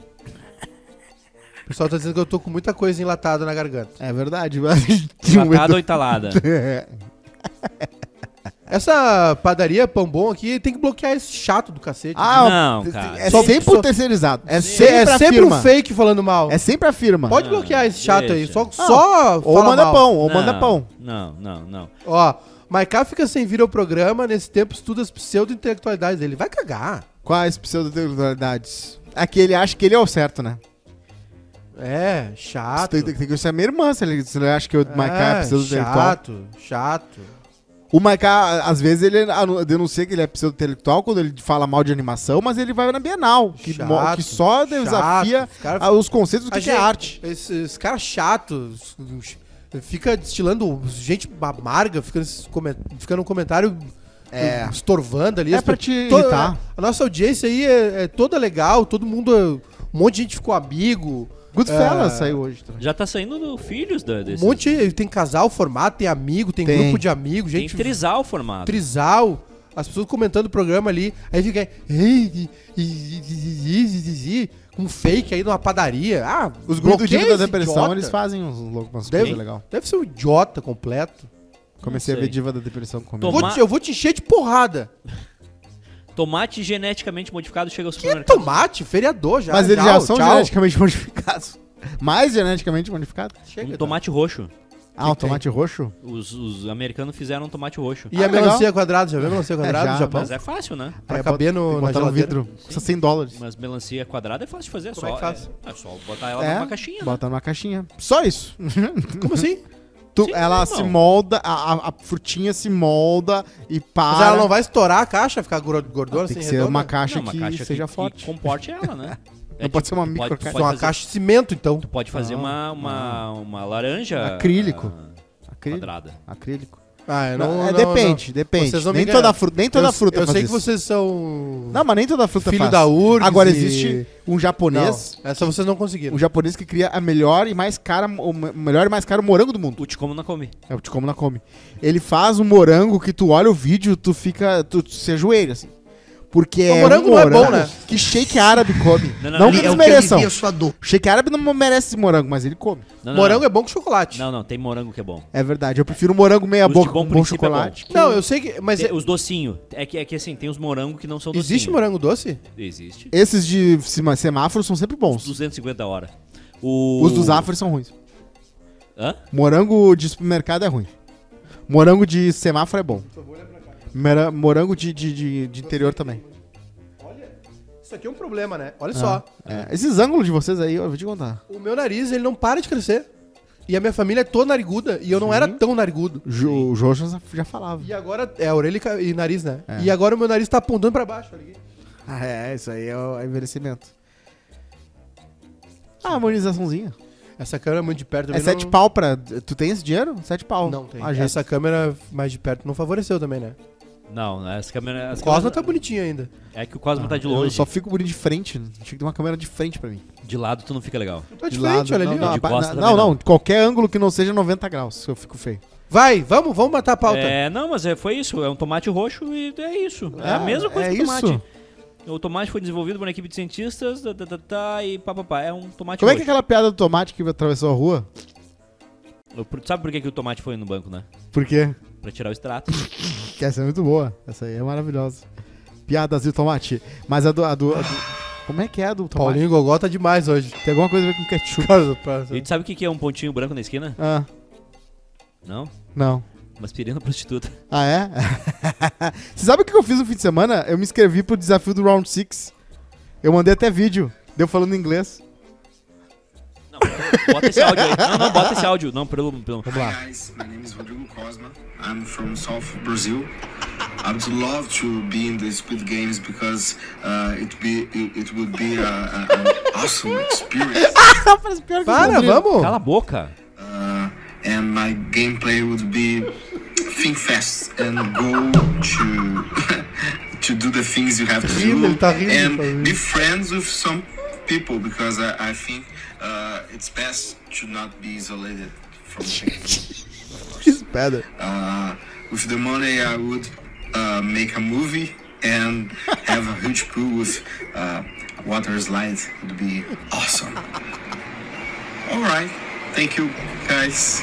[SPEAKER 2] O pessoal tá dizendo que eu tô com muita coisa enlatada na garganta.
[SPEAKER 3] É verdade, mas (laughs) tinha um
[SPEAKER 1] Matada
[SPEAKER 3] Edu...
[SPEAKER 1] ou
[SPEAKER 2] (laughs)
[SPEAKER 1] italada?
[SPEAKER 3] É.
[SPEAKER 2] Essa padaria Pão Bom aqui tem que bloquear esse chato do cacete.
[SPEAKER 3] Ah,
[SPEAKER 1] Não,
[SPEAKER 3] é
[SPEAKER 1] cara.
[SPEAKER 3] É
[SPEAKER 2] Só-
[SPEAKER 3] sempre
[SPEAKER 2] só-
[SPEAKER 3] o terceirizado. É
[SPEAKER 2] Se-
[SPEAKER 3] sempre,
[SPEAKER 2] é
[SPEAKER 3] a
[SPEAKER 2] sempre
[SPEAKER 3] firma.
[SPEAKER 2] um fake falando mal.
[SPEAKER 3] É sempre a firma.
[SPEAKER 2] Pode
[SPEAKER 1] Não,
[SPEAKER 2] bloquear esse chato aí.
[SPEAKER 1] deixa.
[SPEAKER 2] Só, só
[SPEAKER 3] Ah, Ou
[SPEAKER 2] fala
[SPEAKER 3] manda
[SPEAKER 2] mal.
[SPEAKER 3] pão, ou
[SPEAKER 1] Não,
[SPEAKER 3] manda pão.
[SPEAKER 1] Não, não, não.
[SPEAKER 2] Ó, Maiká fica sem vir ao programa, nesse tempo estuda as pseudo-intelectualidades dele. Vai cagar.
[SPEAKER 3] Quais pseudodalidades? Aqui ele acha que ele é o certo, né?
[SPEAKER 2] É,
[SPEAKER 3] Você
[SPEAKER 2] chato.
[SPEAKER 3] Tem, tem, tem que ser a minha irmã, se ele, se ele acha que eu, é, Maiká é pseudo-intelectual.
[SPEAKER 2] chato, chato.
[SPEAKER 3] O Maiká, às vezes, ele anu- denuncia que ele é pseudo-intelectual quando ele fala mal de animação, mas ele vai na Bienal, que,
[SPEAKER 2] Chato,
[SPEAKER 3] mo- que só desafia
[SPEAKER 2] chato. Os cara-
[SPEAKER 3] a- os conceitos do que,
[SPEAKER 2] A
[SPEAKER 3] que é
[SPEAKER 2] gente-
[SPEAKER 3] arte.
[SPEAKER 2] Esse, esse cara chato, os- os- fica destilando gente amarga, fica, nesses comen- fica no comentário
[SPEAKER 3] É.
[SPEAKER 2] eh, estorvando ali.
[SPEAKER 3] É
[SPEAKER 2] As
[SPEAKER 3] pra
[SPEAKER 2] pe-
[SPEAKER 3] te
[SPEAKER 2] to-
[SPEAKER 3] irritar.
[SPEAKER 2] A nossa audiência aí é, é toda legal, todo mundo, é- um monte de gente ficou amigo.
[SPEAKER 3] Goodfellas
[SPEAKER 2] É.
[SPEAKER 3] saiu hoje. também.
[SPEAKER 1] Já tá saindo do filhos da, desse.
[SPEAKER 2] Um monte, tem casal formado, tem amigo, tem,
[SPEAKER 3] Tem.
[SPEAKER 2] grupo de amigos,
[SPEAKER 1] Tem
[SPEAKER 2] gente
[SPEAKER 1] trisal formado.
[SPEAKER 2] trisal, as pessoas comentando o programa ali, aí fica "Ei, i- i- i- i- i- i- i", com fake aí numa padaria. Ah,
[SPEAKER 3] Os grupos de
[SPEAKER 2] bloqueia
[SPEAKER 3] Diva da
[SPEAKER 2] esse
[SPEAKER 3] Depressão,
[SPEAKER 2] idiota.
[SPEAKER 3] eles fazem uns loucos, umas
[SPEAKER 2] Deve-
[SPEAKER 3] coisas legal.
[SPEAKER 2] Deve ser um idiota completo.
[SPEAKER 3] Comecei a
[SPEAKER 1] sei.
[SPEAKER 3] ver Diva da Depressão comigo.
[SPEAKER 2] Vou
[SPEAKER 1] Toma-
[SPEAKER 2] te- eu vou te encher de porrada.
[SPEAKER 1] Tomate geneticamente modificado chega ao
[SPEAKER 2] Que
[SPEAKER 1] supermercado.
[SPEAKER 2] tomate, feriador já.
[SPEAKER 3] Mas eles
[SPEAKER 2] tchau,
[SPEAKER 3] já são
[SPEAKER 2] tchau.
[SPEAKER 3] geneticamente modificados. Mais geneticamente modificados.
[SPEAKER 2] Chega, tá.
[SPEAKER 1] Um tomate roxo.
[SPEAKER 3] Ah, um tomate roxo?
[SPEAKER 1] Os, os americanos fizeram um tomate roxo.
[SPEAKER 2] E
[SPEAKER 3] Ah,
[SPEAKER 2] a
[SPEAKER 3] legal.
[SPEAKER 2] melancia quadrada, já viu a melancia quadrada
[SPEAKER 3] já,
[SPEAKER 2] do Japão?
[SPEAKER 1] Mas é fácil, né?
[SPEAKER 2] Pra
[SPEAKER 3] É, bota- tem
[SPEAKER 2] caber no,
[SPEAKER 3] que
[SPEAKER 2] na
[SPEAKER 3] botar no
[SPEAKER 2] geladeira.
[SPEAKER 3] vidro. Custa 100 dólares.
[SPEAKER 1] Mas melancia quadrada é fácil de fazer. É
[SPEAKER 2] Como
[SPEAKER 1] só,
[SPEAKER 2] é que faz?
[SPEAKER 1] É, é só botar ela
[SPEAKER 3] É,
[SPEAKER 1] numa caixinha. né?
[SPEAKER 3] bota numa caixinha. Só isso.
[SPEAKER 2] Como assim?
[SPEAKER 3] Tu-
[SPEAKER 1] Sim,
[SPEAKER 3] ela
[SPEAKER 1] irmão.
[SPEAKER 3] se molda, a, a- a frutinha se molda e para.
[SPEAKER 2] Mas ela não vai estourar a caixa, ficar gor- gordona,
[SPEAKER 3] Ah, Tem que
[SPEAKER 2] assim,
[SPEAKER 3] ser
[SPEAKER 2] redonda?
[SPEAKER 3] uma caixa
[SPEAKER 1] Não, uma
[SPEAKER 3] que
[SPEAKER 1] caixa
[SPEAKER 3] seja
[SPEAKER 1] que,
[SPEAKER 3] forte.
[SPEAKER 1] que comporte ela,
[SPEAKER 3] (laughs)
[SPEAKER 1] né?
[SPEAKER 3] Não pode ser uma
[SPEAKER 1] tu
[SPEAKER 3] micro
[SPEAKER 1] pode, tu
[SPEAKER 3] caixa.
[SPEAKER 2] Só uma
[SPEAKER 1] pode fazer,
[SPEAKER 2] caixa de cimento, então.
[SPEAKER 1] tu pode fazer
[SPEAKER 3] Não,
[SPEAKER 1] uma, uma, uma laranja.
[SPEAKER 3] Acrílico.
[SPEAKER 1] ah,
[SPEAKER 3] Acrílico.
[SPEAKER 1] quadrada.
[SPEAKER 3] Acrílico.
[SPEAKER 2] Ah, eu
[SPEAKER 3] Não, é, depende, depende.
[SPEAKER 2] Vocês não me
[SPEAKER 3] nem,
[SPEAKER 2] enganam.
[SPEAKER 3] toda fruta, nem toda
[SPEAKER 2] eu,
[SPEAKER 3] fruta
[SPEAKER 2] Eu
[SPEAKER 3] faz
[SPEAKER 2] sei que
[SPEAKER 3] isso.
[SPEAKER 2] vocês são.
[SPEAKER 3] Não, mas nem toda fruta
[SPEAKER 2] Filho
[SPEAKER 3] faz.
[SPEAKER 2] da URGS
[SPEAKER 3] Agora
[SPEAKER 2] e-
[SPEAKER 3] existe um japonês,
[SPEAKER 2] Não, essa vocês não
[SPEAKER 3] um
[SPEAKER 2] conseguiram.
[SPEAKER 3] japonês que cria a melhor e mais cara, o me- melhor e mais caro morango do mundo.
[SPEAKER 1] O Ticomo não come.
[SPEAKER 3] É o Ticomo na Come. Ele faz um morango que tu olha o vídeo, tu fica, tu, tu se ajoelha assim. Porque é
[SPEAKER 2] morango
[SPEAKER 3] um
[SPEAKER 2] não é
[SPEAKER 3] morango
[SPEAKER 2] bom, né?
[SPEAKER 3] que shake árabe come.
[SPEAKER 1] Não,
[SPEAKER 3] Não,
[SPEAKER 1] não,
[SPEAKER 3] que
[SPEAKER 1] ele-
[SPEAKER 3] eles
[SPEAKER 1] é o que
[SPEAKER 3] mereçam. Shake árabe não merece esse morango, mas ele come.
[SPEAKER 1] Não, não,
[SPEAKER 2] Morango
[SPEAKER 1] não.
[SPEAKER 2] é bom com chocolate. Não,
[SPEAKER 1] Não, não, tem morango que é bom.
[SPEAKER 3] É verdade, eu prefiro morango meia
[SPEAKER 1] Os
[SPEAKER 3] boca
[SPEAKER 1] de
[SPEAKER 3] com
[SPEAKER 1] bom
[SPEAKER 3] bom
[SPEAKER 1] princípio é bom.
[SPEAKER 3] chocolate.
[SPEAKER 2] eu sei que. Mas
[SPEAKER 1] Tem
[SPEAKER 2] é-
[SPEAKER 1] os docinhos. É que, é que assim, tem os morangos que não são docinhos.
[SPEAKER 2] existe morango doce?
[SPEAKER 1] Existe.
[SPEAKER 3] Esses de sema- semáforo são sempre bons.
[SPEAKER 1] 250 horas. O...
[SPEAKER 3] Os do Zafra são ruins.
[SPEAKER 1] Hã?
[SPEAKER 3] Morango de supermercado é ruim. Morango de semáforo é bom. Mera- Morango de, de, de, de interior também.
[SPEAKER 2] Isso aqui é um problema, né? Olha só.
[SPEAKER 3] É, Esses ângulos de vocês aí, eu vou te contar.
[SPEAKER 2] O meu nariz, ele não para de crescer. E a minha família é toda nariguda. E eu não
[SPEAKER 3] Uhum.
[SPEAKER 2] era tão narigudo.
[SPEAKER 3] Jo- O Jojo já- já falava.
[SPEAKER 2] E agora é orelha e ca- e nariz, né?
[SPEAKER 3] É.
[SPEAKER 2] E agora o meu nariz tá apontando pra baixo. olha aqui.
[SPEAKER 3] Ah, é, isso aí é o é envelhecimento. Ah, harmonizaçãozinha.
[SPEAKER 2] Essa câmera é muito de perto.
[SPEAKER 3] É
[SPEAKER 2] também
[SPEAKER 3] sete
[SPEAKER 2] não...
[SPEAKER 3] pau pra. Tu tem esse dinheiro? Sete pau.
[SPEAKER 2] Não tem.
[SPEAKER 3] Ah, gente.
[SPEAKER 2] Essa câmera mais de perto não favoreceu também, né?
[SPEAKER 1] Não, essa câmera.
[SPEAKER 2] O
[SPEAKER 1] essa
[SPEAKER 2] Cosma
[SPEAKER 1] câmera-
[SPEAKER 2] tá bonitinho ainda.
[SPEAKER 1] É que o Cosmo tá de
[SPEAKER 3] Ah, Eu
[SPEAKER 1] longe.
[SPEAKER 3] só fico bonito de frente. né? Tinha que ter uma câmera de frente pra mim.
[SPEAKER 1] De lado tu não fica legal.
[SPEAKER 2] Tá
[SPEAKER 3] De
[SPEAKER 2] de
[SPEAKER 3] lado.
[SPEAKER 2] frente, olha ali.
[SPEAKER 3] Não,
[SPEAKER 2] ó.
[SPEAKER 3] não,
[SPEAKER 1] De
[SPEAKER 3] pa-
[SPEAKER 1] costas
[SPEAKER 3] não,
[SPEAKER 1] também
[SPEAKER 3] não,
[SPEAKER 1] não.
[SPEAKER 3] Qualquer ângulo que não seja 90 graus, eu fico feio.
[SPEAKER 2] Vai, vamos, vamos matar a pauta.
[SPEAKER 1] É, não, mas é, foi isso. É um tomate roxo e é isso. É, a mesma coisa
[SPEAKER 3] é
[SPEAKER 1] que o tomate.
[SPEAKER 3] isso?
[SPEAKER 1] O tomate foi desenvolvido por uma equipe de cientistas tá, tá, tá, tá, e papapá. É um tomate
[SPEAKER 3] Como é que
[SPEAKER 1] roxo.
[SPEAKER 3] é aquela piada do tomate que atravessou a rua?
[SPEAKER 1] Eu- por- Sabe por que, que o tomate foi no banco, né?
[SPEAKER 3] Por quê?
[SPEAKER 1] Pra tirar o
[SPEAKER 3] (laughs)
[SPEAKER 1] extrato.
[SPEAKER 3] Que essa é muito boa. Essa aí é maravilhosa. Piadas do tomate. Mas a do. a do- a do- Como é que é a do tomate?
[SPEAKER 2] Paulinho Gogó tá demais hoje.
[SPEAKER 3] Tem alguma coisa a ver com ketchup?
[SPEAKER 2] Causa, pra-
[SPEAKER 1] e tu sabe o que, que é um pontinho branco na esquina?
[SPEAKER 3] Ah,
[SPEAKER 1] Não?
[SPEAKER 3] não.
[SPEAKER 1] Uma aspirina prostituta. (laughs)
[SPEAKER 3] Ah, é? (laughs) Você sabe o que eu fiz no fim de semana? Eu me inscrevi pro desafio do Round 6. Eu mandei até vídeo. Deu falando em inglês. (laughs)
[SPEAKER 1] Não, bota esse áudio aí. Não, não, bota esse áudio. Não, pelo. pelo...
[SPEAKER 5] Hi guys, my name is Rodrigo Cosma. I'm from South Brazil. I would love to be in the Squid Games because uh, it be it, it would be a, a, an awesome experience,
[SPEAKER 2] Para, vamos.
[SPEAKER 1] Cala a boca.
[SPEAKER 5] uh, and my gameplay would be think fast and go to to do the things you have to do
[SPEAKER 2] Rindo, tá rindo, tá rindo.
[SPEAKER 5] and be friends with some people because I, I think uh, it's best to not be isolated from things.
[SPEAKER 3] Pedra.
[SPEAKER 5] Uh, with the money, I would uh, make a movie and have a huge pool with uh, water slides. It would be awesome. All right. Thank you, guys.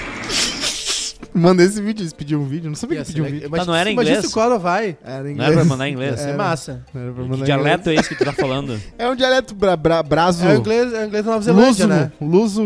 [SPEAKER 3] Mandei esse vídeo, eles pediram um vídeo. Não sabia
[SPEAKER 2] Ia
[SPEAKER 3] que
[SPEAKER 2] ser
[SPEAKER 3] pediu um
[SPEAKER 2] legal.
[SPEAKER 3] vídeo.
[SPEAKER 2] assim, né, Imagina-
[SPEAKER 1] não era
[SPEAKER 2] Imagina
[SPEAKER 1] inglês?
[SPEAKER 2] se o Cosma vai.
[SPEAKER 3] Era
[SPEAKER 1] Não é pra mandar em inglês?
[SPEAKER 2] É massa.
[SPEAKER 3] Era pra
[SPEAKER 1] Que
[SPEAKER 3] mandar em inglês.
[SPEAKER 1] dialeto é esse que tu tá
[SPEAKER 3] (laughs)
[SPEAKER 1] falando?
[SPEAKER 3] É um dialeto bra, bra, brazo.
[SPEAKER 2] É o inglês, é o inglês da Nova Zelândia,
[SPEAKER 3] luso,
[SPEAKER 2] né?
[SPEAKER 3] luso,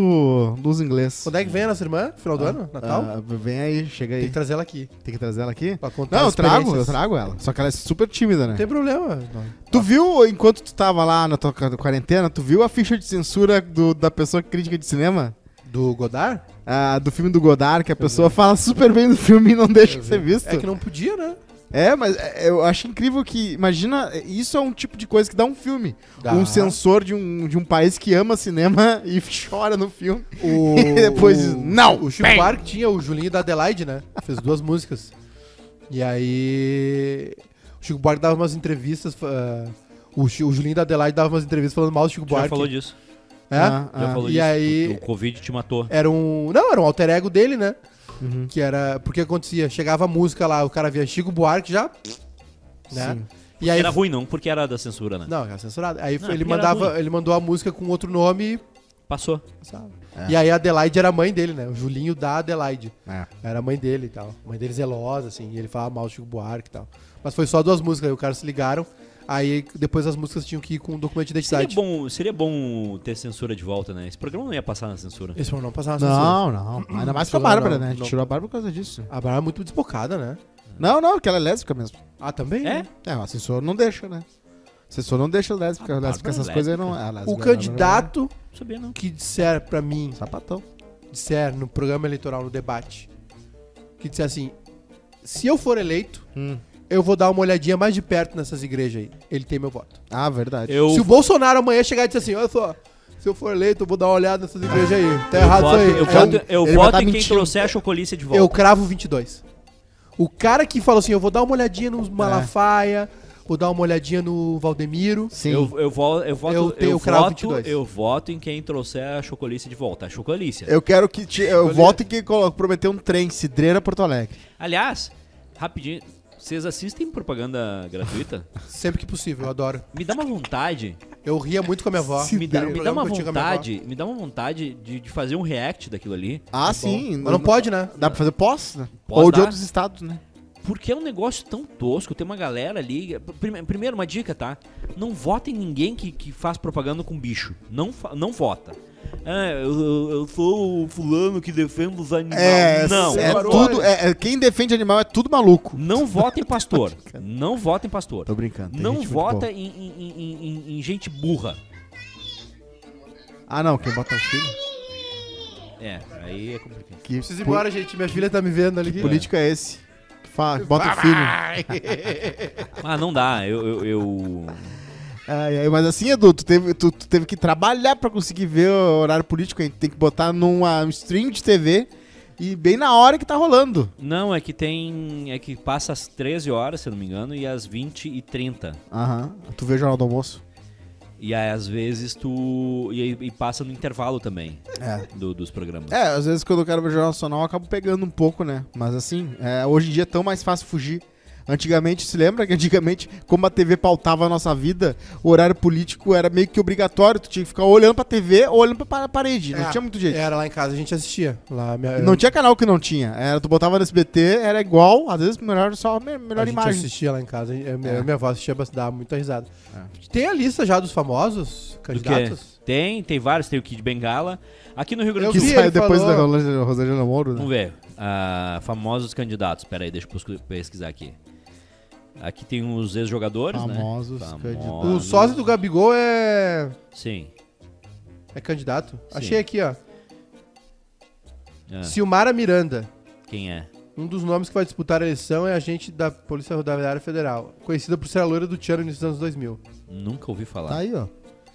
[SPEAKER 3] luso inglês.
[SPEAKER 2] Quando é que vem a nossa irmã? Final do ano? Natal?
[SPEAKER 3] Ah, vem aí, chega aí.
[SPEAKER 2] Tem que trazer ela aqui.
[SPEAKER 3] Tem que trazer ela aqui?
[SPEAKER 2] Pra contar
[SPEAKER 3] Não, eu
[SPEAKER 2] as
[SPEAKER 3] trago, eu
[SPEAKER 2] experiências.
[SPEAKER 3] trago ela. Só que ela é super tímida, né?
[SPEAKER 2] Não tem problema. não.
[SPEAKER 3] Tu viu, enquanto tu tava lá na tua ca- quarentena, tu viu a ficha de censura do- da pessoa crítica de cinema?
[SPEAKER 2] Do Godard?
[SPEAKER 3] Ah, do filme do Godard, que a pessoa fala super bem do filme e não deixa ser visto.
[SPEAKER 2] É que não podia, né?
[SPEAKER 3] É, mas é, eu acho incrível que. Imagina, isso é um tipo de coisa que dá um filme.
[SPEAKER 2] Dá.
[SPEAKER 3] Um (laughs) censor de um, de um país que ama cinema (laughs) e chora no filme.
[SPEAKER 2] O,
[SPEAKER 3] E depois diz, não,
[SPEAKER 2] O Chico Buarque tinha o Julinho da Adelaide, né? Fez duas músicas. E aí... O Chico Buarque dava umas entrevistas... ah, o, Chi- o Julinho da Adelaide dava umas entrevistas falando mal do Chico
[SPEAKER 1] Tu já
[SPEAKER 2] Buarque.
[SPEAKER 1] falou disso.
[SPEAKER 2] É?
[SPEAKER 3] Ah,
[SPEAKER 1] Já falou
[SPEAKER 2] e
[SPEAKER 1] disso.
[SPEAKER 2] aí-
[SPEAKER 1] O, o Covid te matou.
[SPEAKER 2] Era um... Não, era um alter ego dele, né?
[SPEAKER 3] Uhum.
[SPEAKER 2] Que era... Porque acontecia, chegava a música lá, o cara via Chico Buarque já... Né? E aí
[SPEAKER 1] Era ruim não, porque era da censura, né?
[SPEAKER 2] Não, era censurado. Aí
[SPEAKER 1] Não,
[SPEAKER 2] foi- ele
[SPEAKER 1] porque era
[SPEAKER 2] mandava,
[SPEAKER 1] ruim.
[SPEAKER 2] ele mandou a música com outro nome,
[SPEAKER 1] Passou.
[SPEAKER 2] sabe? E aí a Adelaide era a mãe dele, né? O Julinho da Adelaide.
[SPEAKER 3] É.
[SPEAKER 2] Era a mãe dele e tal. A mãe dele zelosa, assim, e ele falava mal do Chico Buarque e tal. Mas foi só duas músicas, aí o cara se ligaram. Aí depois as músicas tinham que ir com um documento de
[SPEAKER 1] Seria
[SPEAKER 2] identidade.
[SPEAKER 1] bom, seria bom ter censura de volta, né? Esse programa não ia passar na censura.
[SPEAKER 2] Esse programa não passava na censura.
[SPEAKER 3] Não, não. Ainda mais com a
[SPEAKER 2] Não,
[SPEAKER 3] Bárbara,
[SPEAKER 2] não,
[SPEAKER 3] né? A gente
[SPEAKER 2] não.
[SPEAKER 3] tirou a Bárbara por causa disso.
[SPEAKER 2] A Bárbara é muito desbocada, né?
[SPEAKER 3] Não, não, que ela é lésbica mesmo.
[SPEAKER 2] Ah, também?
[SPEAKER 1] É?
[SPEAKER 2] né?
[SPEAKER 3] É, o assessor não deixa, né? O assessor não deixa lésbica. lésbica,
[SPEAKER 1] Bárbara é
[SPEAKER 3] essas coisas não. é, lésbica,
[SPEAKER 2] O
[SPEAKER 3] lésbica,
[SPEAKER 2] candidato
[SPEAKER 1] Não sabia, não.
[SPEAKER 2] que disser pra mim,
[SPEAKER 3] lésbica, Sapatão.
[SPEAKER 2] disser no programa eleitoral, no debate, que disser assim: se eu for eleito,
[SPEAKER 1] Hum.
[SPEAKER 2] eu vou dar uma olhadinha mais de perto nessas igrejas aí. Ele tem meu voto.
[SPEAKER 3] Ah, verdade.
[SPEAKER 1] Eu,
[SPEAKER 2] Se o Bolsonaro amanhã chegar e dizer assim: olha só, se eu for eleito, eu vou dar uma olhada nessas igrejas aí. Tá errado
[SPEAKER 1] voto,
[SPEAKER 2] isso aí.
[SPEAKER 1] eu
[SPEAKER 2] É um-
[SPEAKER 1] voto, eu
[SPEAKER 3] ele vai
[SPEAKER 1] voto
[SPEAKER 3] tá
[SPEAKER 1] em quem
[SPEAKER 3] mentindo.
[SPEAKER 1] trouxer a chocolícia de
[SPEAKER 2] eu
[SPEAKER 1] volta.
[SPEAKER 2] cravo 22. O cara que fala assim: eu vou dar uma olhadinha nos
[SPEAKER 1] É.
[SPEAKER 2] Malafaia, vou dar uma olhadinha no Valdemiro.
[SPEAKER 3] Sim.
[SPEAKER 1] Eu, eu, vo- eu voto,
[SPEAKER 2] Eu
[SPEAKER 1] eu,
[SPEAKER 2] tenho o cravo
[SPEAKER 1] voto
[SPEAKER 2] 22.
[SPEAKER 1] eu voto em quem trouxer a chocolícia de volta. A chocolícia.
[SPEAKER 3] Eu quero que. Te, eu voto em quem colo- prometeu um trem, Cidreira Porto Alegre.
[SPEAKER 1] Aliás, rapidinho, vocês assistem propaganda gratuita?
[SPEAKER 2] Sempre que possível, eu adoro.
[SPEAKER 1] Me dá uma vontade.
[SPEAKER 2] Eu ria muito com a minha avó.
[SPEAKER 1] Me dá,
[SPEAKER 2] Era um
[SPEAKER 1] me dá
[SPEAKER 2] programa
[SPEAKER 1] uma
[SPEAKER 2] que eu tinha com a minha avó.
[SPEAKER 1] vontade. Me dá uma vontade de, de fazer um react daquilo ali.
[SPEAKER 3] Ah, sim.
[SPEAKER 2] Mas não pode, né?
[SPEAKER 3] Dá pra fazer pós, né?
[SPEAKER 1] Pós
[SPEAKER 3] Ou
[SPEAKER 1] dá.
[SPEAKER 3] de outros estados, né?
[SPEAKER 1] Porque é um negócio tão tosco, tem uma galera ali. Prime- primeiro, uma dica, tá? Não vota em ninguém que, que faz propaganda com bicho. Não, fa- não vota. Ah, eu, eu- eu sou o fulano que defende os animais.
[SPEAKER 3] É,
[SPEAKER 1] não,
[SPEAKER 3] é
[SPEAKER 1] não,
[SPEAKER 3] tudo. é- é- quem defende animal é tudo maluco.
[SPEAKER 1] não vota em pastor. Não vota em pastor.
[SPEAKER 3] Tô brincando, tem
[SPEAKER 1] Não
[SPEAKER 3] gente muito
[SPEAKER 1] vota
[SPEAKER 3] boa.
[SPEAKER 1] em, em- em- em- em- em gente burra.
[SPEAKER 3] Ah, não, quem bota o filho?
[SPEAKER 1] É, aí é complicado.
[SPEAKER 3] Que
[SPEAKER 2] Preciso ir embora, gente. Minha filha tá me vendo ali.
[SPEAKER 3] po- político é esse? Que fa- bota o filho.
[SPEAKER 1] Ah, não dá. Eu. eu, eu-
[SPEAKER 3] Ai, ai, mas assim, Edu, tu teve, tu, tu teve que trabalhar pra conseguir ver o horário político, a gente tem que botar num um stream de TV e bem na hora que tá rolando.
[SPEAKER 1] Não, é que tem. É que passa às 13 horas, se eu não me engano, e às 20 e 30.
[SPEAKER 3] Aham. Tu vê o Jornal do Almoço?
[SPEAKER 1] E aí, às vezes, tu. E, aí- e passa no intervalo também
[SPEAKER 3] É.
[SPEAKER 1] do- dos programas.
[SPEAKER 3] É, às vezes quando eu quero ver Jornal Nacional eu acabo pegando um pouco, né? Mas assim, é, hoje em dia é tão mais fácil fugir. Antigamente, se lembra que antigamente, como a TV pautava a nossa vida, o horário político era meio que obrigatório, tu tinha que ficar olhando pra TV ou olhando pra parede, não
[SPEAKER 2] É,
[SPEAKER 3] tinha muito jeito.
[SPEAKER 2] Era lá em casa, a gente assistia. Lá, minha,
[SPEAKER 3] Não
[SPEAKER 2] eu-
[SPEAKER 3] tinha canal que não tinha. Era, tu botava no SBT, era igual, às vezes melhor só me-
[SPEAKER 2] a
[SPEAKER 3] melhor
[SPEAKER 2] gente
[SPEAKER 3] imagem.
[SPEAKER 2] assistia lá em casa. a gente- a Minha, minha avó assistia bastante, dava muita risada. Tem a lista já dos famosos
[SPEAKER 1] Do quê?
[SPEAKER 2] candidatos?
[SPEAKER 1] Tem, tem vários. Tem o Kid Bengala. Aqui no Rio Grande do
[SPEAKER 2] Eu
[SPEAKER 3] Que
[SPEAKER 1] Sul.
[SPEAKER 2] vi,
[SPEAKER 3] saiu
[SPEAKER 2] ele
[SPEAKER 3] depois
[SPEAKER 2] falou.
[SPEAKER 3] da Rosângela- Rosângela Moro, né?
[SPEAKER 1] Vamos ver. Ah, famosos candidatos. Pera aí, deixa eu pesqui- pesquisar aqui. Aqui tem os ex-jogadores,
[SPEAKER 3] Famosos
[SPEAKER 1] né?
[SPEAKER 3] candidatos.
[SPEAKER 2] O sócio do Gabigol é.
[SPEAKER 1] Sim.
[SPEAKER 2] É candidato?
[SPEAKER 1] Sim.
[SPEAKER 2] Achei aqui, ó.
[SPEAKER 1] Ah,
[SPEAKER 2] Silmara Miranda.
[SPEAKER 1] Quem é?
[SPEAKER 2] Um dos nomes que vai disputar a eleição é agente da Polícia Rodoviária Federal, conhecida por ser a loira do Tiano nos anos 2000.
[SPEAKER 1] Nunca ouvi falar.
[SPEAKER 3] Tá aí, ó.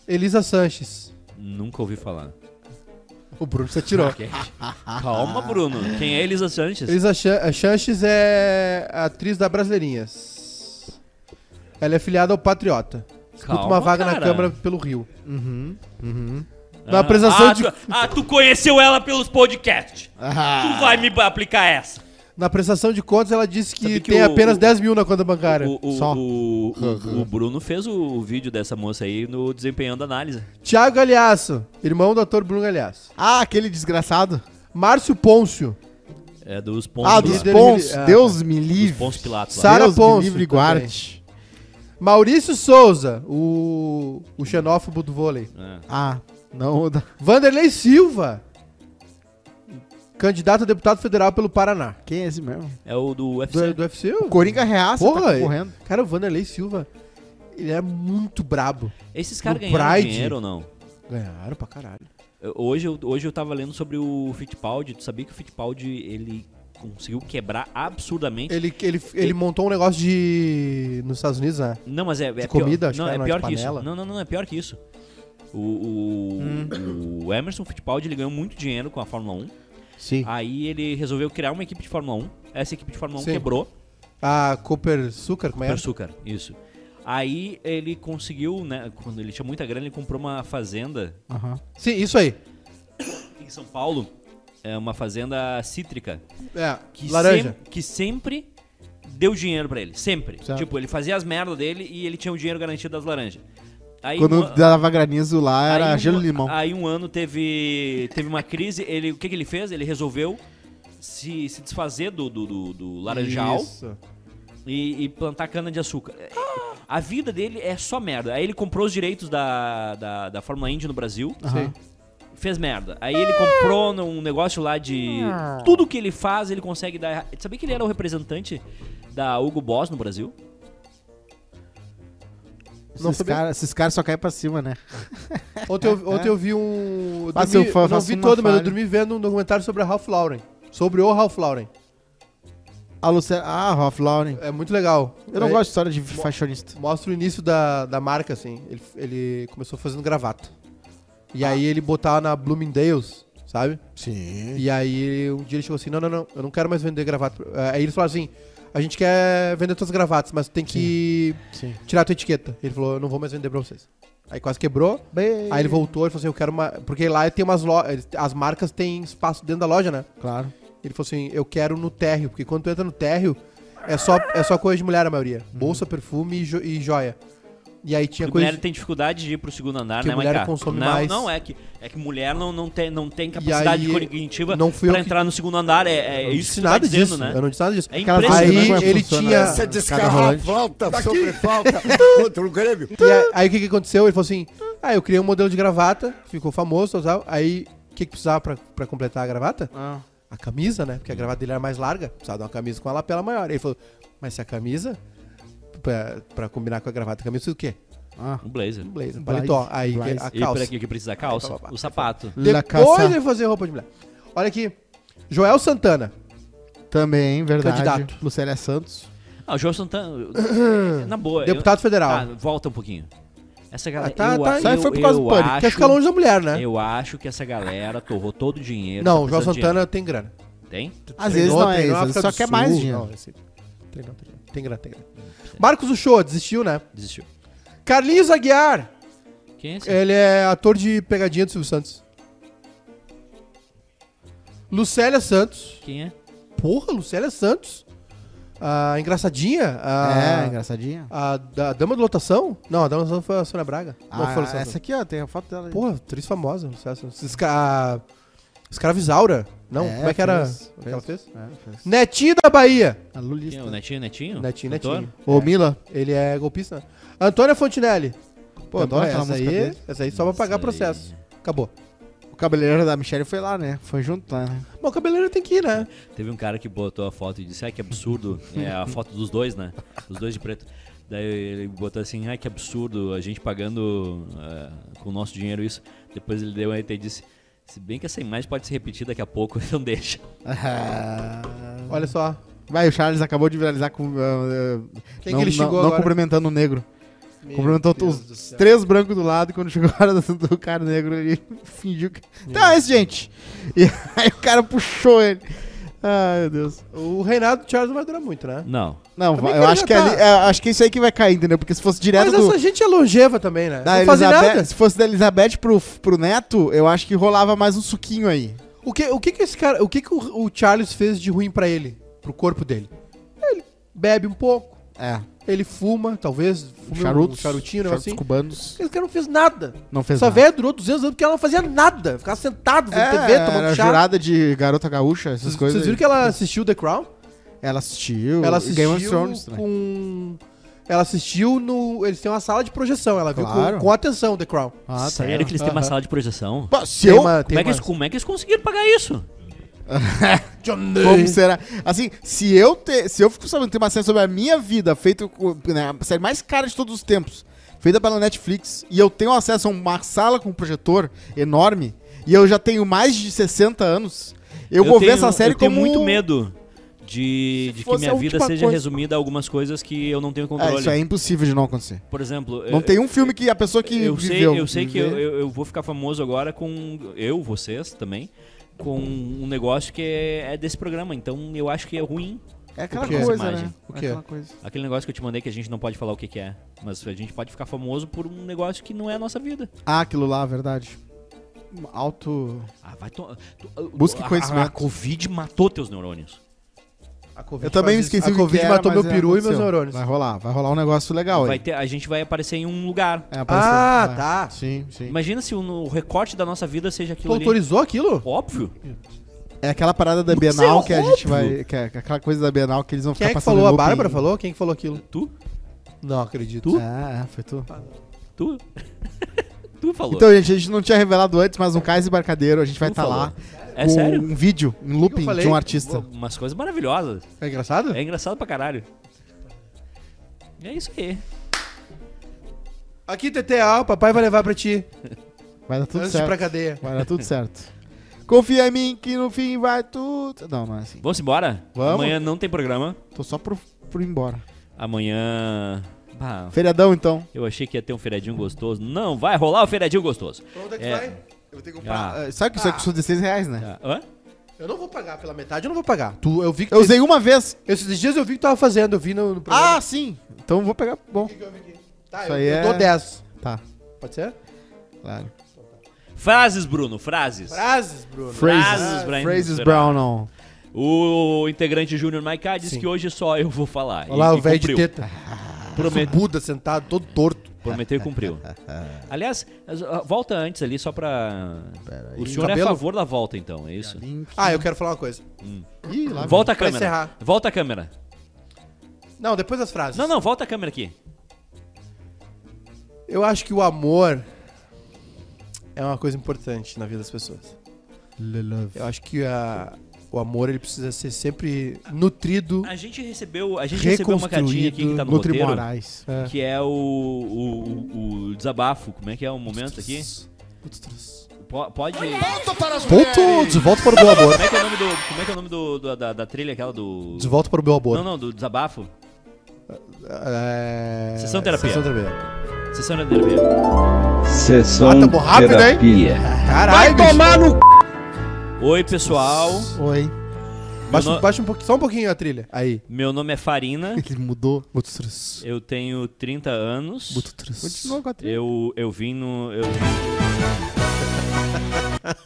[SPEAKER 2] Elisa Sanches.
[SPEAKER 1] Nunca ouvi falar.
[SPEAKER 2] O Bruno se
[SPEAKER 1] (laughs)
[SPEAKER 2] atirou.
[SPEAKER 1] Quem- Calma, Bruno. Quem é Elisa Sanches?
[SPEAKER 2] Elisa Chan- Sanches é atriz da Brasileirinhas. Ela é filiada ao Patriota. Disputa
[SPEAKER 1] Calma,
[SPEAKER 2] uma vaga na
[SPEAKER 1] cara.
[SPEAKER 2] Câmara pelo Rio.
[SPEAKER 1] Ah,
[SPEAKER 2] Na apresentação
[SPEAKER 1] ah,
[SPEAKER 2] de...
[SPEAKER 1] tu- ah, tu conheceu ela pelos podcasts.
[SPEAKER 3] Ah,
[SPEAKER 1] Tu vai me aplicar essa.
[SPEAKER 2] Na prestação de contas, ela disse que,
[SPEAKER 1] Sabe que
[SPEAKER 2] tem
[SPEAKER 1] o-
[SPEAKER 2] apenas
[SPEAKER 1] o-
[SPEAKER 2] 10 mil na conta bancária.
[SPEAKER 1] O, o-
[SPEAKER 3] só.
[SPEAKER 1] o- o- o Bruno fez o, o vídeo dessa moça aí no Desempenhando Análise.
[SPEAKER 2] Tiago Galhaço, irmão do ator Bruno Galhaço.
[SPEAKER 3] Ah, aquele desgraçado.
[SPEAKER 2] Márcio Pôncio,
[SPEAKER 1] É dos pontos
[SPEAKER 3] Ah, tá.
[SPEAKER 1] lá.
[SPEAKER 3] dos
[SPEAKER 2] Líder
[SPEAKER 3] Pons.
[SPEAKER 2] mili- ah,
[SPEAKER 3] Deus me livre.
[SPEAKER 1] Dos pontos Pilatos. lá.
[SPEAKER 2] Sa- Sara
[SPEAKER 3] Deus me
[SPEAKER 2] Ponce
[SPEAKER 3] livre e
[SPEAKER 2] também.
[SPEAKER 3] guarde.
[SPEAKER 2] Maurício Souza, o, o xenófobo do vôlei.
[SPEAKER 1] É.
[SPEAKER 3] Ah, não. da-
[SPEAKER 2] Vanderlei Silva, candidato a deputado federal pelo Paraná.
[SPEAKER 3] Quem é esse mesmo?
[SPEAKER 1] É o do UFC.
[SPEAKER 2] Do, do UFC?
[SPEAKER 3] O Coringa reaça,
[SPEAKER 2] Porra,
[SPEAKER 3] tá correndo.
[SPEAKER 2] Cara, o Vanderlei Silva, ele é muito brabo.
[SPEAKER 1] Esses caras
[SPEAKER 2] do
[SPEAKER 1] ganharam
[SPEAKER 2] Pride.
[SPEAKER 1] dinheiro ou não?
[SPEAKER 2] Ganharam pra caralho.
[SPEAKER 1] Eu- Hoje eu, hoje eu tava lendo sobre o Fittipaldi. Tu sabia que o Fittipaldi, ele conseguiu quebrar absurdamente...
[SPEAKER 2] Ele, ele, ele montou um negócio de... nos Estados Unidos, né?
[SPEAKER 1] Não, mas é, é pior-
[SPEAKER 2] comida, acho
[SPEAKER 1] não,
[SPEAKER 2] que
[SPEAKER 1] é
[SPEAKER 2] era,
[SPEAKER 1] pior
[SPEAKER 2] de
[SPEAKER 1] que isso.
[SPEAKER 2] panela.
[SPEAKER 1] Não, não, não, é pior que isso. O, o,
[SPEAKER 2] Hum.
[SPEAKER 1] o Emerson Fittipaldi, ele ganhou muito dinheiro com a Fórmula 1.
[SPEAKER 3] Sim.
[SPEAKER 1] Aí ele resolveu criar uma equipe de Fórmula 1. Essa equipe de Fórmula 1
[SPEAKER 2] Sim.
[SPEAKER 1] quebrou.
[SPEAKER 2] A Cooper Sucar, como é?
[SPEAKER 1] Açúcar, isso. Aí ele conseguiu, né? Quando ele tinha muita grana, ele comprou uma fazenda
[SPEAKER 2] Sim, isso aí.
[SPEAKER 1] em São Paulo. É uma fazenda cítrica.
[SPEAKER 2] É,
[SPEAKER 1] Que
[SPEAKER 2] laranja.
[SPEAKER 1] sem- que sempre deu dinheiro pra ele. Sempre.
[SPEAKER 3] Certo.
[SPEAKER 1] Tipo, ele fazia as merdas dele e ele tinha o dinheiro garantido das laranjas. Aí,
[SPEAKER 3] Quando
[SPEAKER 1] uma-
[SPEAKER 3] dava granizo lá, era
[SPEAKER 1] aí
[SPEAKER 3] gelo
[SPEAKER 1] um,
[SPEAKER 3] e limão.
[SPEAKER 1] Aí um ano teve, teve uma crise. Ele, o que, que ele fez? Ele resolveu se, se desfazer do, do, do- do laranjal.
[SPEAKER 2] Isso.
[SPEAKER 1] e, e plantar cana-de-açúcar. É, A vida dele é só merda. Aí ele comprou os direitos da, da, da Fórmula Indy no Brasil,
[SPEAKER 2] Sim.
[SPEAKER 1] fez merda. Aí ele comprou um negócio lá de. Tudo que ele faz, ele consegue dar. erra- Sabia que ele era o representante da Hugo Boss no Brasil?
[SPEAKER 2] Não
[SPEAKER 3] Esses
[SPEAKER 2] sabia.
[SPEAKER 3] caras esses caras só caem pra cima, né?
[SPEAKER 2] Ontem
[SPEAKER 3] É,
[SPEAKER 2] eu, ontem eu vi um. eu
[SPEAKER 3] Faça
[SPEAKER 2] dormi-
[SPEAKER 3] eu fa-
[SPEAKER 2] eu não
[SPEAKER 3] faça
[SPEAKER 2] vi
[SPEAKER 3] uma
[SPEAKER 2] todo, mas eu
[SPEAKER 3] falha.
[SPEAKER 2] dormi vendo um documentário sobre a Ralph Lauren. Sobre o Ralph Lauren.
[SPEAKER 3] A Luciana... Ah, Ralph Lauren.
[SPEAKER 2] É muito legal.
[SPEAKER 3] Eu não
[SPEAKER 2] É-
[SPEAKER 3] gosto de história de fashionista.
[SPEAKER 2] Mostra o início da, da marca, assim. Ele, ele começou fazendo gravata. E
[SPEAKER 3] Ah.
[SPEAKER 2] aí ele botava na Bloomingdale's, sabe?
[SPEAKER 3] Sim.
[SPEAKER 2] E aí um dia ele chegou assim: não, não, não, eu não quero mais vender gravata. pra- Aí eles falaram assim: a gente quer vender todas as gravatas, mas tem que
[SPEAKER 3] Sim.
[SPEAKER 2] tirar a tua etiqueta. Ele falou: eu não vou mais vender pra vocês. Aí quase quebrou.
[SPEAKER 3] Bem-
[SPEAKER 2] Aí ele voltou e falou assim: eu quero uma. Porque lá tem umas lojas. As marcas têm espaço dentro da loja, né?
[SPEAKER 3] Claro.
[SPEAKER 2] Ele falou assim: eu quero no térreo, porque quando tu entra no térreo, é só, é só coisa de mulher a maioria.
[SPEAKER 1] Uhum.
[SPEAKER 2] Bolsa, perfume e, jo- e joia. E aí tinha
[SPEAKER 1] Porque
[SPEAKER 2] coisa.
[SPEAKER 1] mulher tem dificuldade de ir pro segundo andar,
[SPEAKER 2] Que
[SPEAKER 1] né,
[SPEAKER 2] mulher
[SPEAKER 1] Maiká?
[SPEAKER 2] consome
[SPEAKER 1] não,
[SPEAKER 2] mais.
[SPEAKER 1] Não, é que, é que mulher não, não, tem, não tem capacidade
[SPEAKER 2] aí,
[SPEAKER 1] cognitiva
[SPEAKER 2] não fui eu
[SPEAKER 1] pra
[SPEAKER 2] que-
[SPEAKER 1] entrar no segundo andar. É, é
[SPEAKER 2] Eu não
[SPEAKER 1] isso
[SPEAKER 2] disse
[SPEAKER 1] que tá
[SPEAKER 2] nada
[SPEAKER 1] dizendo,
[SPEAKER 2] disso.
[SPEAKER 1] né?
[SPEAKER 2] Eu não disse nada disso.
[SPEAKER 1] É
[SPEAKER 3] Aquelas
[SPEAKER 1] impressionante.
[SPEAKER 3] coisas,
[SPEAKER 2] Aí
[SPEAKER 3] né, como é que
[SPEAKER 2] ele
[SPEAKER 3] funciona
[SPEAKER 2] tinha-
[SPEAKER 3] a
[SPEAKER 8] Essa
[SPEAKER 3] escada rolante.
[SPEAKER 8] descarravolta sobre falta contra o Grêmio.
[SPEAKER 2] Aí o que, que aconteceu? Ele falou assim: Aí eu criei um modelo de gravata, ficou famoso, tal, tal. Aí o que, que precisava pra, pra completar a gravata? A camisa, né? Porque a gravata dele era mais larga, precisava de uma camisa com a lapela maior. Ele falou, mas se a camisa, pra, pra combinar com a gravata, a camisa precisa o quê?
[SPEAKER 3] Ah,
[SPEAKER 1] Um blazer.
[SPEAKER 2] Um blazer, um paletó. Aí que- a
[SPEAKER 1] E por
[SPEAKER 2] calça.
[SPEAKER 1] aqui que precisa a calça,
[SPEAKER 2] Aí, pá, pá, pá.
[SPEAKER 1] o sapato.
[SPEAKER 3] La
[SPEAKER 2] Depois
[SPEAKER 3] Casa.
[SPEAKER 2] ele fazer roupa de mulher. Olha aqui, Joel Santana.
[SPEAKER 3] Também, verdade.
[SPEAKER 2] Candidato.
[SPEAKER 3] Lucélia Santos.
[SPEAKER 1] Ah, o João Santana. na boa. eu-
[SPEAKER 2] Deputado federal.
[SPEAKER 1] Tá, volta um pouquinho. Essa galera.
[SPEAKER 2] Ah, tá,
[SPEAKER 1] eu,
[SPEAKER 2] tá,
[SPEAKER 1] eu,
[SPEAKER 2] isso
[SPEAKER 3] aí foi por causa
[SPEAKER 1] eu
[SPEAKER 3] do pânico.
[SPEAKER 1] Acho,
[SPEAKER 2] Quer ficar longe da mulher, né?
[SPEAKER 1] Eu acho que essa galera torrou todo o dinheiro.
[SPEAKER 2] não,
[SPEAKER 1] tá
[SPEAKER 2] o Joel
[SPEAKER 1] precisando de
[SPEAKER 2] Santana tem grana.
[SPEAKER 1] dinheiro. Tem?
[SPEAKER 3] Às vezes não é isso, às vezes
[SPEAKER 2] África
[SPEAKER 3] só
[SPEAKER 2] do
[SPEAKER 3] quer
[SPEAKER 2] Sul.
[SPEAKER 3] mais dinheiro.
[SPEAKER 2] Não, esse- Tem grana, tem grana. Tem grana, tem grana. Marcos Uchoa, desistiu, né?
[SPEAKER 1] Desistiu.
[SPEAKER 2] Carlinhos Aguiar.
[SPEAKER 1] Quem é esse?
[SPEAKER 2] Ele é ator de pegadinha do Silvio Santos. Lucélia Santos.
[SPEAKER 1] Quem é?
[SPEAKER 2] Porra, Lucélia Santos. A engraçadinha. Ah, A,
[SPEAKER 3] É, engraçadinha.
[SPEAKER 2] a da Dama de Lotação. Não, a Dama de Lotação foi a Sônia Braga. Não,
[SPEAKER 3] Ah,
[SPEAKER 2] foi a Lucélia
[SPEAKER 3] essa é-
[SPEAKER 2] Santos.
[SPEAKER 3] aqui, ó, tem a foto dela. aí.
[SPEAKER 2] Porra, atriz famosa. Lucélia Santos. Esca... Escravizaura. Não,
[SPEAKER 3] É,
[SPEAKER 2] como é que era?
[SPEAKER 3] fez,
[SPEAKER 2] o que ela fez?
[SPEAKER 3] É, fez.
[SPEAKER 2] Netinho da Bahia.
[SPEAKER 3] A
[SPEAKER 1] Quem é? O
[SPEAKER 3] Lulista.
[SPEAKER 1] Netinho, Netinho?
[SPEAKER 2] né? Netinho,
[SPEAKER 1] Doutor?
[SPEAKER 2] Netinho.
[SPEAKER 3] Ô, Mila.
[SPEAKER 2] Ele é golpista. né? Antônia Fontinelli. Pô,
[SPEAKER 3] Eu adoro
[SPEAKER 2] Antônia,
[SPEAKER 3] aquela
[SPEAKER 2] essa
[SPEAKER 3] música
[SPEAKER 2] aí,
[SPEAKER 3] dele.
[SPEAKER 2] essa aí só pra pagar
[SPEAKER 1] aí.
[SPEAKER 2] processo. Acabou.
[SPEAKER 3] né? O cabeleireiro da Michelle foi lá, né? Foi junto lá, né?
[SPEAKER 2] (laughs) Bom, o cabeleireiro tem que ir, né?
[SPEAKER 1] Teve um cara que botou a foto e disse, ai que absurdo, é a foto dos dois, né? Os dois de preto. Daí ele botou assim, ai que absurdo, a gente pagando eh, com o nosso dinheiro isso. Depois ele deu um RT e disse, se bem que essa imagem pode se repetir daqui a pouco, (laughs) então deixa.
[SPEAKER 2] Olha só.
[SPEAKER 3] Vai, o Charles acabou de viralizar com. ah, ah,
[SPEAKER 2] Quem
[SPEAKER 3] não,
[SPEAKER 2] que ele
[SPEAKER 3] não-
[SPEAKER 2] xingou
[SPEAKER 3] não
[SPEAKER 2] agora? Tá.
[SPEAKER 3] cumprimentando o negro. cumprimentou
[SPEAKER 2] Deus do
[SPEAKER 3] os
[SPEAKER 2] céu.
[SPEAKER 3] três brancos do lado e quando chegou a hora do, do cara negro, ele (laughs) fingiu que. Então é isso, gente. E (laughs) aí o cara puxou ele. Ai, meu Deus.
[SPEAKER 2] O reinado do Charles não vai durar muito, né?
[SPEAKER 1] Não,
[SPEAKER 3] Não,
[SPEAKER 2] Também
[SPEAKER 3] vai-
[SPEAKER 2] que
[SPEAKER 3] eu
[SPEAKER 2] ele
[SPEAKER 3] acho
[SPEAKER 2] já
[SPEAKER 3] que,
[SPEAKER 2] tá-
[SPEAKER 3] ali, é, acho que é isso aí que vai cair, entendeu? Porque se fosse direto
[SPEAKER 2] Mas
[SPEAKER 3] do,
[SPEAKER 2] essa gente é longeva também, né?
[SPEAKER 3] da
[SPEAKER 2] não fazem
[SPEAKER 3] Elizabeth,
[SPEAKER 2] nada.
[SPEAKER 3] se fosse da Elizabeth pro, pro Neto, eu acho que rolava mais um suquinho aí.
[SPEAKER 2] O que, o que que esse cara... O que que o, o Charles fez de ruim pra ele? Pro corpo dele? Ele bebe um pouco.
[SPEAKER 3] É,
[SPEAKER 2] Ele fuma, talvez. Fuma
[SPEAKER 3] charutos,
[SPEAKER 2] Um charutinho, um
[SPEAKER 3] charutos
[SPEAKER 2] negócio assim.
[SPEAKER 3] cubanos.
[SPEAKER 2] Esse cara não fez nada.
[SPEAKER 3] Não fez
[SPEAKER 2] Essa
[SPEAKER 3] nada.
[SPEAKER 2] velha durou 200 anos porque ela não fazia nada. Ficava sentado, vendo
[SPEAKER 3] É,
[SPEAKER 2] TV,
[SPEAKER 3] era
[SPEAKER 2] tomando um chá.
[SPEAKER 3] jurada de garota gaúcha, essas
[SPEAKER 2] Vocês
[SPEAKER 3] coisas.
[SPEAKER 2] vocês viram que ela assistiu The Crown?
[SPEAKER 3] Ela assistiu. e
[SPEAKER 2] Ela assistiu
[SPEAKER 3] Game of Thrones né? também.
[SPEAKER 2] com... Ela assistiu no... Eles têm uma sala de projeção. Ela viu
[SPEAKER 3] Claro.
[SPEAKER 2] com, com atenção The Crown.
[SPEAKER 3] Ah, tá aí,
[SPEAKER 1] sério
[SPEAKER 3] ó.
[SPEAKER 1] que eles têm uma sala de projeção?
[SPEAKER 3] Pô, se
[SPEAKER 2] Tem
[SPEAKER 3] eu,
[SPEAKER 2] uma- tem
[SPEAKER 1] Como é, que
[SPEAKER 2] uma-
[SPEAKER 1] eles, como é que eles conseguiram pagar isso?
[SPEAKER 3] Como será? Assim, se eu ter, se eu fico sabendo que tem uma série sobre a minha vida, feita com- né, a série mais cara de todos os tempos, feita pela Netflix, e eu tenho acesso a uma sala com um projetor enorme, e eu já tenho mais de 60 anos, eu, vou
[SPEAKER 1] tenho-
[SPEAKER 3] ver essa série
[SPEAKER 1] eu tenho
[SPEAKER 3] como um
[SPEAKER 1] muito medo de, de que
[SPEAKER 3] fosse
[SPEAKER 1] minha
[SPEAKER 3] a
[SPEAKER 1] vida
[SPEAKER 3] última
[SPEAKER 1] seja
[SPEAKER 3] coisa.
[SPEAKER 1] resumida a algumas coisas que eu não tenho
[SPEAKER 3] É,
[SPEAKER 1] controle.
[SPEAKER 3] isso é impossível de não acontecer.
[SPEAKER 1] Por exemplo,
[SPEAKER 3] Não
[SPEAKER 1] eh,
[SPEAKER 3] tem um filme que a pessoa que
[SPEAKER 1] eu sei,
[SPEAKER 3] viveu.
[SPEAKER 1] eu sei que eu,
[SPEAKER 3] viver-
[SPEAKER 1] eu- eu vou ficar famoso agora com eu, vocês também, com um negócio que é, é desse programa. Então eu acho que é ruim
[SPEAKER 3] É aquela
[SPEAKER 2] O quê?
[SPEAKER 3] coisa,
[SPEAKER 1] Imagem.
[SPEAKER 3] né?
[SPEAKER 2] O
[SPEAKER 3] É
[SPEAKER 2] quê?
[SPEAKER 3] aquela coisa.
[SPEAKER 1] aquele negócio que eu te mandei que a gente não pode falar o que, que é, mas a gente pode ficar famoso por um negócio que não é a nossa vida.
[SPEAKER 3] Ah, aquilo lá, verdade. Um Alto.
[SPEAKER 1] Ah, vai to... tu-
[SPEAKER 3] Busque
[SPEAKER 1] a-
[SPEAKER 3] conhecimento.
[SPEAKER 1] A, a covid matou teus neurônios.
[SPEAKER 2] A Covid
[SPEAKER 3] Eu também me
[SPEAKER 2] faz isso.
[SPEAKER 3] esqueci o
[SPEAKER 2] A
[SPEAKER 3] que
[SPEAKER 2] Covid
[SPEAKER 3] que era,
[SPEAKER 2] matou
[SPEAKER 3] Ah, mas é,
[SPEAKER 2] meu peru e meus
[SPEAKER 3] aconteceu.
[SPEAKER 2] neurônios.
[SPEAKER 3] Vai rolar, vai rolar um negócio legal
[SPEAKER 1] Vai
[SPEAKER 3] aí.
[SPEAKER 1] ter, a gente vai aparecer em um lugar.
[SPEAKER 3] É, apareceu.
[SPEAKER 2] Ah,
[SPEAKER 3] Vai.
[SPEAKER 2] tá.
[SPEAKER 3] Sim, sim.
[SPEAKER 1] Imagina se o, o recorte da nossa vida seja
[SPEAKER 2] Tu
[SPEAKER 1] aquilo ali.
[SPEAKER 2] autorizou aquilo?
[SPEAKER 1] Óbvio.
[SPEAKER 3] É aquela parada da
[SPEAKER 1] Mas
[SPEAKER 3] Bienal
[SPEAKER 1] é
[SPEAKER 3] que a
[SPEAKER 1] óbvio.
[SPEAKER 3] gente vai. Que é aquela coisa da Bienal que eles vão ficar
[SPEAKER 2] Quem é que
[SPEAKER 3] passando.
[SPEAKER 2] falou? A
[SPEAKER 3] looping.
[SPEAKER 2] Bárbara falou? Quem que falou aquilo?
[SPEAKER 1] Tu?
[SPEAKER 2] Não acredito.
[SPEAKER 3] É, é, foi tu.
[SPEAKER 1] Tu? (laughs) tu falou.
[SPEAKER 3] Então, gente, a gente não tinha revelado antes, mas um Cais Embarcadeiro, a gente vai
[SPEAKER 1] Tu
[SPEAKER 3] estar
[SPEAKER 1] falou.
[SPEAKER 3] lá.
[SPEAKER 1] É
[SPEAKER 3] com
[SPEAKER 1] sério?
[SPEAKER 3] Um vídeo, um looping
[SPEAKER 2] falei?
[SPEAKER 3] de um artista.
[SPEAKER 1] Umas coisas maravilhosas.
[SPEAKER 2] É engraçado?
[SPEAKER 1] É engraçado pra caralho. É isso aí.
[SPEAKER 2] Aqui, TTA, o papai vai levar pra ti.
[SPEAKER 3] Vai dar tudo
[SPEAKER 2] antes de ir
[SPEAKER 3] certo.
[SPEAKER 2] pra cadeia.
[SPEAKER 3] Vai dar tudo certo. Confia em mim que no fim vai tudo. Não, não é assim.
[SPEAKER 1] Vamos embora?
[SPEAKER 3] Vamos.
[SPEAKER 1] Amanhã não tem programa.
[SPEAKER 3] Tô só por, por ir embora.
[SPEAKER 1] Amanhã. Bah,
[SPEAKER 3] Feriadão, então.
[SPEAKER 1] eu achei que ia ter um feriadinho gostoso. Não, vai rolar o feriadinho gostoso.
[SPEAKER 2] Onde é que
[SPEAKER 1] É.
[SPEAKER 2] vai? Eu vou ter que eh,
[SPEAKER 1] Ah,
[SPEAKER 3] Ah, Sabe que isso aí custou 16 reais, né?
[SPEAKER 1] ah, hã?
[SPEAKER 2] Eu não vou pagar pela metade, eu não vou pagar. Tu, eu vi que
[SPEAKER 3] Eu usei uma vez.
[SPEAKER 2] Esses dias eu vi que tu tava fazendo, eu vi no, no programa.
[SPEAKER 3] Ah, sim. Então eu vou pegar. Bom,
[SPEAKER 2] tá,
[SPEAKER 3] isso
[SPEAKER 2] eu,
[SPEAKER 3] aí
[SPEAKER 2] eu
[SPEAKER 3] é-
[SPEAKER 2] dou 10.
[SPEAKER 3] tá.
[SPEAKER 2] Pode ser?
[SPEAKER 3] Claro.
[SPEAKER 1] Frases, Bruno, frases.
[SPEAKER 2] Frases, Bruno.
[SPEAKER 1] Frases, Brian.
[SPEAKER 3] Phrases Ah, Brown, não.
[SPEAKER 1] O integrante Júnior Maiká disse que hoje só eu vou falar.
[SPEAKER 2] Olha lá,
[SPEAKER 1] E-
[SPEAKER 2] o
[SPEAKER 1] e
[SPEAKER 2] velho de
[SPEAKER 1] cumpriu. Ah.
[SPEAKER 2] teta.
[SPEAKER 1] Promet-
[SPEAKER 2] Buda sentado, todo torto.
[SPEAKER 1] Prometeu e cumpriu. Aliás, as- ah, volta antes ali só pra. O senhor é a
[SPEAKER 2] Cabelo?
[SPEAKER 1] favor da volta, então, é isso?
[SPEAKER 2] Ah, eu quero falar uma coisa.
[SPEAKER 3] Ih, lá
[SPEAKER 1] Volta a
[SPEAKER 2] Pra
[SPEAKER 1] câmera.
[SPEAKER 2] encerrar.
[SPEAKER 1] Volta a câmera.
[SPEAKER 2] Não, depois das frases.
[SPEAKER 1] Não, não, volta a câmera aqui.
[SPEAKER 2] Eu acho que o amor é uma coisa importante na vida das pessoas. Eu acho que a- o amor ele precisa ser sempre nutrido.
[SPEAKER 1] A gente recebeu, a gente recebeu uma cartinha aqui que
[SPEAKER 3] Reconstruído
[SPEAKER 1] tá no
[SPEAKER 3] no
[SPEAKER 1] roteiro,
[SPEAKER 3] Trimorais.
[SPEAKER 2] É.
[SPEAKER 1] que é o, o, o- o desabafo. Como é que é o momento aqui? Po- pode. Como
[SPEAKER 2] Ponto, de volta para o meu amor.
[SPEAKER 1] é que é o nome do, como é que é o nome do, do- da, da trilha aquela do
[SPEAKER 2] De volta para o meu amor.
[SPEAKER 1] Não, não, do desabafo.
[SPEAKER 2] É...
[SPEAKER 1] Sessão terapia.
[SPEAKER 2] Sessão terapia.
[SPEAKER 1] Sessão de terapia.
[SPEAKER 8] Sessão
[SPEAKER 3] tá
[SPEAKER 2] Ah, tamo rápido, hein?
[SPEAKER 8] terapia.
[SPEAKER 2] Caralho, bicho.
[SPEAKER 1] Oi, pessoal.
[SPEAKER 3] Oi.
[SPEAKER 2] Baixa,
[SPEAKER 1] Meu no-
[SPEAKER 2] baixa um pouquinho, só um pouquinho a trilha. Aí.
[SPEAKER 1] Meu nome é Farina. (laughs)
[SPEAKER 3] Ele mudou.
[SPEAKER 2] Butstrus.
[SPEAKER 1] Eu tenho 30 anos.
[SPEAKER 3] Continua com a trilha.
[SPEAKER 1] Eu, eu vim no. Eu,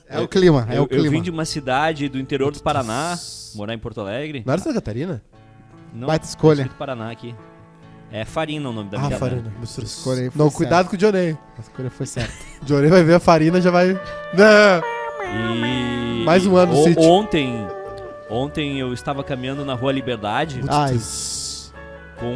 [SPEAKER 3] É o clima, é
[SPEAKER 2] Ah,
[SPEAKER 1] eu-
[SPEAKER 3] o
[SPEAKER 1] eu vim
[SPEAKER 3] clima.
[SPEAKER 1] de uma cidade do interior do Paraná, morar em Porto Alegre.
[SPEAKER 2] Não é era Santa Catarina?
[SPEAKER 1] Não,
[SPEAKER 3] Baita escolha.
[SPEAKER 1] escrito Paraná aqui. É Farina o nome da
[SPEAKER 2] ah,
[SPEAKER 1] minha
[SPEAKER 2] Farina. Butstrus.
[SPEAKER 3] Escolha aí, foi
[SPEAKER 2] Não,
[SPEAKER 3] certo.
[SPEAKER 2] cuidado com o Johnny.
[SPEAKER 3] A escolha foi certa.
[SPEAKER 2] Johnny vai ver a Farina já vai. Não!
[SPEAKER 1] E
[SPEAKER 2] Mais um ano no
[SPEAKER 1] o-
[SPEAKER 2] sítio.
[SPEAKER 1] Ontem, ontem eu estava caminhando na Rua Liberdade
[SPEAKER 2] Ah.
[SPEAKER 3] Ai,
[SPEAKER 1] com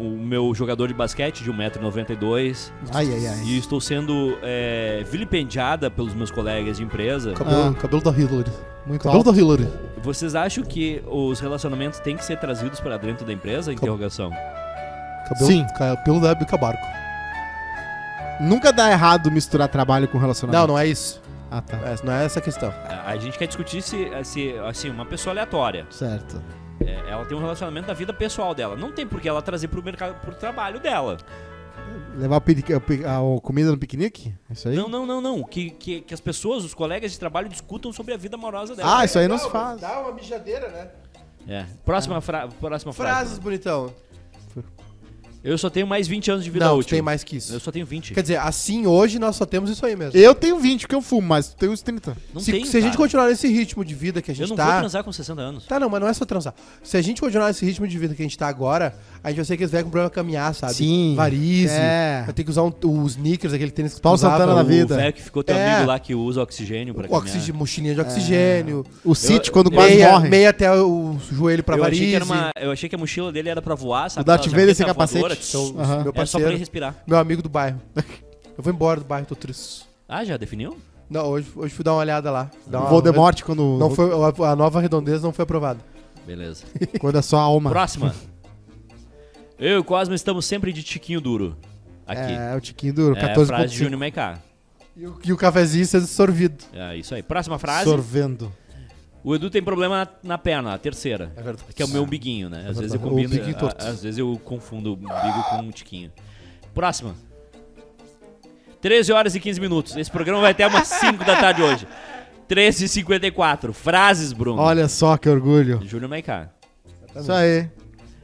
[SPEAKER 1] o meu jogador de basquete de 1,92m
[SPEAKER 3] ai, ai. ai.
[SPEAKER 1] e estou sendo é, vilipendiada pelos meus colegas de empresa.
[SPEAKER 2] Cabelo,
[SPEAKER 3] Ah.
[SPEAKER 2] cabelo da Hillary.
[SPEAKER 3] Muito
[SPEAKER 2] Cabelo
[SPEAKER 3] alto.
[SPEAKER 2] da Hillary.
[SPEAKER 1] Vocês acham que os relacionamentos têm que ser trazidos para dentro da empresa? Interrogação.
[SPEAKER 2] Cabelo,
[SPEAKER 3] Sim.
[SPEAKER 2] Cabelo da Bica Barco.
[SPEAKER 3] Nunca dá errado misturar trabalho com
[SPEAKER 2] Não,
[SPEAKER 3] relacionamento.
[SPEAKER 2] não é isso.
[SPEAKER 3] Ah, tá.
[SPEAKER 2] É, não é essa a questão.
[SPEAKER 1] A a gente quer discutir se, se assim, uma pessoa aleatória,
[SPEAKER 3] Certo.
[SPEAKER 1] é, ela tem um relacionamento da vida pessoal dela. Não tem por que ela trazer pro mercado, pro trabalho dela.
[SPEAKER 3] Levar o pique- o pique- a, o comida no piquenique? É Isso aí?
[SPEAKER 1] Não, não, não, não. Que, que, que as pessoas, os colegas de trabalho discutam sobre a vida amorosa dela.
[SPEAKER 3] ah, isso aí não se faz.
[SPEAKER 2] Dá uma mijadeira, né?
[SPEAKER 1] É.
[SPEAKER 2] Ah.
[SPEAKER 1] Próxima, fra- próxima
[SPEAKER 2] Frases,
[SPEAKER 1] frase.
[SPEAKER 2] bonitão.
[SPEAKER 1] Eu só tenho mais 20 anos de vida
[SPEAKER 2] Não,
[SPEAKER 1] útil.
[SPEAKER 2] tem mais que isso.
[SPEAKER 1] Eu só tenho 20.
[SPEAKER 2] Quer dizer, assim hoje nós só temos isso aí mesmo.
[SPEAKER 3] Eu tenho 20, porque eu fumo, mas tu tem os 30.
[SPEAKER 1] Não
[SPEAKER 2] se
[SPEAKER 1] tem,
[SPEAKER 2] se a gente
[SPEAKER 1] cara.
[SPEAKER 2] continuar nesse ritmo de vida que a
[SPEAKER 1] Eu
[SPEAKER 2] gente
[SPEAKER 1] não vou
[SPEAKER 2] tá.
[SPEAKER 1] transar com 60 anos.
[SPEAKER 2] Tá, não, mas não é só transar. Se a gente continuar nesse ritmo de vida que a gente tá agora, a gente vai ser que eles velhos com problema caminhar, sabe?
[SPEAKER 3] Sim.
[SPEAKER 2] Varize.
[SPEAKER 3] É.
[SPEAKER 2] Vai ter que usar um, os sneakers, aquele tênis que tu
[SPEAKER 3] Paulo
[SPEAKER 2] usava,
[SPEAKER 3] Santana da
[SPEAKER 2] o-
[SPEAKER 3] vida.
[SPEAKER 1] O velho que ficou teu
[SPEAKER 2] É.
[SPEAKER 1] amigo lá que usa oxigênio pra
[SPEAKER 2] O oxigênio, mochilinha de oxigênio.
[SPEAKER 3] O City, quando quase
[SPEAKER 2] meia,
[SPEAKER 3] morre.
[SPEAKER 2] meia até o joelho pra
[SPEAKER 1] eu
[SPEAKER 2] varize.
[SPEAKER 1] achei, que era uma- eu achei que a mochila dele era pra voar, sabe?
[SPEAKER 3] O Darth
[SPEAKER 1] Aquela
[SPEAKER 3] Vader sem
[SPEAKER 1] jaqueta
[SPEAKER 3] capacete.
[SPEAKER 1] voadora.
[SPEAKER 2] Então,
[SPEAKER 3] Aham.
[SPEAKER 2] meu
[SPEAKER 1] É só pra ele
[SPEAKER 2] parceiro,
[SPEAKER 1] respirar.
[SPEAKER 2] meu amigo do bairro. (laughs) Eu vou embora do bairro, tô triste.
[SPEAKER 1] Ah, já definiu?
[SPEAKER 2] Não, hoje, hoje fui dar uma olhada lá. Dar uma-
[SPEAKER 3] Voldemort, quando,
[SPEAKER 2] Não foi, a a nova redondeza não foi aprovada.
[SPEAKER 1] Beleza.
[SPEAKER 3] quando é só a alma.
[SPEAKER 1] Próxima. Eu e o Cosmo estamos sempre de tiquinho duro. Aqui. É,
[SPEAKER 3] É, o Tiquinho duro,
[SPEAKER 1] a
[SPEAKER 3] 14
[SPEAKER 1] frase de Júnior Maiká.
[SPEAKER 2] E o, e o cafezinho sendo sorvido.
[SPEAKER 1] É isso aí. Próxima frase.
[SPEAKER 3] Sorvendo.
[SPEAKER 1] O Edu tem problema na, na perna, a terceira.
[SPEAKER 2] É verdade.
[SPEAKER 1] Que é o meu umbiguinho, né? Às vezes eu
[SPEAKER 2] verdade. O
[SPEAKER 1] combino.
[SPEAKER 2] umbiguinho
[SPEAKER 1] a-
[SPEAKER 2] torto.
[SPEAKER 1] às vezes eu confundo o umbigo com um tiquinho. Próxima. 13 horas e 15 minutos. Esse programa vai até
[SPEAKER 3] (laughs)
[SPEAKER 1] umas 5 da tarde hoje. 13h54. Frases, Bruno.
[SPEAKER 3] Olha só que orgulho.
[SPEAKER 1] Júnior Maiká.
[SPEAKER 3] Isso aí.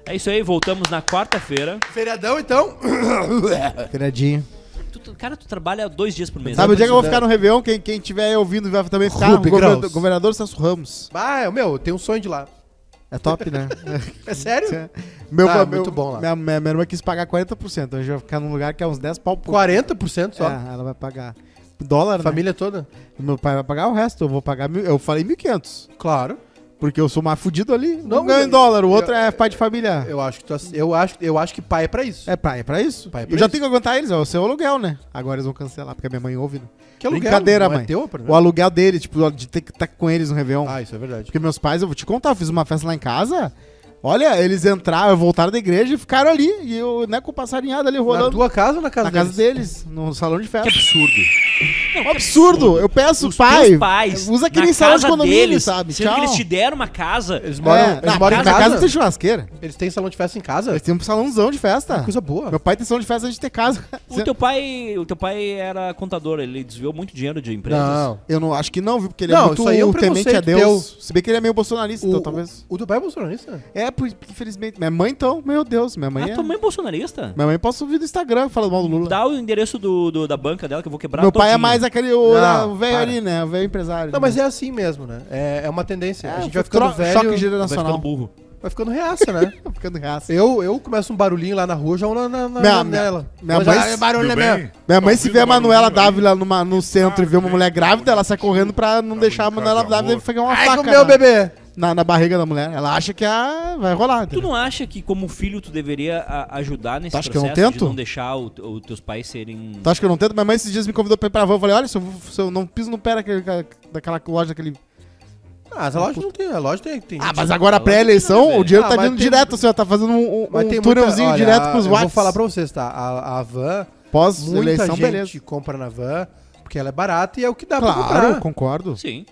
[SPEAKER 1] É isso aí, voltamos na quarta-feira.
[SPEAKER 2] Feriadão, então.
[SPEAKER 1] É.
[SPEAKER 3] Feriadinho.
[SPEAKER 1] Tu- tu- Cara, tu trabalha dois dias por mês.
[SPEAKER 3] Sabe
[SPEAKER 1] né?
[SPEAKER 3] o dia que eu vou ficar no Réveillon? Quem, quem tiver ouvindo vai também ficar.
[SPEAKER 2] Ruby
[SPEAKER 3] o governador,
[SPEAKER 2] Graus.
[SPEAKER 3] governador Celso Ramos.
[SPEAKER 2] Ah, meu, eu tenho um sonho de lá.
[SPEAKER 3] É top, (laughs) né?
[SPEAKER 2] É sério?
[SPEAKER 3] meu,
[SPEAKER 2] Tá,
[SPEAKER 3] meu-
[SPEAKER 2] muito bom lá.
[SPEAKER 3] Minha, minha, minha irmã quis pagar 40%. Então a gente vai ficar num lugar que é uns 10 pau por
[SPEAKER 2] 40% só.
[SPEAKER 3] É, ela vai pagar. Dólar, né?
[SPEAKER 2] Família toda?
[SPEAKER 3] Meu pai vai pagar o resto. Eu vou pagar. Mil, eu falei 1.500.
[SPEAKER 2] Claro.
[SPEAKER 3] Porque eu sou mais fudido ali. Não
[SPEAKER 2] Não,
[SPEAKER 3] ganho em
[SPEAKER 2] eu-
[SPEAKER 3] dólar. O outro
[SPEAKER 2] eu-
[SPEAKER 3] é pai de família.
[SPEAKER 2] Eu acho que tu ass- eu acho, eu acho que pai é pra isso.
[SPEAKER 3] é, pra, é pra isso.
[SPEAKER 2] Pai, é pra
[SPEAKER 3] eu já
[SPEAKER 2] isso.
[SPEAKER 3] tenho que aguentar eles. É o seu aluguel, né? Agora eles vão cancelar, porque a minha mãe ouve, né?
[SPEAKER 2] Que aluguel,
[SPEAKER 3] Brincadeira,
[SPEAKER 2] não é
[SPEAKER 3] mãe.
[SPEAKER 2] teu, por
[SPEAKER 3] o
[SPEAKER 2] exemplo?
[SPEAKER 3] aluguel dele, tipo, de ter que estar com eles no Réveillon.
[SPEAKER 2] Ah, isso é verdade.
[SPEAKER 3] Porque meus pais, eu vou te contar, eu fiz uma festa lá em casa. Olha, eles entraram, voltaram da igreja e ficaram ali. E eu, né, com o passarinhado ali
[SPEAKER 2] Na
[SPEAKER 3] rolando
[SPEAKER 2] tua casa ou na casa
[SPEAKER 3] na casa deles, no salão de festa.
[SPEAKER 1] absurdo.
[SPEAKER 3] É um absurdo. Eu peço, pai,
[SPEAKER 1] Teus pais.
[SPEAKER 3] usa que
[SPEAKER 1] na
[SPEAKER 3] nem salão de
[SPEAKER 1] casa
[SPEAKER 3] condomínio,
[SPEAKER 1] deles,
[SPEAKER 3] sabe?
[SPEAKER 1] Sendo
[SPEAKER 3] Tchau.
[SPEAKER 1] que eles te deram uma casa.
[SPEAKER 2] Eles
[SPEAKER 3] É,
[SPEAKER 2] moram, eles
[SPEAKER 3] na
[SPEAKER 2] moram
[SPEAKER 3] casa, na
[SPEAKER 2] em casa.
[SPEAKER 3] casa tem churrasqueira.
[SPEAKER 2] Eles têm salão de festa em casa?
[SPEAKER 3] Eles têm um salãozão de festa.
[SPEAKER 2] Coisa boa.
[SPEAKER 3] Meu pai tem salão de festa antes de ter casa.
[SPEAKER 1] O teu pai, o teu pai era contador, ele desviou muito dinheiro de empresas.
[SPEAKER 3] Eu não acho que não, viu? Porque ele
[SPEAKER 2] Não,
[SPEAKER 3] é muito
[SPEAKER 2] isso aí é um
[SPEAKER 3] temente a
[SPEAKER 2] preconceito
[SPEAKER 3] Deus.
[SPEAKER 2] teu.
[SPEAKER 3] Se bem que ele é meio bolsonarista,
[SPEAKER 2] O,
[SPEAKER 3] então talvez.
[SPEAKER 2] o, o teu pai é bolsonarista?
[SPEAKER 3] É, por- infelizmente. Minha mãe, então, meu Deus, minha mãe
[SPEAKER 1] Ah,
[SPEAKER 3] é.
[SPEAKER 1] tua mãe é bolsonarista?
[SPEAKER 3] Minha mãe posta ouvir do Instagram falando mal do Lula.
[SPEAKER 1] Dá o endereço do, do- da banca dela que eu vou quebrar
[SPEAKER 3] Meu pai é
[SPEAKER 1] todinha.
[SPEAKER 3] mais aquele o,
[SPEAKER 2] Não,
[SPEAKER 3] o velho
[SPEAKER 2] para.
[SPEAKER 3] ali, né? O velho empresário.
[SPEAKER 2] Não, mas é assim mesmo, né? É, é uma tendência. a gente vai
[SPEAKER 3] ficando
[SPEAKER 2] ficando velho,
[SPEAKER 3] choque
[SPEAKER 1] Vai ficando
[SPEAKER 3] geracional.
[SPEAKER 1] burro.
[SPEAKER 2] vai ficando reaça, né?
[SPEAKER 3] (laughs) Ficando reaça.
[SPEAKER 2] Eu, eu começo um barulhinho lá na rua, já um na, na, na
[SPEAKER 3] Minha-
[SPEAKER 2] janela.
[SPEAKER 3] minha
[SPEAKER 2] Eu já-
[SPEAKER 3] mãe-
[SPEAKER 2] "Ah, barulho é
[SPEAKER 9] bem? Tá
[SPEAKER 2] meu.
[SPEAKER 3] Minha mãe, se
[SPEAKER 9] Ouvindo
[SPEAKER 3] vê a
[SPEAKER 9] o barulhinho
[SPEAKER 3] Manuela
[SPEAKER 9] aí?
[SPEAKER 3] Dávila numa, no centro e vê uma mulher grávida, ela sai correndo pra não deixar a
[SPEAKER 9] brincando
[SPEAKER 3] Manuela
[SPEAKER 9] de
[SPEAKER 3] Dávila
[SPEAKER 9] Tá amor.
[SPEAKER 3] pegar uma
[SPEAKER 2] Ai,
[SPEAKER 3] faca. né?
[SPEAKER 2] com meu
[SPEAKER 3] na-
[SPEAKER 2] bebê.
[SPEAKER 3] na, na barriga da mulher. Ela acha que a, vai rolar.
[SPEAKER 1] Tu
[SPEAKER 3] entendeu?
[SPEAKER 1] não acha que como filho tu deveria a- ajudar nesse
[SPEAKER 3] Tu acha que eu não
[SPEAKER 1] processo de
[SPEAKER 3] tento? Tá.
[SPEAKER 1] não deixar o- os teus pais serem...
[SPEAKER 3] Tu acha Então, que eu não tento? Minha mãe esses dias me convidou pra ir pra van. Eu falei, olha, se eu, vou- se eu não piso no pé daquele, ca- daquela loja, daquele...
[SPEAKER 2] Ah, mas a loja não tem. A loja tem. tem
[SPEAKER 3] Ah,
[SPEAKER 2] gente-
[SPEAKER 3] mas agora pré-eleição, o dinheiro
[SPEAKER 2] Ah,
[SPEAKER 3] tá
[SPEAKER 2] mas
[SPEAKER 3] vindo
[SPEAKER 2] tem-
[SPEAKER 3] direto, assim, ó. Tá fazendo um, um,
[SPEAKER 2] mas
[SPEAKER 3] um
[SPEAKER 2] tem muita-
[SPEAKER 3] túnelzinho
[SPEAKER 2] olha,
[SPEAKER 3] direto pros
[SPEAKER 2] eu
[SPEAKER 3] watts.
[SPEAKER 2] Vou falar pra vocês, tá? A, a van, muita
[SPEAKER 3] Pós-eleição,
[SPEAKER 2] gente
[SPEAKER 3] beleza.
[SPEAKER 2] compra na van porque ela é barata e é o que dá pra
[SPEAKER 3] Claro,
[SPEAKER 2] comprar.
[SPEAKER 3] concordo.
[SPEAKER 1] Sim.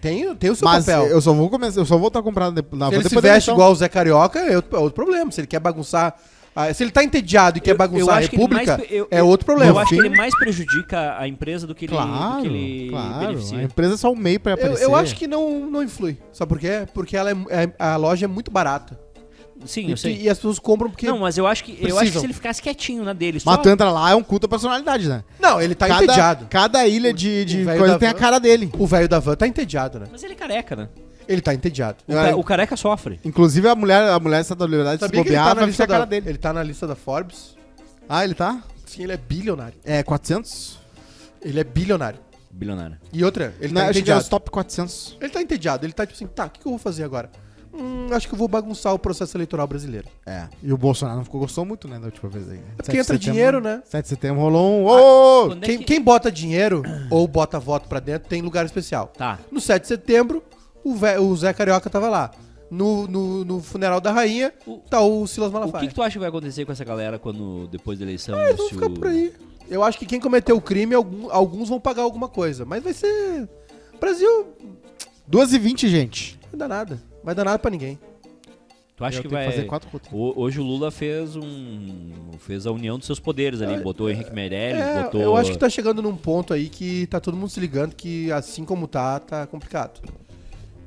[SPEAKER 2] Tem, tem o seu
[SPEAKER 3] Mas
[SPEAKER 2] papel.
[SPEAKER 3] eu Ah, só vou começar, eu só vou estar comprando de- na
[SPEAKER 2] Se ele
[SPEAKER 3] depois
[SPEAKER 2] se
[SPEAKER 3] da
[SPEAKER 2] veste
[SPEAKER 3] eleição.
[SPEAKER 2] igual o Zé Carioca, é outro, é outro problema. Se ele quer bagunçar. ah, Se ele tá entediado e quer
[SPEAKER 1] Eu- eu
[SPEAKER 2] bagunçar a
[SPEAKER 1] acho que ele
[SPEAKER 2] República,
[SPEAKER 1] mais- eu-
[SPEAKER 2] é
[SPEAKER 1] eu-
[SPEAKER 2] outro
[SPEAKER 1] Eu
[SPEAKER 2] problema.
[SPEAKER 1] acho que
[SPEAKER 2] Enfim,
[SPEAKER 1] ele mais prejudica a empresa do que ele, do
[SPEAKER 3] Claro,
[SPEAKER 1] que ele
[SPEAKER 3] claro. A
[SPEAKER 1] beneficia.
[SPEAKER 3] empresa é só um meio pra
[SPEAKER 2] eu,
[SPEAKER 3] aparecer.
[SPEAKER 2] eu acho que não, não influi. Sabe por quê? Porque ela é, é- a loja é muito barata.
[SPEAKER 1] Sim,
[SPEAKER 2] E,
[SPEAKER 1] eu sei.
[SPEAKER 2] e as pessoas compram porque.
[SPEAKER 1] Não,
[SPEAKER 2] Não,
[SPEAKER 1] mas eu acho que eu acho que
[SPEAKER 3] Precisam.
[SPEAKER 1] se ele ficasse quietinho na dele, só
[SPEAKER 3] Mas tu entra lá, é um culto à personalidade, né?
[SPEAKER 2] ele tá
[SPEAKER 3] cada,
[SPEAKER 2] entediado.
[SPEAKER 3] cada ilha de, de
[SPEAKER 2] o velho
[SPEAKER 3] coisa
[SPEAKER 2] da
[SPEAKER 3] tem a
[SPEAKER 2] van.
[SPEAKER 3] cara dele.
[SPEAKER 2] O velho da van tá entediado, né?
[SPEAKER 1] Mas ele é careca, né?
[SPEAKER 2] Ele tá entediado.
[SPEAKER 1] O, ca- o careca sofre.
[SPEAKER 3] Inclusive a mulher, a mulher está da liberdade se
[SPEAKER 2] Sabia que ele tá
[SPEAKER 3] bobear,
[SPEAKER 2] na
[SPEAKER 3] vai ficar
[SPEAKER 2] lista
[SPEAKER 3] a cara
[SPEAKER 2] da,
[SPEAKER 3] dele.
[SPEAKER 2] Ele tá na lista da Forbes.
[SPEAKER 3] Ah, ele tá?
[SPEAKER 2] Sim, ele é bilionário.
[SPEAKER 3] É 400?
[SPEAKER 2] Ele é bilionário.
[SPEAKER 1] Bilionário.
[SPEAKER 2] E outra, ele
[SPEAKER 3] Não,
[SPEAKER 2] tá
[SPEAKER 3] acho que é
[SPEAKER 2] entediado.
[SPEAKER 3] os top 400.
[SPEAKER 2] Ele tá entediado, ele tá tipo assim, tá, o que, que eu vou fazer agora? Hum, acho que eu vou bagunçar o processo eleitoral brasileiro.
[SPEAKER 3] É. E o Bolsonaro não ficou, gostou muito, né, da última vez aí. É
[SPEAKER 2] porque entra dinheiro, né?
[SPEAKER 3] 7 de setembro rolou um... Ô, ô, ô.
[SPEAKER 1] Quando é
[SPEAKER 2] Quem,
[SPEAKER 1] que-
[SPEAKER 2] quem bota dinheiro ou bota voto pra dentro tem lugar especial.
[SPEAKER 1] Tá.
[SPEAKER 2] No 7 de setembro, o, Vé- o Zé Carioca tava lá. No, no, no funeral da rainha,
[SPEAKER 1] O-
[SPEAKER 2] tá o Silas
[SPEAKER 1] O que,
[SPEAKER 2] Malafaia.
[SPEAKER 1] que tu acha que vai acontecer com essa galera quando depois da eleição?
[SPEAKER 2] Eles vão
[SPEAKER 1] se
[SPEAKER 2] ficar
[SPEAKER 1] o-
[SPEAKER 2] por aí. Eu acho que quem cometeu o crime, algum- alguns vão pagar alguma coisa. Mas vai ser. Brasil
[SPEAKER 3] 2h20, gente.
[SPEAKER 2] não dá nada. Vai dar nada pra ninguém.
[SPEAKER 1] Tu acha
[SPEAKER 3] Eu
[SPEAKER 1] que
[SPEAKER 3] tenho
[SPEAKER 1] vai
[SPEAKER 3] fazer quatro cultos.
[SPEAKER 1] Ho- Hoje o Lula fez um fez a união dos seus poderes ali, botou o Henrique Meirelles,
[SPEAKER 2] Ah, É,
[SPEAKER 1] botou
[SPEAKER 2] Eu acho que tá chegando num ponto aí que tá todo mundo se ligando que assim como tá, tá complicado.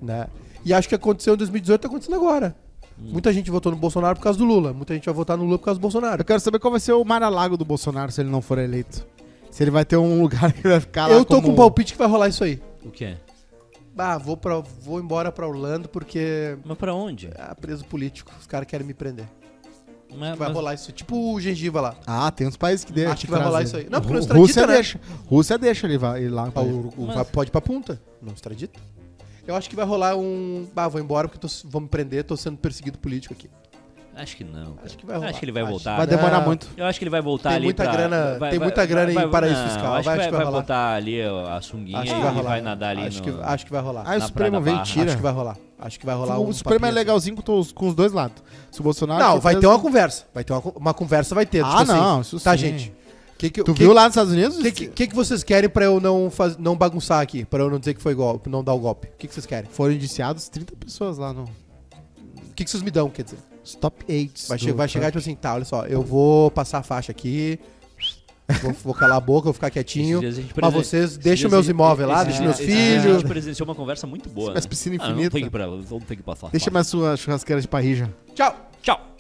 [SPEAKER 2] Né? E acho que aconteceu em 2018, tá acontecendo agora. Muita gente votou no Bolsonaro por causa do Lula. Muita gente vai votar no Lula por causa do Bolsonaro.
[SPEAKER 3] Eu quero saber qual vai ser o Mar-a-Lago do Bolsonaro se ele não for eleito. Se ele vai ter um lugar (laughs) que ele vai ficar lá
[SPEAKER 2] eu tô
[SPEAKER 3] como-
[SPEAKER 2] com um palpite que vai rolar isso aí.
[SPEAKER 1] o que é?
[SPEAKER 2] Bah, vou, pra, vou embora pra Orlando porque...
[SPEAKER 1] Mas pra onde?
[SPEAKER 2] Ah, preso político. Os caras querem me prender.
[SPEAKER 1] Mas-
[SPEAKER 2] Vai
[SPEAKER 1] Ah, mas-
[SPEAKER 2] rolar isso. Tipo o gengiva lá.
[SPEAKER 3] Ah, tem uns países que deixam.
[SPEAKER 2] Acho que vai rolar isso aí. Não, porque não
[SPEAKER 3] Rússia
[SPEAKER 2] extradita, né?
[SPEAKER 3] deixa. Rússia deixa ele vai- ir lá.
[SPEAKER 2] Ah, o- o-
[SPEAKER 1] Mas-
[SPEAKER 2] vai- Pode ir pra punta. Não extradita. Eu acho que vai rolar um... Bah, vou embora porque tô, vão me prender. Tô sendo perseguido político aqui.
[SPEAKER 1] Acho que não. cara.
[SPEAKER 2] Acho que vai rolar.
[SPEAKER 1] ele vai
[SPEAKER 2] Acho.
[SPEAKER 1] voltar. né?
[SPEAKER 3] Vai demorar
[SPEAKER 2] Não.
[SPEAKER 3] muito.
[SPEAKER 1] Eu acho que ele vai voltar
[SPEAKER 2] Tem
[SPEAKER 1] ali
[SPEAKER 2] muita
[SPEAKER 1] pra-
[SPEAKER 2] grana-
[SPEAKER 1] vai-
[SPEAKER 2] tem
[SPEAKER 1] vai-
[SPEAKER 2] muita grana em
[SPEAKER 1] vai-
[SPEAKER 2] paraíso
[SPEAKER 1] não,
[SPEAKER 2] fiscal.
[SPEAKER 1] Acho
[SPEAKER 2] Vai-
[SPEAKER 1] que
[SPEAKER 2] acho
[SPEAKER 1] vai,
[SPEAKER 2] que vai
[SPEAKER 1] vai
[SPEAKER 2] rolar.
[SPEAKER 1] botar ali a a sunguinha
[SPEAKER 2] Acho
[SPEAKER 1] e
[SPEAKER 2] que
[SPEAKER 1] vai,
[SPEAKER 2] vai rolar.
[SPEAKER 1] nadar ali
[SPEAKER 2] acho,
[SPEAKER 1] no...
[SPEAKER 2] que, acho que vai rolar.
[SPEAKER 3] Ah, o
[SPEAKER 1] Na
[SPEAKER 3] Supremo
[SPEAKER 1] Prada
[SPEAKER 3] vem e
[SPEAKER 1] Barra.
[SPEAKER 3] tira.
[SPEAKER 2] Acho que vai rolar. Acho que vai rolar um
[SPEAKER 3] o Supremo é
[SPEAKER 2] papinho
[SPEAKER 3] legalzinho com os, com os dois lados. Se o
[SPEAKER 2] assim.
[SPEAKER 3] Bolsonaro.
[SPEAKER 2] Não,
[SPEAKER 3] for
[SPEAKER 2] vai
[SPEAKER 3] preso-
[SPEAKER 2] ter uma conversa. Vai ter uma, con- uma conversa, vai ter.
[SPEAKER 3] Ah, não, isso
[SPEAKER 2] Tá,
[SPEAKER 3] sim.
[SPEAKER 2] gente. Que que,
[SPEAKER 3] Tu
[SPEAKER 2] que,
[SPEAKER 3] viu lá nos Estados Unidos?
[SPEAKER 2] O que, que, que, que vocês querem pra eu não, faz, não bagunçar aqui? Pra eu não dizer que foi golpe, não dar o golpe? O que, que vocês querem?
[SPEAKER 3] Foram indiciados 30 pessoas lá no.
[SPEAKER 2] O que, que vocês me dão, quer dizer?
[SPEAKER 3] Stop AIDS.
[SPEAKER 2] Vai,
[SPEAKER 3] do
[SPEAKER 2] che- vai
[SPEAKER 3] Trump.
[SPEAKER 2] chegar tipo assim, tá, olha só, eu vou passar a faixa aqui, vou, vou calar a boca, vou ficar quietinho,
[SPEAKER 1] Esses dias a gente
[SPEAKER 2] mas
[SPEAKER 1] presen-
[SPEAKER 2] vocês
[SPEAKER 1] esses
[SPEAKER 2] deixam
[SPEAKER 1] dias
[SPEAKER 2] meus
[SPEAKER 1] a- É,
[SPEAKER 2] imóveis lá,
[SPEAKER 1] esses
[SPEAKER 2] deixam meus
[SPEAKER 1] dias- esses dias A
[SPEAKER 2] filhos. é
[SPEAKER 1] gente presenciou uma conversa muito boa.
[SPEAKER 3] Mas piscina
[SPEAKER 1] Ah, não
[SPEAKER 3] infinita.
[SPEAKER 1] tem que ir pra- não tem que passar.
[SPEAKER 3] Deixa mais sua churrasqueira de parrija.
[SPEAKER 2] Tchau!
[SPEAKER 1] Tchau!